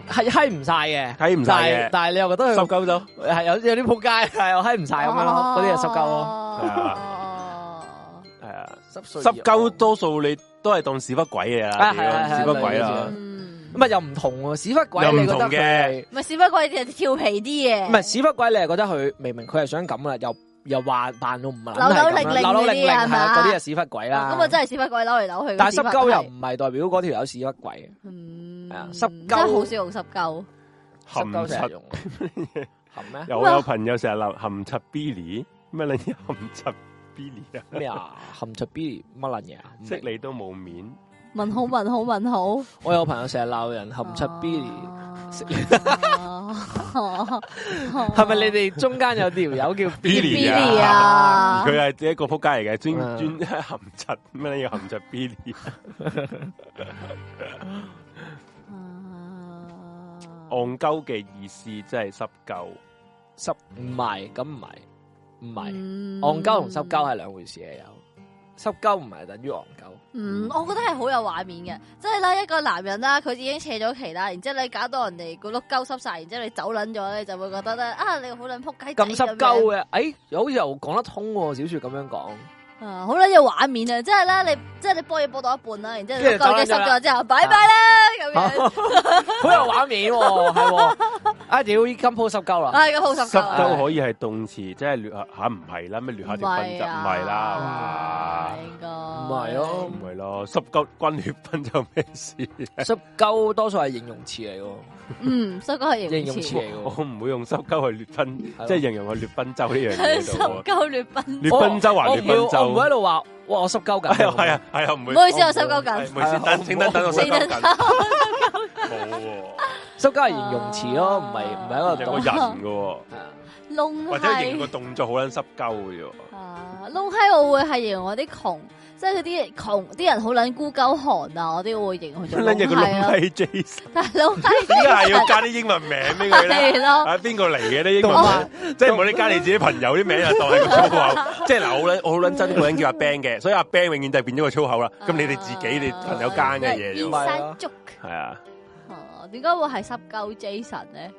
係閪唔晒嘅，睇唔但晒係嘅，但係你又覺得佢濕鳩咗，係有有啲仆街，係又閪唔晒咁樣咯，哦嗰啲係濕鳩咯，係啊咯。係啊，濕濕鳩多數你都係當屎忽鬼嘢啊啦，係係屌屎忽鬼啊係係啦，嗯唔係又唔同喎，屎忽鬼又唔你覺得同佢嘅係唔系，只不过系调皮啲嘅。哦唔係屎忽鬼，你係覺得佢明明佢係想咁啦，又又話扮到唔撚係扭扭咁擰擰啦扭扭嗰啲啊係啊係嘛嗰啲係屎忽鬼啦。咁啊真係屎忽鬼扭嚟扭去嘅屎忽鬼。但係濕鳩又唔係代表嗰條友屎忽鬼，嗯，係啊濕鳩真係好少用濕鳩。濕鳩成日柒用，含咩有有朋友成日鬧含柒 Billy，咩你含柒 Billy 啊？咩啊？含出 B 乜撚嘢啊？唔識明你都冇面，問好問好問好。我有朋友成日鬧人含出 B，食係係咪你哋中間有條友叫 Billy 啊 Billy 啊？佢係一個仆街嚟嘅，啊專專 含柒咩你要含柒 Billy。戇鳩嘅意思即係濕鳩，濕唔係，咁唔係，唔係，嗯戇鳩同濕鳩係兩回事嚟有，濕鳩唔係等於戇鳩，嗯，我覺得係好有畫面嘅，即係咧一個男人啦，佢已經斜咗旗啦，然之後你搞到人哋個碌鳩濕晒，然之後你走撚咗，你就會覺得咧啊，你個好撚撲街仔咁濕鳩樣嘅，诶、好似又講得通喎，小说咁樣 講，啊，好撚有畫面啊！即係咧，你即係你波嘢波到一半啦，然之後你跟住碌就鳩已經走撚濕咗啦咗之後，拜拜啦 咁樣，好有畫面喎，係喎，啊屌，依今鋪濕鳩啦，唉，咁好濕濕鳩啊鳩可以係動詞，即係亂下嚇唔係啦，咩亂下條唔係分就唔啊係啦，應唔係該咯係嘛？唔係咯，濕鳩關血分就咩事？濕鳩多數係形容詞嚟喎，嗯，濕鳩形係形容容詞詞，嚟我喎。唔會用濕鳩去劣分，咯即係形容去劣分州呢樣嘢度喎。濕鳩劣賓。劣分州還我劣我唔分會我唔州會喺。度話，哇，我濕鳩緊，係啊係啊係啊，唔會。唔好意思我收鳩緊係唔好意思，等請等等我收鳩緊。冇喎，濕鳩係形容詞咯，唔係唔係喺有個度人嘅喎，窿或者形容個係動作好撚濕鳩嘅啫喎。啊，窿閪我會係形容我啲窮，即係嗰啲窮啲人好撚孤鳩寒啊，我啲我會形 容做撚嘢窿個閪窿啊，閪 Jason，但係窿 閪點解要加啲英文名俾佢咧？係咯，啊，邊個嚟嘅呢？英文同名埋，即係唔好你加你自己朋友啲名啊，當係個粗口。即係嗱，我好撚我好撚憎嗰個人叫阿 Ben 嘅，所以阿 Ben 永遠就係變咗個粗口啦。咁你哋自己你朋友間嘅嘢啫喎，啊邊山竹係啊，啊，點解會係濕鳩 Jason 咧？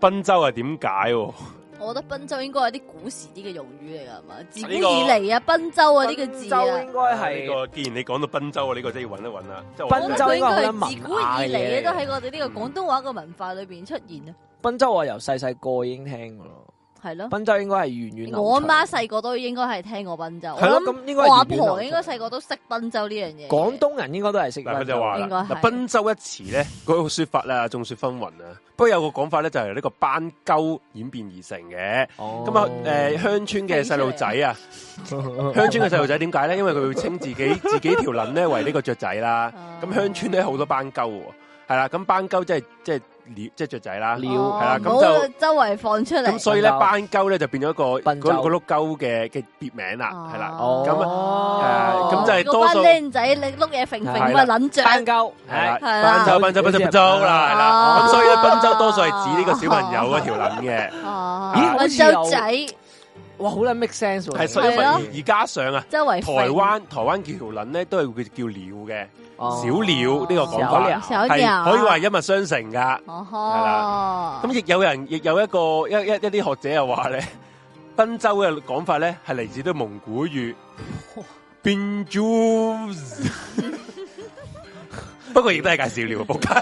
賓州係點解喎？我覺得賓州應該係啲古時啲嘅用語嚟㗎係嘛，自古呢以個嚟啊，賓州啊呢個字啊，州應該呢係個既然你講到賓州啊，呢個真係要揾一揾啦。即係我我覺賓得州佢應應該好撚文該係雅嘅自古以嚟咧都喺我哋呢個廣東話嘅文化裏邊出現啊，賓州，我由細細個已經聽噶咯。係咯。賓州應該係源遠流長哦我阿媽細個都應該係聽過賓州，我係咯，諗咁應該係我阿源遠流婆應該長細個都識賓州呢樣嘢嘅。廣東人應該都係識嗱，賓佢州就話應該啦，嗱，係賓州一詞咧，嗰個說法啦，眾說紛紜啊。不過有個講法咧，就係由呢個斑鳩演變而成嘅。哦咁啊，誒鄉村嘅細路仔啊， 鄉村嘅細路仔點解咧？因為佢會 稱自己自己條撚咧為呢個雀仔啦。啊咁鄉村咧好多斑鳩喎，係啦。咁斑鳩即係即係鳥，即係雀仔啦。鳥哦係啦咁唔好就周圍放出嚟。咁所以咧，斑鳩斑鳩咧就變咗一個賓州嗰個碌鳩嘅嘅別名啦，係啦。哦咁啊誒咁就係多數哦嗰班僆仔，你碌嘢揈揈咁啊，斑撚像鳩係啦，係係賓啦州賓州賓州賓州啦，係啦，哦咁所以咧，賓州多數係指呢個小朋友嗰 條撚嘅，啊咦好賓似有州仔哇，好撚 make sense 喎。係所以因為係咯而而加上啊，周圍台揈灣台灣叫條撚咧都係會叫鳥嘅，哦小鳥呢個講法小鳥係可以話係一脈相承噶。哦係啊啦咁亦有人亦有一個一一一啲學者又 話咧，賓州嘅講法咧係嚟自啲蒙古語 b 豬，不過亦都係介紹鳥仆街。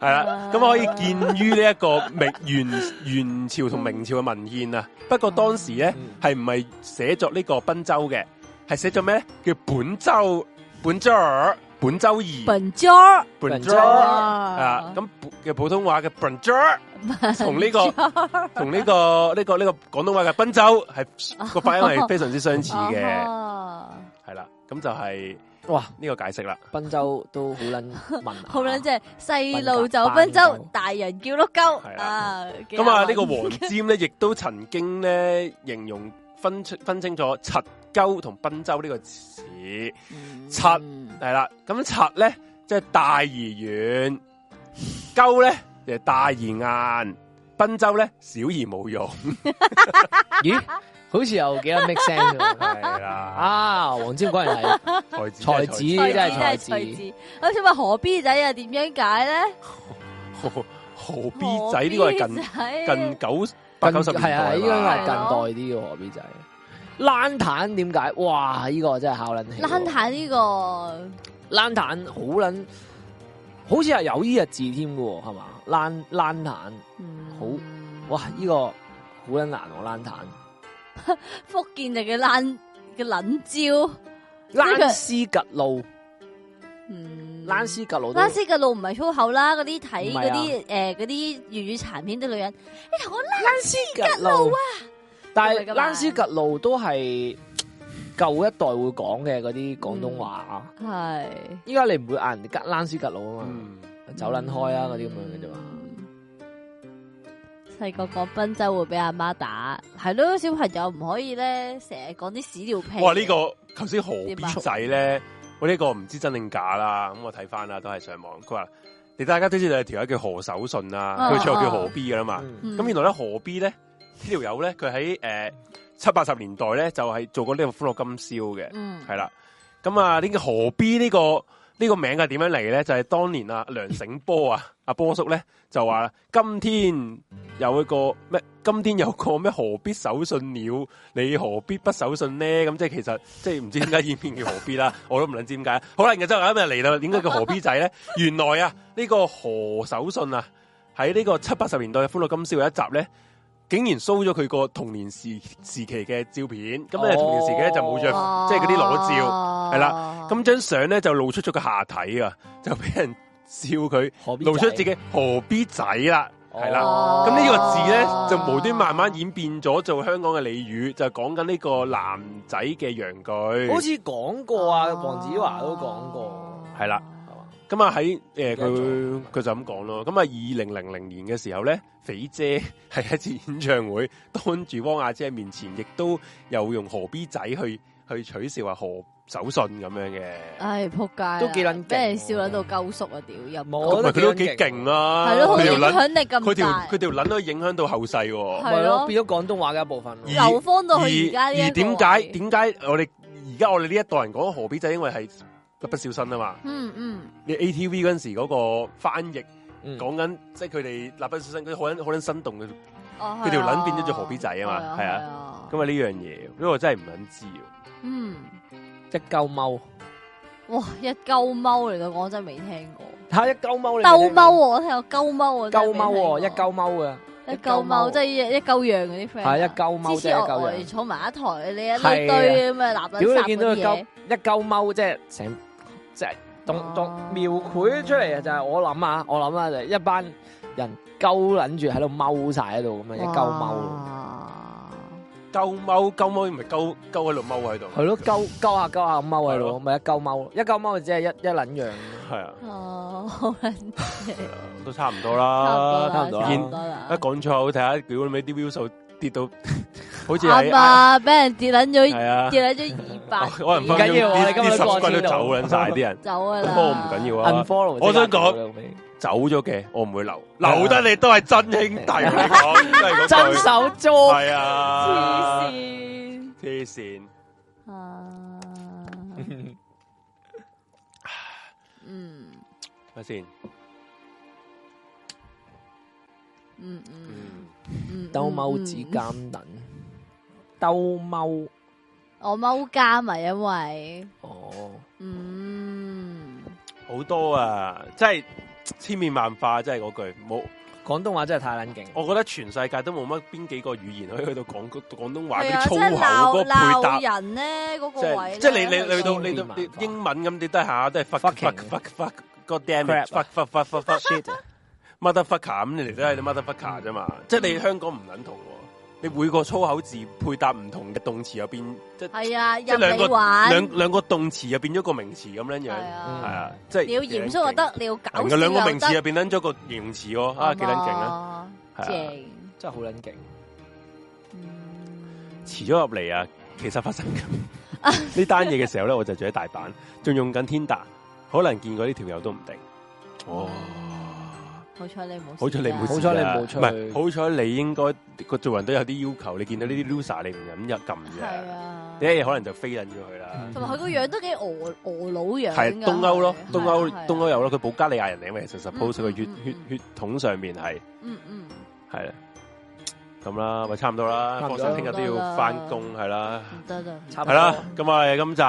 係啦，咁可以見於呢一個明元元朝同明朝嘅文獻啊。不過當時咧嗯係唔係寫作呢個賓州嘅，係寫作咩咧？叫本州、本州兒、本州兒、笨豬兒本本州州兒啊啊！咁普嘅普通話嘅 b r n d e r 同呢個同呢個呢個呢個廣東話嘅賓州係個發音係非常之相似嘅，哦係啦，咁就係哇，呢個解釋啦。賓州都好撚文雅，啊 好撚即啊係細路走賓賓州州，大人叫碌鳩係啦啊！幾咁啊，難呢個黃霑咧，亦都曾經咧形容分出分清楚柒鳩同賓州呢個詞，柒嗯係啦。咁柒咧即係大而軟，鳩咧就係大而硬，賓州咧小而冇 用，咦，好似有幾撚 make sense 喎係啦。啊！黃沾果然係才子真才子才子係真才係子才，子。我想問何 B 仔啊，點樣解咧何何必仔呢個係近近近九八九十年係啊，代應該啦係近代啲嘅喎 B 仔。蘭坦點解？哇！呢、個真係考撚氣喎。冷淡呢個蘭坦好撚，好似係有呢日字添嘅喎，係嘛？蘭蘭坦，嗯哇！呢、個好撚難喎，蘭坦。福建嚟嘅冷嘅冷椒，蘭斯吉路，嗯，蘭斯吉路都拉斯嘅路唔係粗口啦，嗰啲睇唔係嗰啊啲诶嗰啲粵語殘片啲女人，你同我拉蘭斯吉路啊！但係係咪咁啊蘭斯吉路都係舊一代會講嘅嗰啲廣東話啊。係依家你唔會嗌人哋吉蘭斯吉路啊嘛，嗯，走撚開啊嗰啲咁樣嘅啫嘛。細個講賓州會俾阿媽打，係咯，小朋友唔可以咧，成日講啲屎尿屁。哇！呢個頭先何點啊 B 仔咧，我呢個唔知真定假啦，咁我睇翻啦，都係上網。佢話你大家都知道有條友叫何守信啦，啊佢绰號啊叫何 B 噶啦嘛。嗯嗯，咁原來咧何 B 咧呢條友咧，佢喺诶七八十年代咧就係做過呢個歡樂今宵嘅，嗯係啦。咁啊，呢個何 B 呢、個呢、個名係點樣嚟咧？就係當年啊梁醒波啊阿波叔咧就話今天有一個咩？今天有個咩？何必守信了？你何必不守信呢？咁即係其實即係唔知點解演變叫何必啦， 我都唔撚知點解。好啦，然後之後咁就嚟到點解叫何必仔咧？ 原來啊，呢、個何守信啊，喺呢個七八十年代嘅《歡樂今宵》有一集咧，竟然 show 咗佢個童年時時期嘅照片。咁哦咧、童年時期咧就冇着，即係嗰啲裸照。照係啦咁張相咧就露出咗個下體啊，就俾人笑佢何必露出仔自己何必仔啦，係啦。哦咁呢個字咧就無端慢慢演變咗做香港嘅俚語，就講緊呢個男仔嘅陽具。好似講過啊，黃子華都講過，係啦係嘛？咁啊喺誒記得佢佢就咁講咯。咁啊二零零零年嘅時候咧，肥姐係一次演唱會，當住汪亞姐面前，亦都有用何必仔去去取笑話何守信咁樣嘅。唉，仆街啦，都幾撚勁俾人笑撚到鳩縮啊！屌，又冇咁我覺咪得佢都幾幾勁啦，係咯，好佢條影撚響力佢咁條大佢，條撚都影響到後世喎。係係咯，咯，變咗廣東話嘅一部分咯。而流芳到而去而家呢一而個點解位點解我哋而家我哋呢一代人講何必仔，因為係蠟筆小新啊嘛。嗯嗯，你 ATV 嗰陣時嗰個翻譯嗯講緊，即係佢哋蠟筆小新，佢好撚好撚生動嘅。哦佢條係啊撚變咗做何必仔啊嘛係啊啊咁啊呢樣嘢，因為我真係唔撚知喎。嗯，一鳩踎，哇，一鳩踎嚟到講真未聽過，嚇一鳩踎你兜踎喎踎，我聽過鳩踎喎，真係鳩未聽踎過喎，一鳩踎啊，一鳩踎，即係一一鳩樣嗰啲 friend，係一鳩踎之即係一黐鳩我樣。坐埋一台，你一係啊堆堆咁嘅垃屌圾你圾見到嗰佢啲嘢鳩，一鳩踎，即係成即係當哦當描繪出嚟啊！就係我諗啊，我諗啊，就係一班人鳩撚住喺度踎晒喺度咁樣，一鳩踎咯，踎。鳩踎鳩踎唔係鳩鳩喺度踎喺度，係咯，鳩鳩下鳩下咁踎喺係度，咯咪一鳩踎，一鳩踎就只係一一撚樣咁樣。係啊，哦，好撚正都差唔多差啦唔。多啦多啦，見差唔多啦一。講錯，睇下屌尾啲 view 數跌到， 好似啱係啊！俾人跌撚咗，係啊。跌撚咗二百，我唔唔緊要我哋今日啲十過軍千都度走撚晒 啲人，走啊啦。不過唔緊要啊。 unfollow 我想即刻講屌你走咗嘅，我唔會留，啊留得你都係真兄弟。我同你講真係 真嗰句，手足。係啊，黐黐線。線啊！嗯咪先，嗯嗯嗯，嗯，兜踎指嗯，監等，兜踎我踎監咪因為哦，嗯好多啊，真係千變萬化，真係嗰句冇。廣東話真係太撚勁。我覺得全世界都冇乜邊幾個語言可以去到廣廣東話係嗰啊，啲粗即口嗰係鬧個配搭鬧，人啊咧嗰個即位係呢，即係你你你去到到你千到變萬化英文咁，你都係下下都係 fuck Fucking fuck fuck fuck god damn it Crap fuck 啊 fuck fuck fuck fuck shit，嗯 motherfucker 咁，你嚟都係你 motherfucker 啫嘛。即係你香港唔撚同喎，你每個粗口字配搭唔同嘅動詞入邊，即係係啊，係兩任個你玩，啊兩兩個動詞入變咗個名詞咁樣樣，係係係啊，啊，即係你要嚴肅又得，你要搞能笑夠兩個又名詞入得，邊撚咗個形容詞喎，啊幾撚勁啊！啊係啊，正，真係好撚勁。嗯遲咗入嚟啊，其實發生緊呢單嘢嘅時候咧，我就住喺大阪，仲用緊 Tinder，可能見過呢條友都唔定。哦，好彩你冇，好彩你冇事好啊，彩你冇出去唔係好彩你應該個做人都有啲要求，你見到呢啲 loser 你唔忍入撳係嘅，啊你，一日可能就飛撚咗佢啦。同埋佢個樣都幾俄俄佬樣㗎，係東歐咯，係東歐係啊東歐有咯，佢保加利亞人嚟嘅，其實 suppose 嗯佢血嗯血血統上面係嗯嗯，係啦。咁啦，咪差唔多啦。差唔放多心，聽日都要翻工，係啦，唔得啦。差唔係多啦。咁啊我哋今集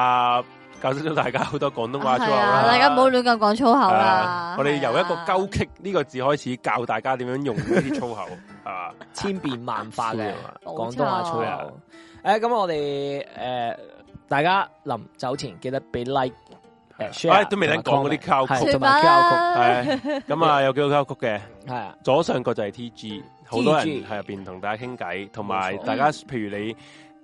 教識咗大家好多廣東話粗係口啦啊，大家唔好亂咁講粗口係啦啊。我哋由一個係啊鳩棘呢個字開始，教大家點樣用呢啲粗口，係 嘛？千變萬化 嘅冇廣錯東話粗口。誒咁我哋誒大家臨走前記得俾 like 誒 share，哎都未等講嗰啲同埋 call comment，曲係同埋算吧 QR 啦係咁 啊，有幾個曲嘅。 code，係啊，左上角就係 T G，好多人 TG 喺入边同大家傾偈，同冇埋錯大家譬如你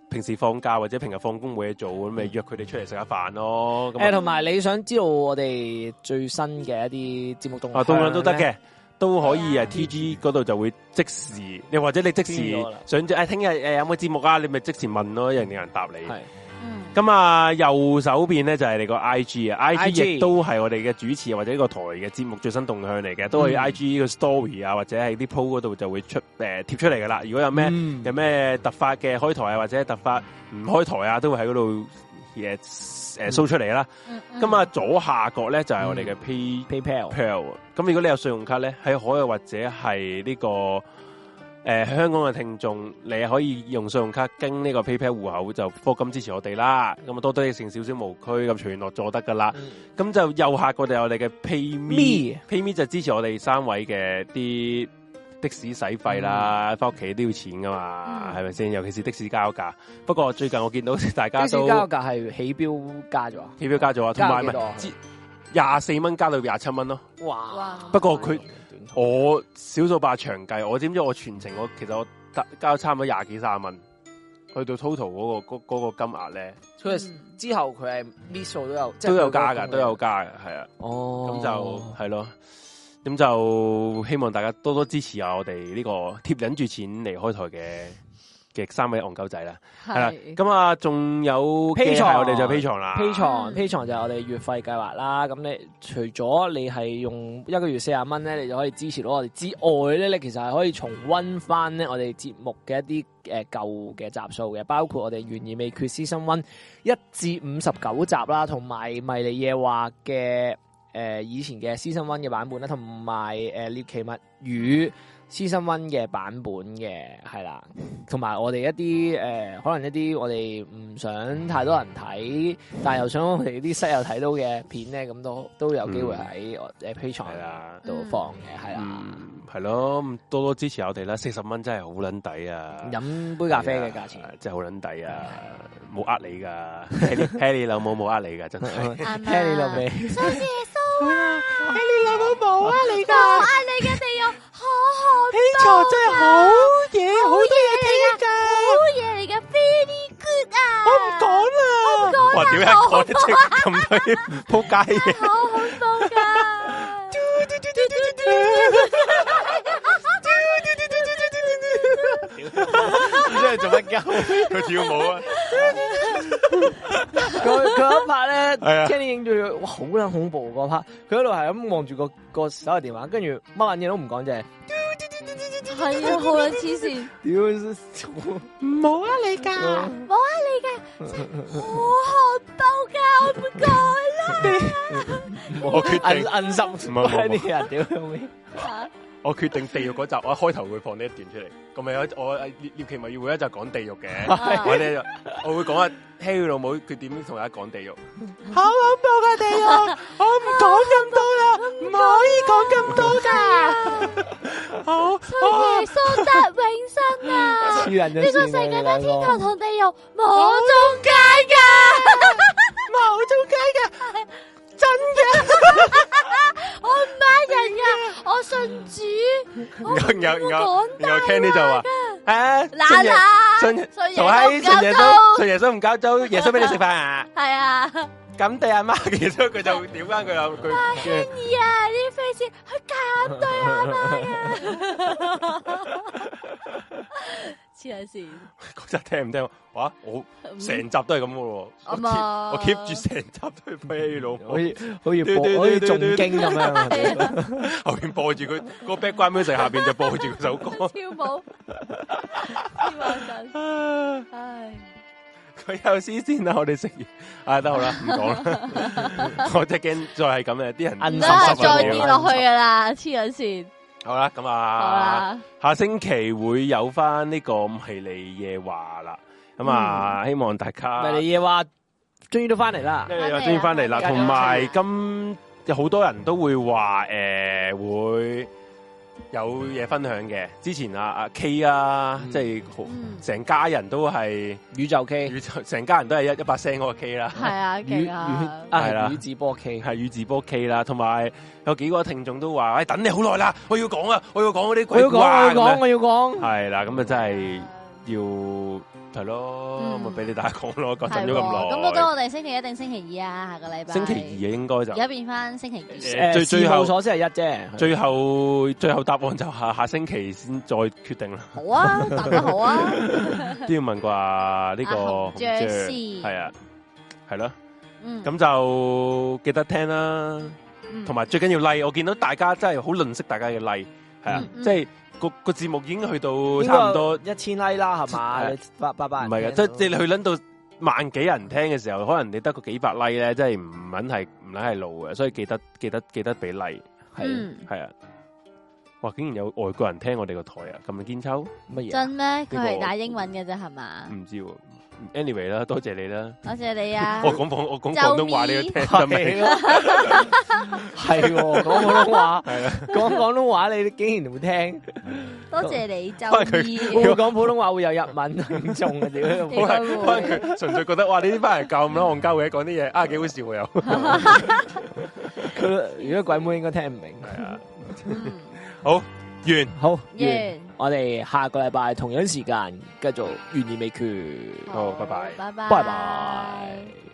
平時放假或者平日放工冇嘢做，咁咪約佢哋出嚟食下飯咯。咁誒啊同埋你想知道我哋最新嘅一啲節目動啊，向到兩都得咧，嘅。都可以啊！T G 嗰度就會即時，你或者你即時邊個啦想誒聽日誒有冇節目啊？你咪即時問咯，人哋有人答你。係嗯咁啊，右手邊咧就係你個 I G 啊，I G IG 亦都係我哋嘅主持或者呢個台嘅節目最新動向嚟嘅，都可以嗯 I G 個 story 啊，或者喺啲 po 嗰度就會出誒貼出嚟噶啦。如果有咩嗯有咩突發嘅開台啊，或者突發唔開台啊，都會喺嗰度誒誒 show 出嚟啦。嗯嗯咁啊，左下角咧就係我哋嘅 Pay PayPal PayPal。咁如果你有信用卡咧，喺海外或者係呢、個誒、呃香港嘅聽眾，你可以用信用卡經呢個 PayPal 户口就科金支持我哋啦。咁啊，多多益善，少少無區，咁全落做得噶啦。咁、就右下角就有我哋嘅 PayMe。嗯 Me PayMe 就支持我哋三位嘅啲的士使費嗯啦，翻屋企都要錢噶嘛，嗯係咪先？尤其是的士加油價。不過最近我見到大家的士都加油價係起標加咗啊，起標加咗啊，同加埋咗幾多咪啊廿四蚊加到廿七蚊咯。哇！哇不過佢我小數霸長計，我知唔知我全程我其實我得交差唔多廿幾三十蚊，去到 total 嗰、個嗰嗰個金額咧佢嗯係之後佢係 miss 數都有即係都有加佢㗎，個都有加㗎，係啊，哦，咁就係咯。咁就希望大家多多支持下我哋呢個貼緊住錢嚟開台嘅嘅三位戇鳩仔啦，係啦。係咁啊，仲有 Patreon 嘅係我哋就 P 床啦 P 床嗯 P 床就係我哋月費計劃啦，咁你除咗你係用一個月四十蚊咧，你就可以支持到我哋之外咧，你其實係可以重温翻咧我哋節目嘅一啲诶舊嘅集數嘅，包括我哋懸而未決 Season One 一至五十九集啦，同埋迷你夜話嘅诶以前嘅 Season One 嘅版本啦，同埋诶獵奇物語 Season One 嘅版本嘅係啦，同埋我哋一啲诶、呃可能一啲我哋唔想太多人睇，但系又想我哋啲室友睇到嘅片咧，咁都都有機會喺我诶 P 床嗯係啦度放嘅，係啊啦，嗯，係咯，咁多多支持下我哋啦，四十蚊真係好撚抵啊！飲杯咖啡嘅價錢係啊真係好撚抵啊！冇呃你噶，Harry Harry 老母冇呃你噶，真係。聽啱你老味，蘇士蘇啊，冇啊你我愛你嘅地獄可可 P 床真係好嘢，好多嘢聽好㗎，嘢嚟嘅，very good 啊！我唔講啦。哇！點解我即咁多啲仆街嘅？好恐怖噶！唔知係做乜鳩，佢跳舞啊！佢佢一拍啊係咧，啊聽你影住佢，哇，好撚恐怖嗰 part。佢喺度係咁望住個個手提電話，跟住乜撚嘢都唔講，就 係係啊，好撚黐線，屌，冇啊你噶，冇啊你嘅，好恐怖噶，我唔改我決定，銀銀心，唔係唔 係啲人屌佢尾。啦。我決定地獄嗰集，我一開頭會放呢一段出嚟。咁咪有我誒獵獵奇物語會一集講地獄嘅，我哋就我會講啊 Harry 老母佢點同大家講地獄。好恐怖嘅地 獄，我唔講咁多啦，唔可以講咁多噶。好，耶穌得永生啊！黐人呢呢個世界得天堂同地獄冇中間噶，冇中間嘅，真嘅。 我唔呃人噶，我信主，我唔然後然後講然後 Candy 就話：啊，嗱嗱信耶信信耶同喺穌唔信耶交穌，租信耶穌唔交租，耶穌俾你食飯啊！係啊。咁你阿媽其實佢就屌翻佢有佢嘅，哎呀！啲 fans 佢咁對阿媽嘅，黐撚線，嗰集聽唔聽？哇！我成集都係咁嘅喎，我啱啊 keep 我 keep 住成集都係俾你老好母，似好似播好似重經咁樣。啊啊啊後邊播住佢個 background music 下邊就播住佢首歌。 跳舞，跳下神，啊唉，佢有詩先啦，我哋食完，啊得好啦，唔講啦，我真係驚再係咁嘅，啲人唔唔得得啊啊，再再跌跌落落去去噶啦，黐撚線，好啦，咁好啊，啦，下星期會有翻呢個唔係你夜話啦，咁啊，希望大家咪你嘢话，终于都翻嚟啦。因為又終於翻嚟啦，翻嚟啦同埋今有好多人都會話诶、呃、會有嘢分享嘅。之前啊阿 K 啊，嗯即係好嗯成家人都係宇宙 K 宇宙成家人都係一一把聲嗰個 K 啦，系啊，勁啊，係啊，啦宇智波 K 係宇智波 K 啦，同埋有幾個聽眾都話：，诶、等你好耐啦，我要講啊，我要講嗰啲我鬼要故讲，我啊要咁讲，樣我要讲。係啦，咁啊真係係要係咯，嗯咪俾、你大家講咯，講陣咗喎咁咁耐到，我哋星期一定星期二啊，下個禮拜星期二啊應該就而。家變翻星 期二。誒最最後後所先系一啫。最後最後答案就下 下星期先再決定 啦，好啊，答 得好啊，都要問啩啊呢個紅阿紅姐姐先係啊，係咯，嗯，咁就記得聽啦，嗯同埋最緊要 like，我見到大家真係好吝惜大家嘅 like，係啊嗯，嗯即係個個節目已經去到差唔多，唔一千 like 啦，係嘛係？八八百人係聽嘅，到，即係即係你去撚到萬幾人聽嘅時候，可能你得個幾百 like 咧，真係唔撚係唔撚係路嘅，所以記得記得記得俾 like，係嗯係啊，哇！竟然有外國人聽我哋個台啊，咁堅秋。乜嘢真啊？咩？佢呢係個打英文嘅啫，係嘛？唔知喎。anyway 啦，多謝你啦。多謝你啊 我！講廣我講廣東話你都聽得 明，係 喎，講廣東話，係啦。講廣東話你竟然會聽，多謝你，周可能 佢 姨。會唔會講普通話會有日文聽眾嘅屌？啊應可該能會可能佢純粹覺得哇，你呢班人咁啦，戇鳩嘅講啲嘢啊，幾好笑喎又。佢如果鬼妹應該聽唔明。係啊，嗯好完，好，完，完，我哋下個禮拜同樣時間繼續懸而未決，好拜拜拜拜，拜拜。